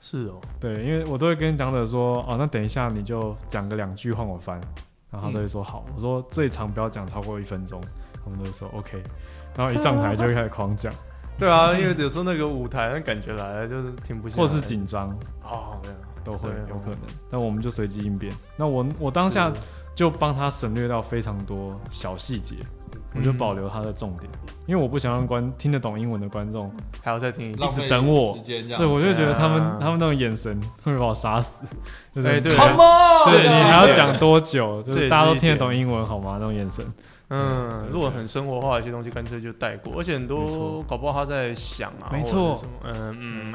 Speaker 5: 是哦，
Speaker 6: 对，因为我都会跟讲者说，哦，那等一下你就讲个两句换我翻，然后他都会说好，我说这一场不要讲超过一分钟，他们都会说 OK，然后一上台就会开始 狂讲，
Speaker 5: 对啊，因为有时候那个舞台那感觉来了就是停不下来，
Speaker 6: 或是紧张
Speaker 5: 哦，对啊，
Speaker 6: 都会
Speaker 5: 啊对啊
Speaker 6: 有可能，但我们就随机应变。那我我当下
Speaker 5: 是
Speaker 6: 就帮他省略到非常多小细节，
Speaker 5: 嗯
Speaker 6: 我就保留他的重点，因为我不想让观听得懂英文的观众，
Speaker 5: 还要再听一次
Speaker 4: 浪，费
Speaker 6: 等我
Speaker 4: 时间这样。
Speaker 6: 对我就觉得他们、
Speaker 5: 啊
Speaker 6: 他们那种眼神 会把我杀死。就是
Speaker 5: 哎对
Speaker 6: 对
Speaker 4: Come on！
Speaker 5: 对
Speaker 6: 你
Speaker 5: 是
Speaker 6: 还要
Speaker 5: 对
Speaker 6: 讲多久？
Speaker 5: 这
Speaker 6: 就
Speaker 5: 也
Speaker 6: 是
Speaker 5: 是
Speaker 6: 大家都
Speaker 5: 一
Speaker 6: 听得
Speaker 5: 点
Speaker 6: 懂英文好吗？那种眼神，
Speaker 5: 嗯，如果很生活化的一些东西，干脆就带过，而且很
Speaker 6: 没
Speaker 5: 多
Speaker 6: 错
Speaker 5: 搞不好他在想啊，
Speaker 6: 没
Speaker 5: 或
Speaker 6: 错
Speaker 5: 者是什么，嗯嗯，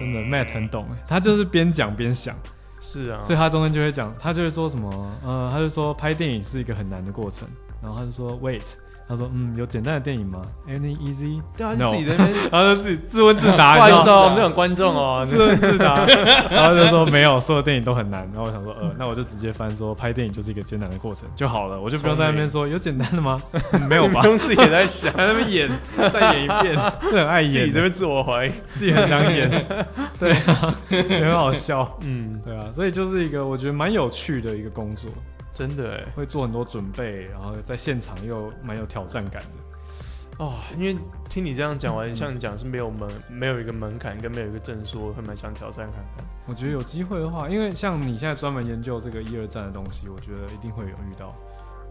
Speaker 6: 真的 Matt 很懂哎，他就是边讲边想，
Speaker 5: 是啊，
Speaker 6: 所以他中间就会讲，他就会说什么，呃，他就说拍电影是一个很难的过程，然后他就说 Wait，他说嗯，有简单的电影吗？Any easy？
Speaker 5: 对啊，
Speaker 6: No。
Speaker 5: 就自己在那边
Speaker 6: 然后就自己自问自答，
Speaker 5: 不
Speaker 6: 你
Speaker 5: 好
Speaker 6: 知
Speaker 5: 意
Speaker 6: 道
Speaker 5: 思
Speaker 6: 吗
Speaker 5: 哦，我们这种观众哦，
Speaker 6: 自问自答，然后就说没有，所有电影都很难。然后我想说，呃，那我就直接翻说，拍电影就是一个艰难的过程就好了，我就不用在那边说有简单的吗？嗯 没有
Speaker 5: 你
Speaker 6: 吧
Speaker 5: 不？用自己在想，
Speaker 6: 还在那边演，再演一遍， 这很爱
Speaker 5: 自己
Speaker 6: 演
Speaker 5: 在那
Speaker 6: 的，
Speaker 5: 边自我怀疑。
Speaker 6: 自己很想演， 对啊，也很好笑，
Speaker 5: 嗯，
Speaker 6: 对啊，所以就是一个我觉得蛮有趣的一个工作，
Speaker 5: 真的哎，
Speaker 6: 会做很多准备，然后在现场又蛮有挑战感的，
Speaker 5: 哦，因为听你这样讲完，像你讲是没有门，没有一个门槛，跟没有一个证书，我会蛮想挑战看看。
Speaker 6: 我觉得有机会的话，因为像你现在专门研究这个一二战的东西，我觉得一定会有遇到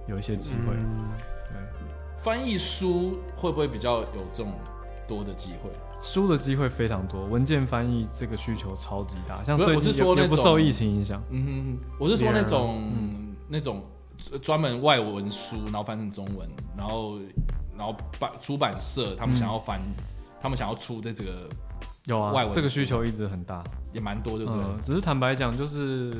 Speaker 6: 有一些机会，
Speaker 5: 嗯
Speaker 6: 对。
Speaker 4: 翻译书会不会比较有这种多的机会？
Speaker 6: 书的机会非常多，文件翻译这个需求超级大，像
Speaker 4: 不是
Speaker 6: 最
Speaker 4: 我是
Speaker 6: 近
Speaker 4: 说
Speaker 6: 也也
Speaker 4: 那
Speaker 6: 不
Speaker 4: 种
Speaker 6: 受疫情影响，
Speaker 4: 嗯哼哼，我是说
Speaker 5: Yeah，
Speaker 4: 那种、
Speaker 6: 嗯
Speaker 4: 那种专专门外文书，然后翻成中文，然后然后版出版社他们想要翻，
Speaker 6: 嗯
Speaker 4: 他们想要出在这个
Speaker 6: 有
Speaker 4: 外
Speaker 6: 啊，
Speaker 4: 文
Speaker 6: 这个需求一直很大。
Speaker 4: 也蛮多，对不对？
Speaker 6: 嗯，只是坦白讲，就是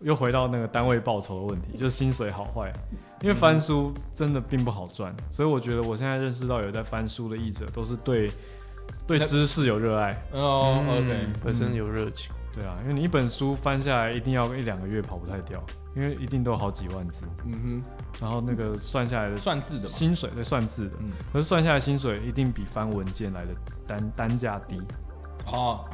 Speaker 6: 又回到那个单位报酬的问 题，就是薪水好坏，因为翻书真的并不好赚，所以我觉得我现在认识到有在翻书的译者，都是对对
Speaker 4: 那
Speaker 6: 知识有热爱。
Speaker 4: 哦、o
Speaker 5: 嗯
Speaker 4: k
Speaker 5: 本身有热情，
Speaker 6: 对啊，因为你一本书翻下来，一定要一两个月跑不太掉，因为一定都有好几万字，
Speaker 4: 嗯
Speaker 6: 然后那个算下来的
Speaker 4: 哼，算字的嘛，
Speaker 6: 薪水对算字的，
Speaker 4: 嗯
Speaker 6: 可是算下来薪水一定比翻文件来的单单价低，
Speaker 4: 哦，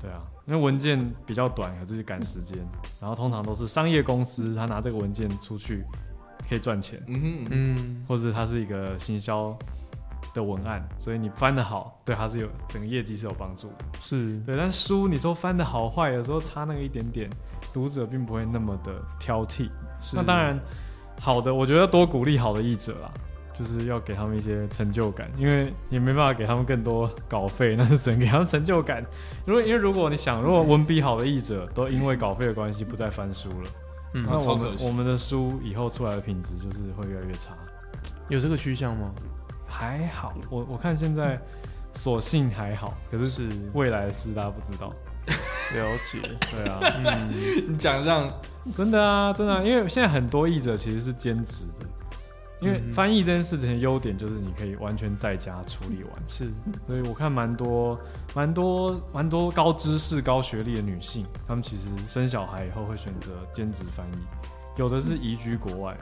Speaker 6: 对啊，因为文件比较短，可是就赶时间，然后通常都是商业公司，他拿这个文件出去可以赚钱，
Speaker 4: 嗯哼，嗯哼
Speaker 5: 嗯，
Speaker 6: 或者它是一个行销的文案，所以你翻得好，对它是有整个业绩是有帮助的，
Speaker 5: 是
Speaker 6: 对，但书你说翻得好坏，有时候差那个一点点，读者并不会那么的挑剔，
Speaker 5: 是
Speaker 6: 那当然，好的，我觉得要多鼓励好的译者啦，就是要给他们一些成就感，因为也没办法给他们更多稿费，那是只能给他们成就感。如果因为如果你想，如果文笔好的译者都因为稿费的关系不再翻书了，
Speaker 5: 嗯
Speaker 6: 那我
Speaker 4: 超
Speaker 6: 们
Speaker 4: 可惜
Speaker 6: 我们的书以后出来的品质就是会越来越差。
Speaker 5: 有这个趋向吗？
Speaker 6: 还好，我我看现在，所幸还好，可是
Speaker 5: 是
Speaker 6: 未来的事大家不知道。
Speaker 5: 了解，
Speaker 6: 对啊，
Speaker 5: 嗯，
Speaker 4: 你讲这样，
Speaker 6: 真的啊，真的、啊，因为现在很多译者其实是兼职的，因为
Speaker 5: 嗯哼
Speaker 6: 翻译这件事情的优点就是你可以完全在家处理完，
Speaker 5: 是，
Speaker 6: 所以我看蛮多、蛮多、蛮多高知识、高学历的女性，她们其实生小孩以后会选择兼职翻译，有的是移居国外，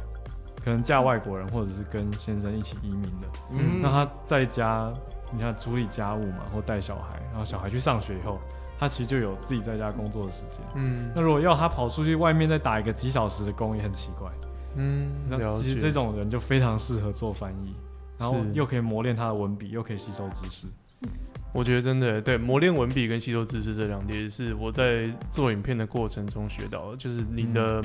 Speaker 6: 可能嫁外国人或者是跟先生一起移民的，
Speaker 4: 嗯，
Speaker 6: 那她在家，你看处理家务嘛，或带小孩，然后小孩去上学以后，她其实就有自己在家工作的时间。
Speaker 5: 嗯
Speaker 6: 那如果要她跑出去外面再打一个几小时的工，也很奇怪。
Speaker 5: 嗯，
Speaker 6: 那
Speaker 5: 了
Speaker 6: 其
Speaker 5: 解，
Speaker 6: 实这种人就非常适合做翻译，然后
Speaker 5: 是
Speaker 6: 又可以磨练他的文笔，又可以吸收知识。
Speaker 5: 我觉得真的对磨练文笔跟吸收知识这两点是我在做影片的过程中学到的，就是你的、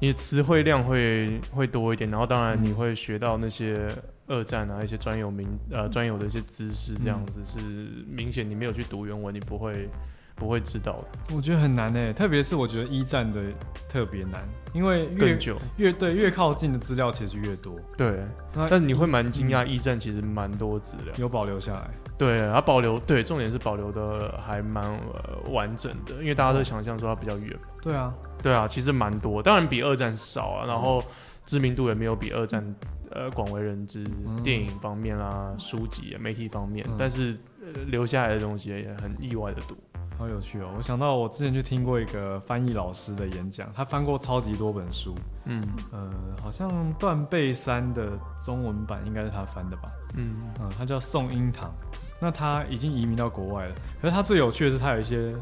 Speaker 5: 你的词汇量会会多一点，然后当然
Speaker 6: 嗯
Speaker 5: 你会学到那些二战啊一些专有名呃专有的一些知识，这样子、是明显你没有去读原文，你不会不会知道的
Speaker 6: 我觉得很难诶、欸特别是我觉得一战的特别难，因为越
Speaker 5: 更久。
Speaker 6: 越对越靠近的资料其实越多，
Speaker 5: 对，
Speaker 6: 那嗯
Speaker 5: 但是你会蛮惊讶，驿站其实蛮多资料。
Speaker 6: 有保留下来。
Speaker 5: 对，它保留对，重点是保留的还蛮、呃、完整的，因为大家都想象说它比较远。
Speaker 6: 对啊，
Speaker 5: 对啊，其实蛮多，当然比二战少啊，然后知名度也没有比二战呃广为人知，
Speaker 6: 嗯
Speaker 5: 电影方面啊、书籍、媒体方面，
Speaker 6: 嗯
Speaker 5: 但是、呃、留下来的东西也很意外的多。
Speaker 6: 好有趣哦！我想到我之前去听过一个翻译老师的演讲，他翻过超级多本书，
Speaker 5: 嗯
Speaker 6: 呃，好像《断背山》的中文版应该是他翻的吧？
Speaker 5: 嗯，
Speaker 6: 嗯，他叫宋英堂，那他已经移民到国外了。可是他最有趣的是，他有一些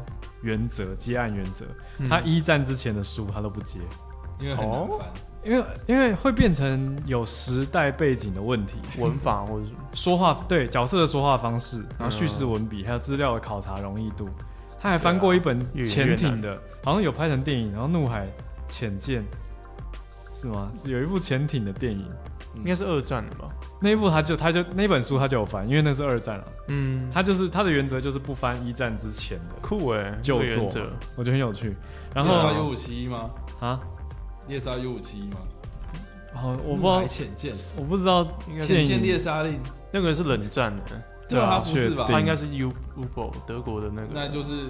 Speaker 6: 原则，接案原则。他
Speaker 5: 一
Speaker 6: 一战之前的书他都不接，
Speaker 4: 因为很难
Speaker 6: 哦
Speaker 4: 翻，
Speaker 6: 因为因为会变成有时代背景的问题，
Speaker 5: 文法或者什么，
Speaker 6: 说话对角色的说话方式，然后叙事文笔，还有资料的考察容易度。他还翻过一本
Speaker 5: 越演越
Speaker 6: 潜艇的，好像有拍成电影，然后《怒海潜舰》是吗？有一部潜艇的电影，嗯
Speaker 5: 应该是二战的吧？
Speaker 6: 那一部他就他就那本书他就有翻，因为那是二战啊。
Speaker 5: 嗯，
Speaker 6: 他就是他的原则就是不翻一战之前
Speaker 4: 嗯
Speaker 6: 的
Speaker 5: 酷哎、欸，
Speaker 6: 旧
Speaker 5: 这个原
Speaker 6: 作
Speaker 5: 则
Speaker 6: 嘛，我觉得很有趣。然
Speaker 4: 猎杀 U
Speaker 6: 后
Speaker 4: 五七一吗？
Speaker 6: 啊，
Speaker 4: 猎杀 U 五七一吗？
Speaker 6: 好，我不知
Speaker 4: 陆海
Speaker 6: 道，
Speaker 4: 潜舰，
Speaker 6: 我不知道
Speaker 4: 潜
Speaker 6: 电
Speaker 4: 舰猎
Speaker 6: 影
Speaker 4: 杀令，
Speaker 5: 那个是冷战的、
Speaker 4: 对
Speaker 6: 啊
Speaker 4: 啊，他不是吧
Speaker 6: 确？定
Speaker 5: 他应该是 U U boat 德国的那个，
Speaker 4: 那就是，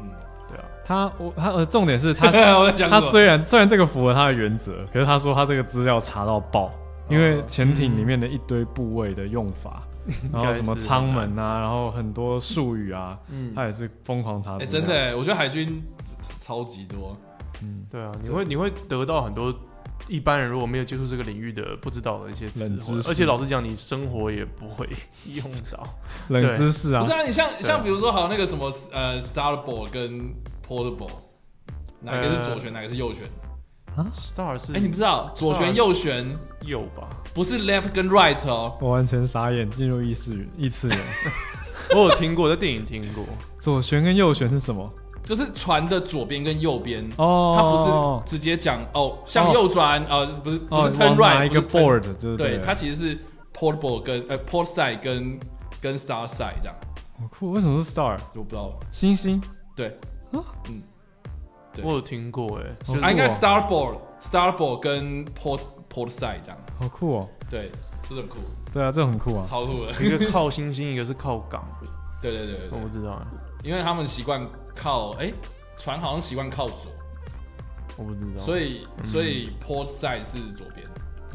Speaker 4: 嗯，
Speaker 5: 对啊，
Speaker 6: 他我他呃，重点是 他
Speaker 4: 我在讲
Speaker 6: 他
Speaker 4: 什么
Speaker 6: 虽然虽然这个符合他的原则，可是他说他这个资料查到爆，
Speaker 4: 哦
Speaker 6: 因为潜艇里面的一堆部位的用法，
Speaker 4: 嗯
Speaker 6: 然后什么舱门啊，然后很多术语啊，
Speaker 4: 嗯，
Speaker 6: 他也是疯狂查
Speaker 4: 哎，
Speaker 6: 资料。
Speaker 4: 真的，哎，我觉得海军超级多，
Speaker 6: 嗯，
Speaker 5: 对啊，你会你会得到很多一般人如果没有接触这个领域的不知道的一些词
Speaker 6: 冷
Speaker 5: 汇
Speaker 6: 知，识
Speaker 5: 而且老实讲，你生活也不会用到。
Speaker 6: 冷知识啊
Speaker 4: 不是，啊，你像
Speaker 5: 啊
Speaker 4: 像比如说，好像那个什么呃，startable 跟 portable，哪个是左旋，哪个是右旋？
Speaker 5: Star 是
Speaker 4: 哎，你不知道左旋
Speaker 5: Stars
Speaker 4: 右旋
Speaker 5: 有吧？
Speaker 4: 不是 left 跟 right 哦，
Speaker 6: 我完全傻眼，进入异次元异次元。
Speaker 5: 我有听过，在电影听过。
Speaker 6: 左旋跟右旋是什么？
Speaker 4: 就是船的左边跟右边。
Speaker 6: 哦，
Speaker 4: 它不是直接讲哦，向右转，呃，不是不是 turn
Speaker 6: 哦往哪
Speaker 4: right，
Speaker 6: 一个
Speaker 4: 不是 turn-
Speaker 6: board，
Speaker 4: 对，
Speaker 6: 对对，
Speaker 4: 它其实是 portable 跟呃 port side 跟跟 star side 这样，
Speaker 6: 好酷，为什么是 star
Speaker 4: 我不知道，
Speaker 6: 星星？
Speaker 4: 对，对
Speaker 5: 我有听过、哎，
Speaker 6: 哦
Speaker 4: 啊，应该
Speaker 6: 酷哦
Speaker 4: starboard starboard 跟 port port side 这样，
Speaker 6: 好酷哦！
Speaker 4: 对，是不是很酷，
Speaker 6: 对啊，这很酷啊！
Speaker 4: 超酷的，
Speaker 5: 一个靠星星，一个是靠港，
Speaker 4: 对对对对
Speaker 5: 我
Speaker 4: 对
Speaker 5: 不知道、哎
Speaker 4: 因为他们习惯靠，哎，船好像习惯靠左，
Speaker 5: 我不知道。
Speaker 4: 所以所以 port side 是左边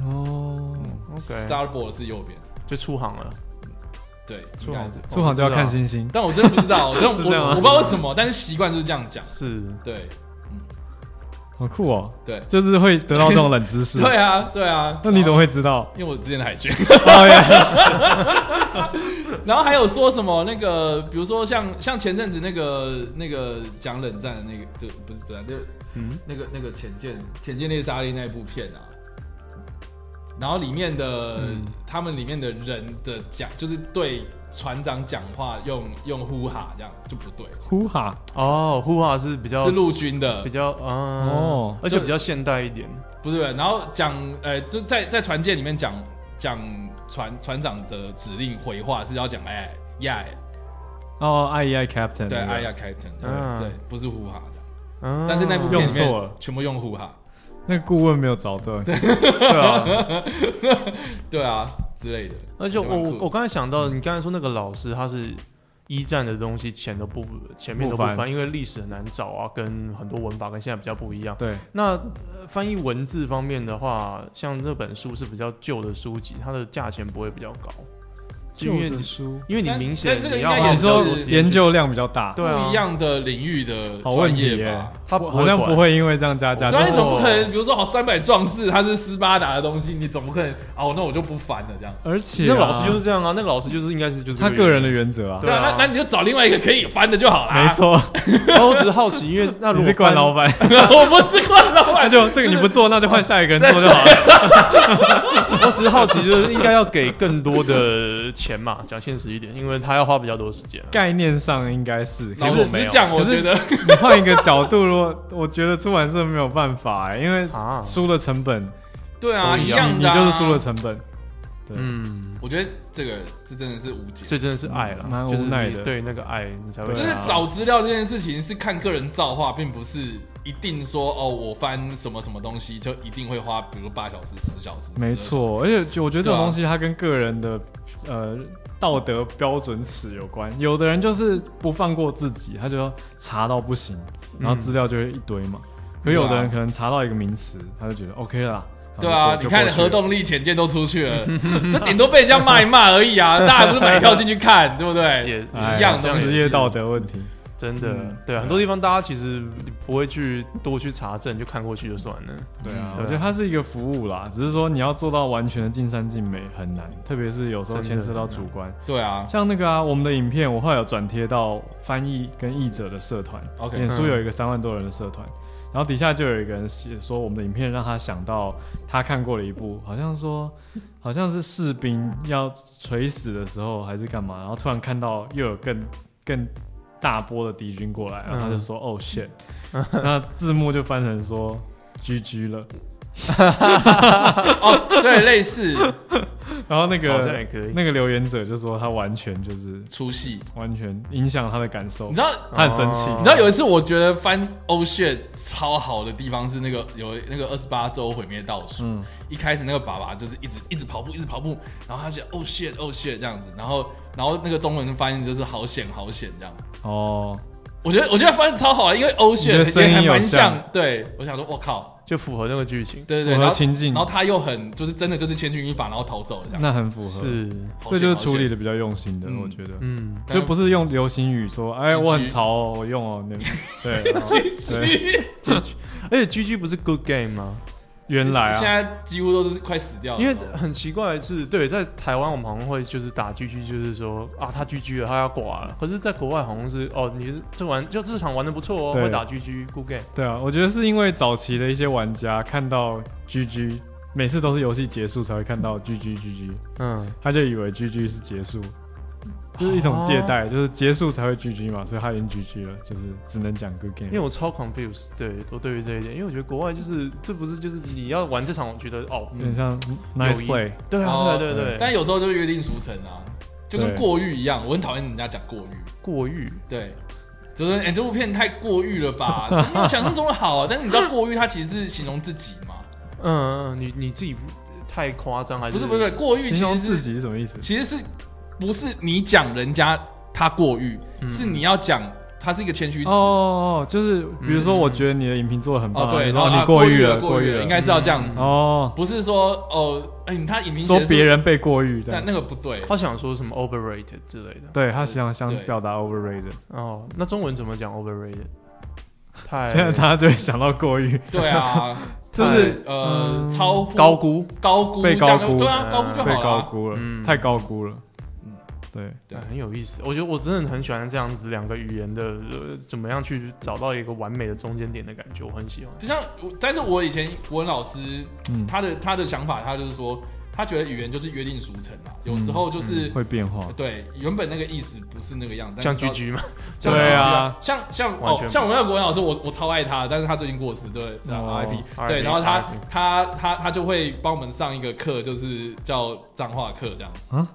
Speaker 6: 哦，
Speaker 5: OK，
Speaker 4: ，starboard 是右边，
Speaker 5: 就出航了。
Speaker 4: 对，
Speaker 5: 出航
Speaker 4: 应该是，
Speaker 6: 出航就要看
Speaker 5: 星。
Speaker 6: 星星。
Speaker 4: 但我真的不知道，我真的
Speaker 6: 是这样
Speaker 4: 我我
Speaker 6: 吗
Speaker 4: 不知道为什么，但是习惯就是这样讲，
Speaker 5: 是，
Speaker 4: 对
Speaker 6: 好酷哦！
Speaker 4: 对
Speaker 6: 就是会得到这种冷知识。
Speaker 4: 对啊对啊，
Speaker 6: 那你怎么会知 道？
Speaker 4: 因为我之前的海军，
Speaker 6: 哦耶！
Speaker 4: 然后还有说什么那个，比如说像像前阵子那个那个讲冷战的那个，就不是不是，就
Speaker 5: 嗯，
Speaker 4: 那个那个浅见浅见猎杀令那一部片啊，然后里面的、
Speaker 5: 嗯
Speaker 4: 他们里面的人的讲，就是对船长讲话用用呼哈这样就不对，
Speaker 6: 呼哈！
Speaker 5: 哦，呼哈是比较
Speaker 4: 是陆军的
Speaker 5: 比，较啊，
Speaker 6: 哦
Speaker 5: 而且比较现代一点。
Speaker 4: 不是不是，然后讲呃就在在船舰里面讲讲船船长的指令回话是要讲哎呀
Speaker 6: 哦，I E I Captain 那个。
Speaker 4: 对哎呀 captain
Speaker 5: 嗯
Speaker 4: 对不是呼哈的。
Speaker 5: 嗯，
Speaker 4: 但是那部片
Speaker 6: 用
Speaker 4: 里面
Speaker 6: 错了
Speaker 4: 全部用户哈，
Speaker 6: 那个顾问没有找对。
Speaker 5: 对啊，
Speaker 4: 对啊之类的。
Speaker 5: 而且我
Speaker 4: 蛮酷
Speaker 5: 我我刚才想到，你刚才说那个老师，他是一战的东西前都不前面都不
Speaker 6: 不翻
Speaker 5: 翻，因为历史很难找啊，跟很多文法跟现在比较不一样。
Speaker 6: 对，
Speaker 5: 那、呃翻译文字方面的话，像这本书是比较旧的书籍，它的价钱不会比较高，就因为你
Speaker 6: 书，
Speaker 5: 因为你
Speaker 4: 但
Speaker 5: 明显
Speaker 4: 但这个
Speaker 5: 你
Speaker 4: 应
Speaker 5: 要
Speaker 4: 该
Speaker 5: 花
Speaker 4: 也
Speaker 6: 你
Speaker 4: 是
Speaker 5: 比较
Speaker 6: 说
Speaker 5: 多时间
Speaker 6: 研
Speaker 5: 去
Speaker 6: 究量比较大，
Speaker 5: 对啊
Speaker 4: 不一样的领域的
Speaker 6: 好问
Speaker 4: 专
Speaker 6: 题
Speaker 4: 业
Speaker 6: 耶
Speaker 4: 吧。
Speaker 5: 它不
Speaker 6: 好像
Speaker 5: 管
Speaker 6: 不会因为这样加价，
Speaker 4: 对啊，你
Speaker 6: 就
Speaker 4: 总不可
Speaker 5: 哦
Speaker 4: 能，比如说好三百壮士，它是斯巴达的东西，你总不可能哦，那我就不翻了这样。
Speaker 6: 而且
Speaker 5: 那
Speaker 6: 啊
Speaker 5: 个老师就是这样啊，那个老师就是应该是就是
Speaker 6: 他个人的原则啊
Speaker 5: 对，啊
Speaker 4: 那那你就找另外一个可以翻的就好啦。
Speaker 6: 没，错，
Speaker 5: 原则。我只是好奇，因为那如
Speaker 6: 你
Speaker 5: 果
Speaker 6: 是惯老
Speaker 5: 翻
Speaker 6: 板，
Speaker 4: 我不是惯老
Speaker 6: 那
Speaker 4: 板，
Speaker 6: 就这个你不做，那就换下一个人做就好了。
Speaker 5: 我只是好奇，就是应该要给更多的钱嘛，讲现实一点，因为他要花比较多时间啊。
Speaker 6: 概念上应该是，
Speaker 4: 老
Speaker 5: 结果没
Speaker 4: 实
Speaker 5: 有
Speaker 4: 讲，我
Speaker 6: 可是
Speaker 4: 觉得
Speaker 6: 你换一个角度，如果我觉得出版社没有办法、欸，因为
Speaker 5: 啊
Speaker 6: 输的成本，
Speaker 4: 对啊，
Speaker 5: 都
Speaker 4: 一
Speaker 5: 一样
Speaker 4: 样
Speaker 6: 你
Speaker 4: 的啊，
Speaker 6: 就是输了成本，
Speaker 5: 嗯，
Speaker 4: 我觉得这个这真的是无解。
Speaker 6: 啊
Speaker 5: 所以真的是爱了，
Speaker 6: 蛮
Speaker 5: 就是
Speaker 6: 无奈的
Speaker 5: 你对那个爱，你才会
Speaker 4: 就是找资料这件事情是看个人造化，并不是一定说哦，我翻什么什么东西就一定会花，比如八小时、十小时。12
Speaker 6: 没
Speaker 4: 小时，
Speaker 6: 错。而且就我觉得这种
Speaker 4: 对啊
Speaker 6: 东西它跟个人的呃道德标准尺有关，有的人就是不放过自己，他就要查到不行，然后
Speaker 5: 嗯
Speaker 6: 资料就会一堆嘛。
Speaker 4: 嗯
Speaker 6: 可有的人可能查到一个名词，他就觉得 OK 了啦。
Speaker 4: 对啊，
Speaker 6: 然后就
Speaker 4: 你
Speaker 6: 就过
Speaker 4: 看
Speaker 6: 去
Speaker 4: 核
Speaker 6: 了
Speaker 4: 动力潜舰都出去 了，这顶多被人家骂一骂而已啊，大家不是买票进去 看，对不
Speaker 5: 也
Speaker 4: 对？
Speaker 6: 哎
Speaker 4: 一样的东西
Speaker 6: 职业道德问题。
Speaker 5: 真的
Speaker 4: 嗯
Speaker 5: 对啊，很多地方大家其实不会去多去查证，就看过去就算了。
Speaker 6: 对
Speaker 4: 嗯
Speaker 5: 对
Speaker 6: 啊，
Speaker 5: 啊
Speaker 6: 我觉得它是一个服务啦，只是说你要做到完全的尽善尽美很难，特别是有时候
Speaker 5: 真
Speaker 6: 牵
Speaker 5: 的
Speaker 6: 涉到主观，
Speaker 4: 对啊，
Speaker 6: 像那个啊，我们的影片我后来有转贴到翻译跟译者的社团
Speaker 4: OK
Speaker 6: 脸书
Speaker 5: 嗯
Speaker 6: 有一个三万多人的社团，然后底下就有一个人写说我们的影片让他想到他看过了一部，好像说好像是士兵要垂死的时候还是干嘛，然后突然看到又有更更大波的敌军过来，然后他就
Speaker 5: 嗯
Speaker 6: 说、哦 shit，那字幕就翻成说 GG 了。
Speaker 4: 哦，对， 类似
Speaker 6: 然后那
Speaker 5: 好像
Speaker 6: 个
Speaker 5: 也可以
Speaker 6: 那个留言者就说他完全就是
Speaker 4: 出戏，
Speaker 6: 完全影响他的感受，
Speaker 4: 你知道。
Speaker 6: 他很生气，
Speaker 5: 哦
Speaker 4: 你知道有一次，我觉得翻欧血超好的地方是那个有那个二十八周毁灭倒数，
Speaker 6: 嗯
Speaker 4: 一开始那个爸爸就是一直一直跑步，一直跑步，然后他写 oh shit oh shit 这样子，然后然后那个中文翻译就是好险好险这样。
Speaker 6: 哦，
Speaker 4: 我觉得我觉得翻译超好的，因为 oh
Speaker 6: 你
Speaker 4: shit
Speaker 6: 觉得声音
Speaker 4: 也还蛮
Speaker 6: 有像
Speaker 4: 对我想说我靠，
Speaker 5: 就符合那个剧情，
Speaker 4: 对对对，
Speaker 6: 符合
Speaker 4: 然后
Speaker 6: 情境
Speaker 4: 然后他又很就是真的就是千钧一发，然后逃走了这样。
Speaker 6: 那很符合，
Speaker 5: 是
Speaker 4: 好
Speaker 6: 这
Speaker 4: 险
Speaker 6: 就是
Speaker 4: 好
Speaker 6: 处理
Speaker 4: 险
Speaker 6: 的比较用心的，
Speaker 4: 嗯
Speaker 6: 我觉得。
Speaker 5: 嗯，
Speaker 4: 但
Speaker 6: 就不是用流行语说，哎，
Speaker 4: GG
Speaker 6: 我很潮哦，我用哦，你对， 然后
Speaker 5: 而且 GG 不是 Good Game 吗？
Speaker 6: 原来
Speaker 4: 现
Speaker 6: 啊，
Speaker 4: 在几乎都是快死
Speaker 6: 哦
Speaker 4: 掉了，
Speaker 5: 因为
Speaker 4: 你知道吗
Speaker 5: 很奇怪的是，对，在台湾我们好像会就是打 GG，就是说啊他 GG 了，他要挂了。可是，在国外好像是哦，你是这玩就这场玩的不错哦，
Speaker 6: 对
Speaker 5: 会打 GG，Good Game。
Speaker 6: 对啊，我觉得是因为早期的一些玩家看到 GG，每次都是游戏结束才会看到 GG GG，
Speaker 5: 嗯，
Speaker 6: 他就以为 GG 是结束，这是一种
Speaker 5: 哦
Speaker 6: 借
Speaker 4: 哦
Speaker 6: 贷，就是结束才会 GG 嘛，所以他已经 GG 了，就是只能讲 good
Speaker 5: 因为
Speaker 6: game。
Speaker 5: 我超 confused，对我对于这一点，因为我觉得国外就是这不是就是你要玩这场，我觉得哦，
Speaker 6: 有
Speaker 4: 嗯
Speaker 6: 点像
Speaker 5: 友
Speaker 6: nice
Speaker 5: 谊
Speaker 6: play，
Speaker 5: 对啊，
Speaker 4: 哦
Speaker 5: 对对对，
Speaker 4: 但有时候就是约定俗成啊，就跟
Speaker 6: 对
Speaker 4: 过誉一样，我很讨厌人家讲过誉。
Speaker 5: 过誉，
Speaker 4: 对，就是哎、这部片太过誉了吧，没有想象中的好、啊。但是你知道过誉它其实是形容自己 嘛？
Speaker 5: 嗯，你你自己太夸张还是
Speaker 4: 不是不是，过誉其
Speaker 6: 形容
Speaker 4: 实
Speaker 6: 自
Speaker 4: 是
Speaker 6: 己是什么意思？
Speaker 4: 其实是不是你讲人家他过誉，
Speaker 5: 嗯
Speaker 4: 是你要讲他是一个谦虚词。
Speaker 6: 哦哦，哦就是比如说，
Speaker 5: 嗯
Speaker 6: 我觉得你的影评做的很棒，
Speaker 4: 哦对，然
Speaker 6: 你说
Speaker 4: 后
Speaker 6: 哦
Speaker 4: 啊
Speaker 6: 你过誉
Speaker 4: 誉
Speaker 6: 了，
Speaker 4: 过
Speaker 6: 誉
Speaker 4: 了，应该是要这样子，
Speaker 6: 哦，
Speaker 4: 不是说哦，哎、你他影评
Speaker 6: 说
Speaker 4: 写的是
Speaker 6: 别，人被过誉这
Speaker 4: 但
Speaker 6: 样
Speaker 4: 那。个不对。
Speaker 5: 他想说什么 overrated 之类的。
Speaker 6: 对他想想
Speaker 4: 对
Speaker 6: 表达 overrated，
Speaker 5: 哦，那中文怎么讲 overrated？太
Speaker 6: 现在大家就会想到过誉，
Speaker 4: 对啊，
Speaker 6: 就是
Speaker 4: 呃，
Speaker 6: 嗯
Speaker 4: 超乎
Speaker 5: 高估，
Speaker 4: 高估
Speaker 6: 被
Speaker 4: 这样
Speaker 6: 高
Speaker 4: 就
Speaker 6: 估哎
Speaker 4: 对啊，高估就好
Speaker 6: 被
Speaker 4: 了
Speaker 6: 高
Speaker 4: 啊。
Speaker 6: 估
Speaker 5: 嗯
Speaker 6: 了，太高估了
Speaker 4: 嗯。
Speaker 6: 对，
Speaker 4: 对
Speaker 5: 哎很有意思。我觉得我真的很喜欢这样子两个语言的、呃、怎么样去找到一个完美的中间点的感觉，我很喜欢。
Speaker 4: 就像我，但是我以前国文老师，
Speaker 6: 嗯
Speaker 4: 他的他的想法，他就是说，他觉得语言就是约定俗成啊，有时候就是、
Speaker 6: 嗯会变化。
Speaker 4: 对原本那个意思不是那个样，但
Speaker 5: 像
Speaker 4: 是到
Speaker 5: GG 嘛，
Speaker 4: 像
Speaker 6: 对啊
Speaker 4: GG，像像
Speaker 5: 完
Speaker 4: 哦
Speaker 5: 全不，是
Speaker 4: 像我那个国文老师，我我超爱他，但是他最近过世，对对啊
Speaker 6: 哦
Speaker 4: ，RIP，对，
Speaker 5: RIP
Speaker 4: 然后他
Speaker 5: RIP
Speaker 4: 他他他就会帮我们上一个课，就是叫脏话课这样。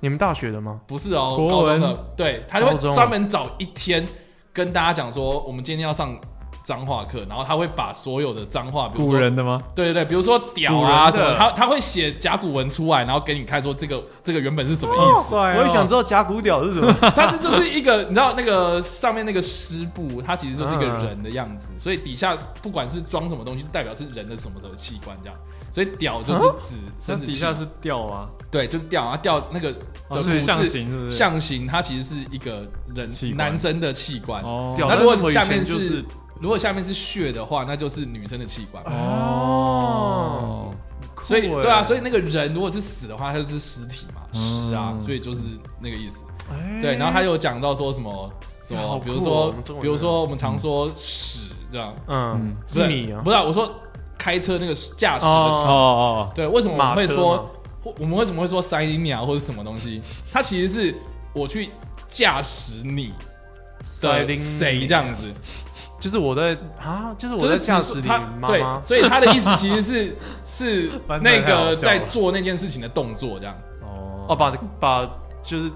Speaker 5: 你们大学的吗？
Speaker 4: 不是哦，
Speaker 6: 国
Speaker 4: 高中
Speaker 6: 文
Speaker 4: 的，对他就
Speaker 5: 高中
Speaker 4: 会
Speaker 5: 哦
Speaker 4: 专门找一天跟大家讲说，我们今天要上脏话课，然后他会把所有的脏话，比如
Speaker 6: 古
Speaker 4: 说
Speaker 6: 人的吗？
Speaker 4: 对对对，比如说屌啊
Speaker 5: 古人的
Speaker 4: 什么，他他会写甲骨文出来，然后给你看说这个这个原本是什么意思。
Speaker 6: 帅哦
Speaker 5: 我也想知道甲骨屌是什么，
Speaker 4: 他这就是一个，你知道那个上面那个湿布，它其实就是一个人的样
Speaker 6: 嗯
Speaker 4: 子，所以底下不管是装什么东西，就代表是人的什么的器官这样。所以屌就是指
Speaker 6: 啊那
Speaker 4: 生殖
Speaker 6: 底
Speaker 4: 器
Speaker 6: 下是吊啊，
Speaker 4: 对，就是吊啊吊那个的
Speaker 6: 哦
Speaker 4: 骨
Speaker 6: 是
Speaker 4: 质
Speaker 6: 象形是不是
Speaker 4: 象形它其实是一个人
Speaker 6: 器官
Speaker 4: 男生的器官。
Speaker 6: 哦
Speaker 5: 屌
Speaker 4: 那
Speaker 5: 但
Speaker 4: 如果
Speaker 5: 是我以
Speaker 4: 下
Speaker 5: 前
Speaker 4: 面、
Speaker 5: 就是是
Speaker 4: 如果下面是血的话，那就是女生的器官。
Speaker 6: 哦，
Speaker 4: 所以
Speaker 5: 酷欸
Speaker 4: 对啊，所以那个人如果是死的话，他就是尸体嘛，
Speaker 6: 嗯
Speaker 4: 尸啊，所以就是那个意思。
Speaker 5: 哎
Speaker 4: 对，然后他有讲到说什么什
Speaker 5: 哎
Speaker 4: 么
Speaker 5: 好，
Speaker 4: 比如
Speaker 5: 酷哦
Speaker 4: 说
Speaker 5: 我们中文
Speaker 4: 比如
Speaker 5: 真的
Speaker 4: 说我们常说屎这样，
Speaker 5: 嗯
Speaker 6: 嗯
Speaker 5: 是你啊
Speaker 4: 不，是啊我说开车那个驾驶的
Speaker 5: 哦
Speaker 4: 屎
Speaker 6: 哦哦，
Speaker 4: 对，为什么我们会
Speaker 5: 马车吗
Speaker 4: 说，或我们为什么会说塞你啊，或者什么东西？它其实是我去驾驶你
Speaker 5: 塞
Speaker 4: 的
Speaker 5: 林
Speaker 4: 谁这样子，
Speaker 5: 就是我在啊，就是我
Speaker 4: 就是
Speaker 5: 在
Speaker 4: 指
Speaker 5: 驾驶
Speaker 4: 说
Speaker 5: 里
Speaker 4: 他
Speaker 5: 妈
Speaker 4: 对
Speaker 5: 妈，，
Speaker 4: 所以他的意思其实 是是
Speaker 6: 翻出来
Speaker 4: 那
Speaker 6: 太好
Speaker 4: 个
Speaker 6: 笑了
Speaker 4: 在做那件事情的动作这样，
Speaker 6: 哦
Speaker 5: 哦，把把就是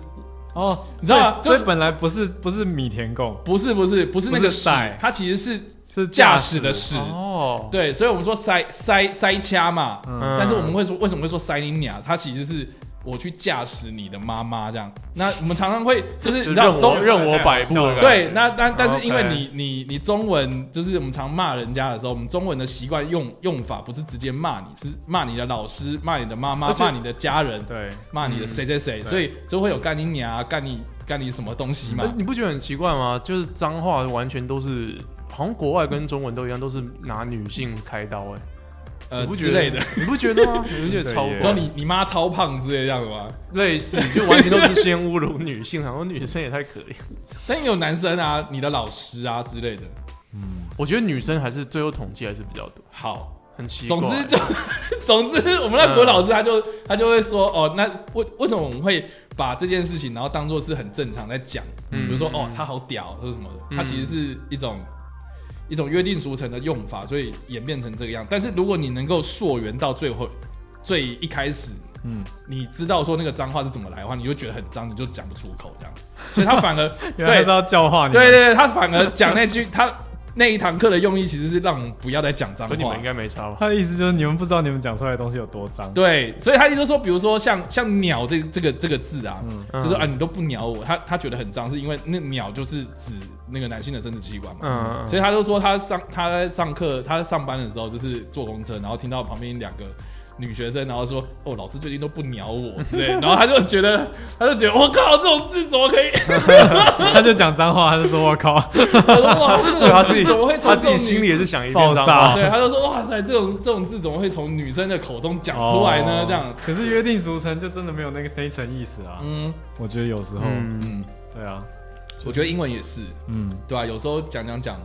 Speaker 6: 哦，
Speaker 4: 你知道吗？
Speaker 6: 所以
Speaker 4: 啊就
Speaker 6: 本来不是不是米田共，
Speaker 4: 不是不是不是那个
Speaker 6: 不是塞
Speaker 4: 屎，它其实是
Speaker 6: 是
Speaker 4: 驾驶的屎。
Speaker 5: 哦，
Speaker 4: 对，所以我们说塞塞塞掐嘛，
Speaker 5: 嗯
Speaker 4: 但是我们会说，为什么会说塞你娘？它其实是我去驾驶你的妈妈这样。那我们常常会就是你知
Speaker 5: 就任
Speaker 4: 道中
Speaker 5: 我任我摆布的感觉，
Speaker 4: 对，那但但是
Speaker 5: 啊 OK
Speaker 4: 因为你你你中文就是我们常骂人家的时候，我们中文的习惯用用法不是直接骂你，是骂你的老师、骂你的妈妈、
Speaker 5: 而且嗯
Speaker 4: 骂你的家人、
Speaker 6: 对，
Speaker 4: 骂你的谁谁谁，所以就会有干你娘、啊干你干你什么东西嘛
Speaker 5: 呃。你不觉得很奇怪吗？就是脏话完全都是，好像国外跟中文都一样，都是拿女性开刀、哎、
Speaker 4: 呃
Speaker 5: 你不
Speaker 4: 之
Speaker 5: 觉得
Speaker 4: 类的，？
Speaker 5: 你不觉得吗？你不觉得超
Speaker 6: 对耶
Speaker 4: 然后
Speaker 5: 怪？
Speaker 4: 你你妈超胖之类的这样子吗？
Speaker 5: 类似，就完全都是先侮辱女性，然后女生也太可怜。
Speaker 4: 但也有男生啊，你的老师啊之类的。
Speaker 5: 我觉得女生还是最后统计还是比较多，
Speaker 4: 好，
Speaker 5: 很奇怪。
Speaker 4: 总之就， 总之我们那国老师他就、他就会说，哦，那为为什么我们会把这件事情然后当做是很正常在讲？
Speaker 5: 嗯
Speaker 4: 比如说哦，他好屌或者什么的，
Speaker 5: 嗯
Speaker 4: 他其实是一种一种约定俗成的用法，所以演变成这个样。但是如果你能够溯源到最后最一开始。
Speaker 6: 嗯，
Speaker 4: 你知道说那个脏话是怎么来的话，你就觉得很脏，你就讲不出口这样， 所以他反而
Speaker 6: 原来
Speaker 4: 对
Speaker 6: 是要教化你们，
Speaker 4: 对对对，他反而讲那句他那一堂课的用意其实是让我们不要再讲脏
Speaker 5: 可
Speaker 4: 话。
Speaker 5: 你们应该没差吧？
Speaker 6: 他的意思就是你们不知道你们讲出来的东西有多脏，
Speaker 4: 对，所以他一直说，比如说像像鸟这这个这个字啊，
Speaker 5: 嗯
Speaker 4: 就是啊你都不鸟我，他他觉得很脏，是因为那鸟就是指那个男性的生殖器官嘛。
Speaker 5: 嗯，
Speaker 4: 所以他就说他上他在上课他上班的时候就是坐公车，然后听到旁边两个女学生，然后说哦老师最近都不鸟我之 类的，然后他就觉得他就觉得我靠这种字怎么可以？
Speaker 6: 他就讲脏话，他就说我靠，
Speaker 4: 他说哇这
Speaker 5: 对他
Speaker 4: 种
Speaker 5: 自己
Speaker 4: 字怎么会从
Speaker 5: 他自己
Speaker 4: 这种
Speaker 5: 心里也啊是想一
Speaker 6: 爆
Speaker 5: 遍脏
Speaker 6: 炸
Speaker 5: 话。
Speaker 4: 对他就说哇塞这种这种字怎么会从女生的口中讲 出来呢？
Speaker 6: 哦
Speaker 4: 这样
Speaker 6: 可是约定俗成就真的没有那个那一层意思啊，
Speaker 4: 嗯
Speaker 6: 我觉得有时候，
Speaker 5: 嗯，
Speaker 4: 嗯，
Speaker 6: 对啊，
Speaker 4: 我觉得英文也是。
Speaker 6: 嗯
Speaker 4: 对啊，有时候讲讲讲，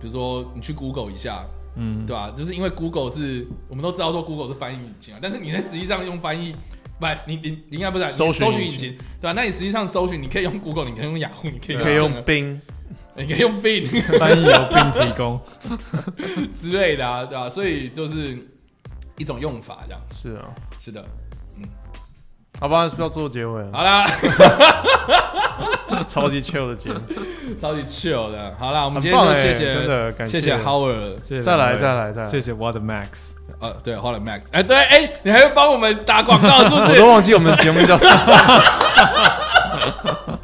Speaker 4: 比如说你去 Google 一下，
Speaker 6: 嗯，
Speaker 4: 对吧、啊就是因为 Google 是我们都知道说 Google 是翻译引擎啊，但是你在实际上用翻译，不，你你你应该不是啊你
Speaker 5: 搜寻
Speaker 4: 搜寻
Speaker 5: 引
Speaker 4: 引
Speaker 5: 擎
Speaker 4: 擎，对啊吧、那你实际上搜寻，你可以用 Google，你可以用雅虎，你可以
Speaker 5: 你可以
Speaker 4: 任
Speaker 5: 用
Speaker 4: 何
Speaker 5: 冰，
Speaker 4: 你可以用 Bing
Speaker 6: 翻译由并提供，
Speaker 4: 之类的啊，对吧、所以就是一种用法这样。
Speaker 5: 是啊，
Speaker 4: 是的，
Speaker 5: 好吧，是不是要做结尾了，
Speaker 4: 好啦，
Speaker 5: 超级 chill 的结 尾，
Speaker 4: 超级 chill 的，好啦，我们今
Speaker 5: 很
Speaker 4: 天
Speaker 5: 棒
Speaker 4: 就
Speaker 5: 哎，
Speaker 4: 谢谢，
Speaker 5: 真的感
Speaker 4: 谢谢 Howard，
Speaker 6: 谢谢
Speaker 5: 再来
Speaker 6: 两位
Speaker 5: 再来再来
Speaker 6: 谢谢 What Max，
Speaker 4: 呃，对 Howard Max，哎、对，哎、你还会帮我们打广告是不
Speaker 5: 我
Speaker 4: 是？
Speaker 5: 都忘记我们节目叫啥。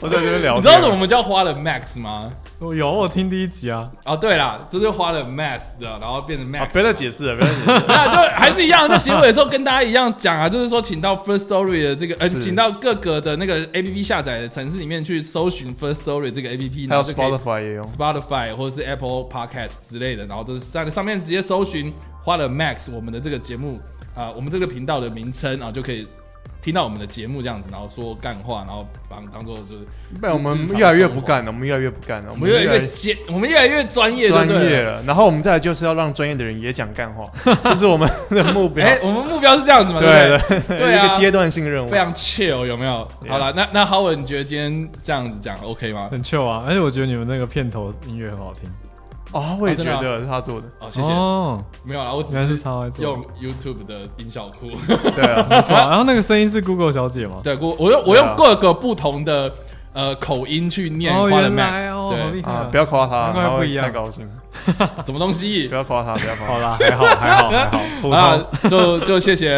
Speaker 5: 我在这边聊
Speaker 4: 你
Speaker 5: 天，
Speaker 4: 知道我们叫花了 Max 吗？
Speaker 6: 我哦有我听第一集啊，
Speaker 4: 哦，对啦，这就是花了 mass 的，然后变成
Speaker 5: 啊
Speaker 4: max，、？
Speaker 5: 不要再解释了，不要再解释了。
Speaker 4: 那就还是一样，在结尾的时候跟大家一样讲啊，就是说请到 First Story 的这个，呃，
Speaker 5: 是
Speaker 4: 请到各个的那个 A P P 下载的城市里面去搜寻 First Story 这个 A P P，
Speaker 5: 还
Speaker 4: 然
Speaker 5: 有
Speaker 4: 后就可以
Speaker 5: Spotify 也用，
Speaker 4: Spotify 或者是 Apple Podcast 之类的，然后都是在上面直接搜寻花了 max 我们的这个节目啊、我们这个频道的名称啊，就可以听到我们的节目这样子，然后说干话，然后当当做就是
Speaker 5: 不然我们
Speaker 4: 日常
Speaker 5: 越来越
Speaker 4: 生活
Speaker 5: 不干了，我们越来越不干了，我
Speaker 4: 我们越来越
Speaker 5: 越
Speaker 4: 尖，我们越来越专业，
Speaker 5: 专业
Speaker 4: 了。
Speaker 5: 了。然后我们再来就是要让专业的人也讲干 话，这是我们的目标
Speaker 4: 哎、。我们目标是这样子嘛？对不对
Speaker 5: 对对
Speaker 4: 对 啊
Speaker 5: 一个阶段性任务
Speaker 4: 非。常 chill 有没有？
Speaker 5: Yeah
Speaker 4: 好了，那那 Howard，你觉得今天这样子讲 OK 吗？
Speaker 6: 很 chill 啊，而且我觉得你们那个片头音乐很好听，
Speaker 5: 哦，我也
Speaker 4: 哦
Speaker 5: 觉
Speaker 4: 真的啊
Speaker 5: 得是他做的。
Speaker 4: 哦，谢谢。
Speaker 6: 哦，
Speaker 4: 没有啦，我只
Speaker 6: 原来是
Speaker 4: 是
Speaker 6: 超爱做
Speaker 4: 用
Speaker 6: 的，
Speaker 4: YouTube 的音效库。
Speaker 5: 对啊，
Speaker 6: 是吧然后那个声音是 Google 小姐吗？
Speaker 4: 对，我我用我
Speaker 5: 对啊
Speaker 4: 用各个不同的呃口音去念
Speaker 6: 哦，
Speaker 4: 花的
Speaker 6: 原来
Speaker 4: Max，、
Speaker 6: 哦，好
Speaker 4: 对，
Speaker 6: 厉害
Speaker 5: 啊
Speaker 6: 啊，
Speaker 5: 不要夸他，
Speaker 6: 难怪
Speaker 5: 他会
Speaker 6: 不一样
Speaker 5: 太高兴。
Speaker 4: 什么东西
Speaker 5: 不？要夸他，不要夸
Speaker 6: 好
Speaker 5: 他。
Speaker 6: 啦，还好，还好，还好，普
Speaker 4: 啊
Speaker 6: 通。，
Speaker 4: 就就谢谢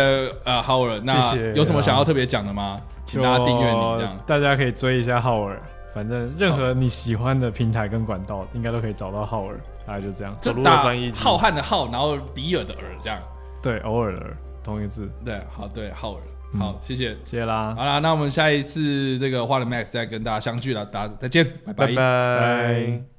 Speaker 4: 呃 Howard，那
Speaker 5: 谢谢啊
Speaker 4: 有什么想要特别讲的吗？请大家订阅你这样
Speaker 6: 就。大家可以追一下浩尔，反正任何你喜欢的平台跟管道，应该都可以找到浩尔。大概就这样，
Speaker 4: 就
Speaker 5: 走路的
Speaker 4: 打
Speaker 5: 翻译机
Speaker 4: 浩瀚的浩，然后比尔的尔这样。
Speaker 6: 对，偶尔的同一个字，
Speaker 4: 对，好，对，浩尔，
Speaker 5: 嗯
Speaker 4: 好，谢谢。
Speaker 6: 谢谢啦，
Speaker 4: 好啦，那我们下一次这个花了 Max 再跟大家相聚了，大家再见，拜
Speaker 5: 拜拜。
Speaker 6: 拜。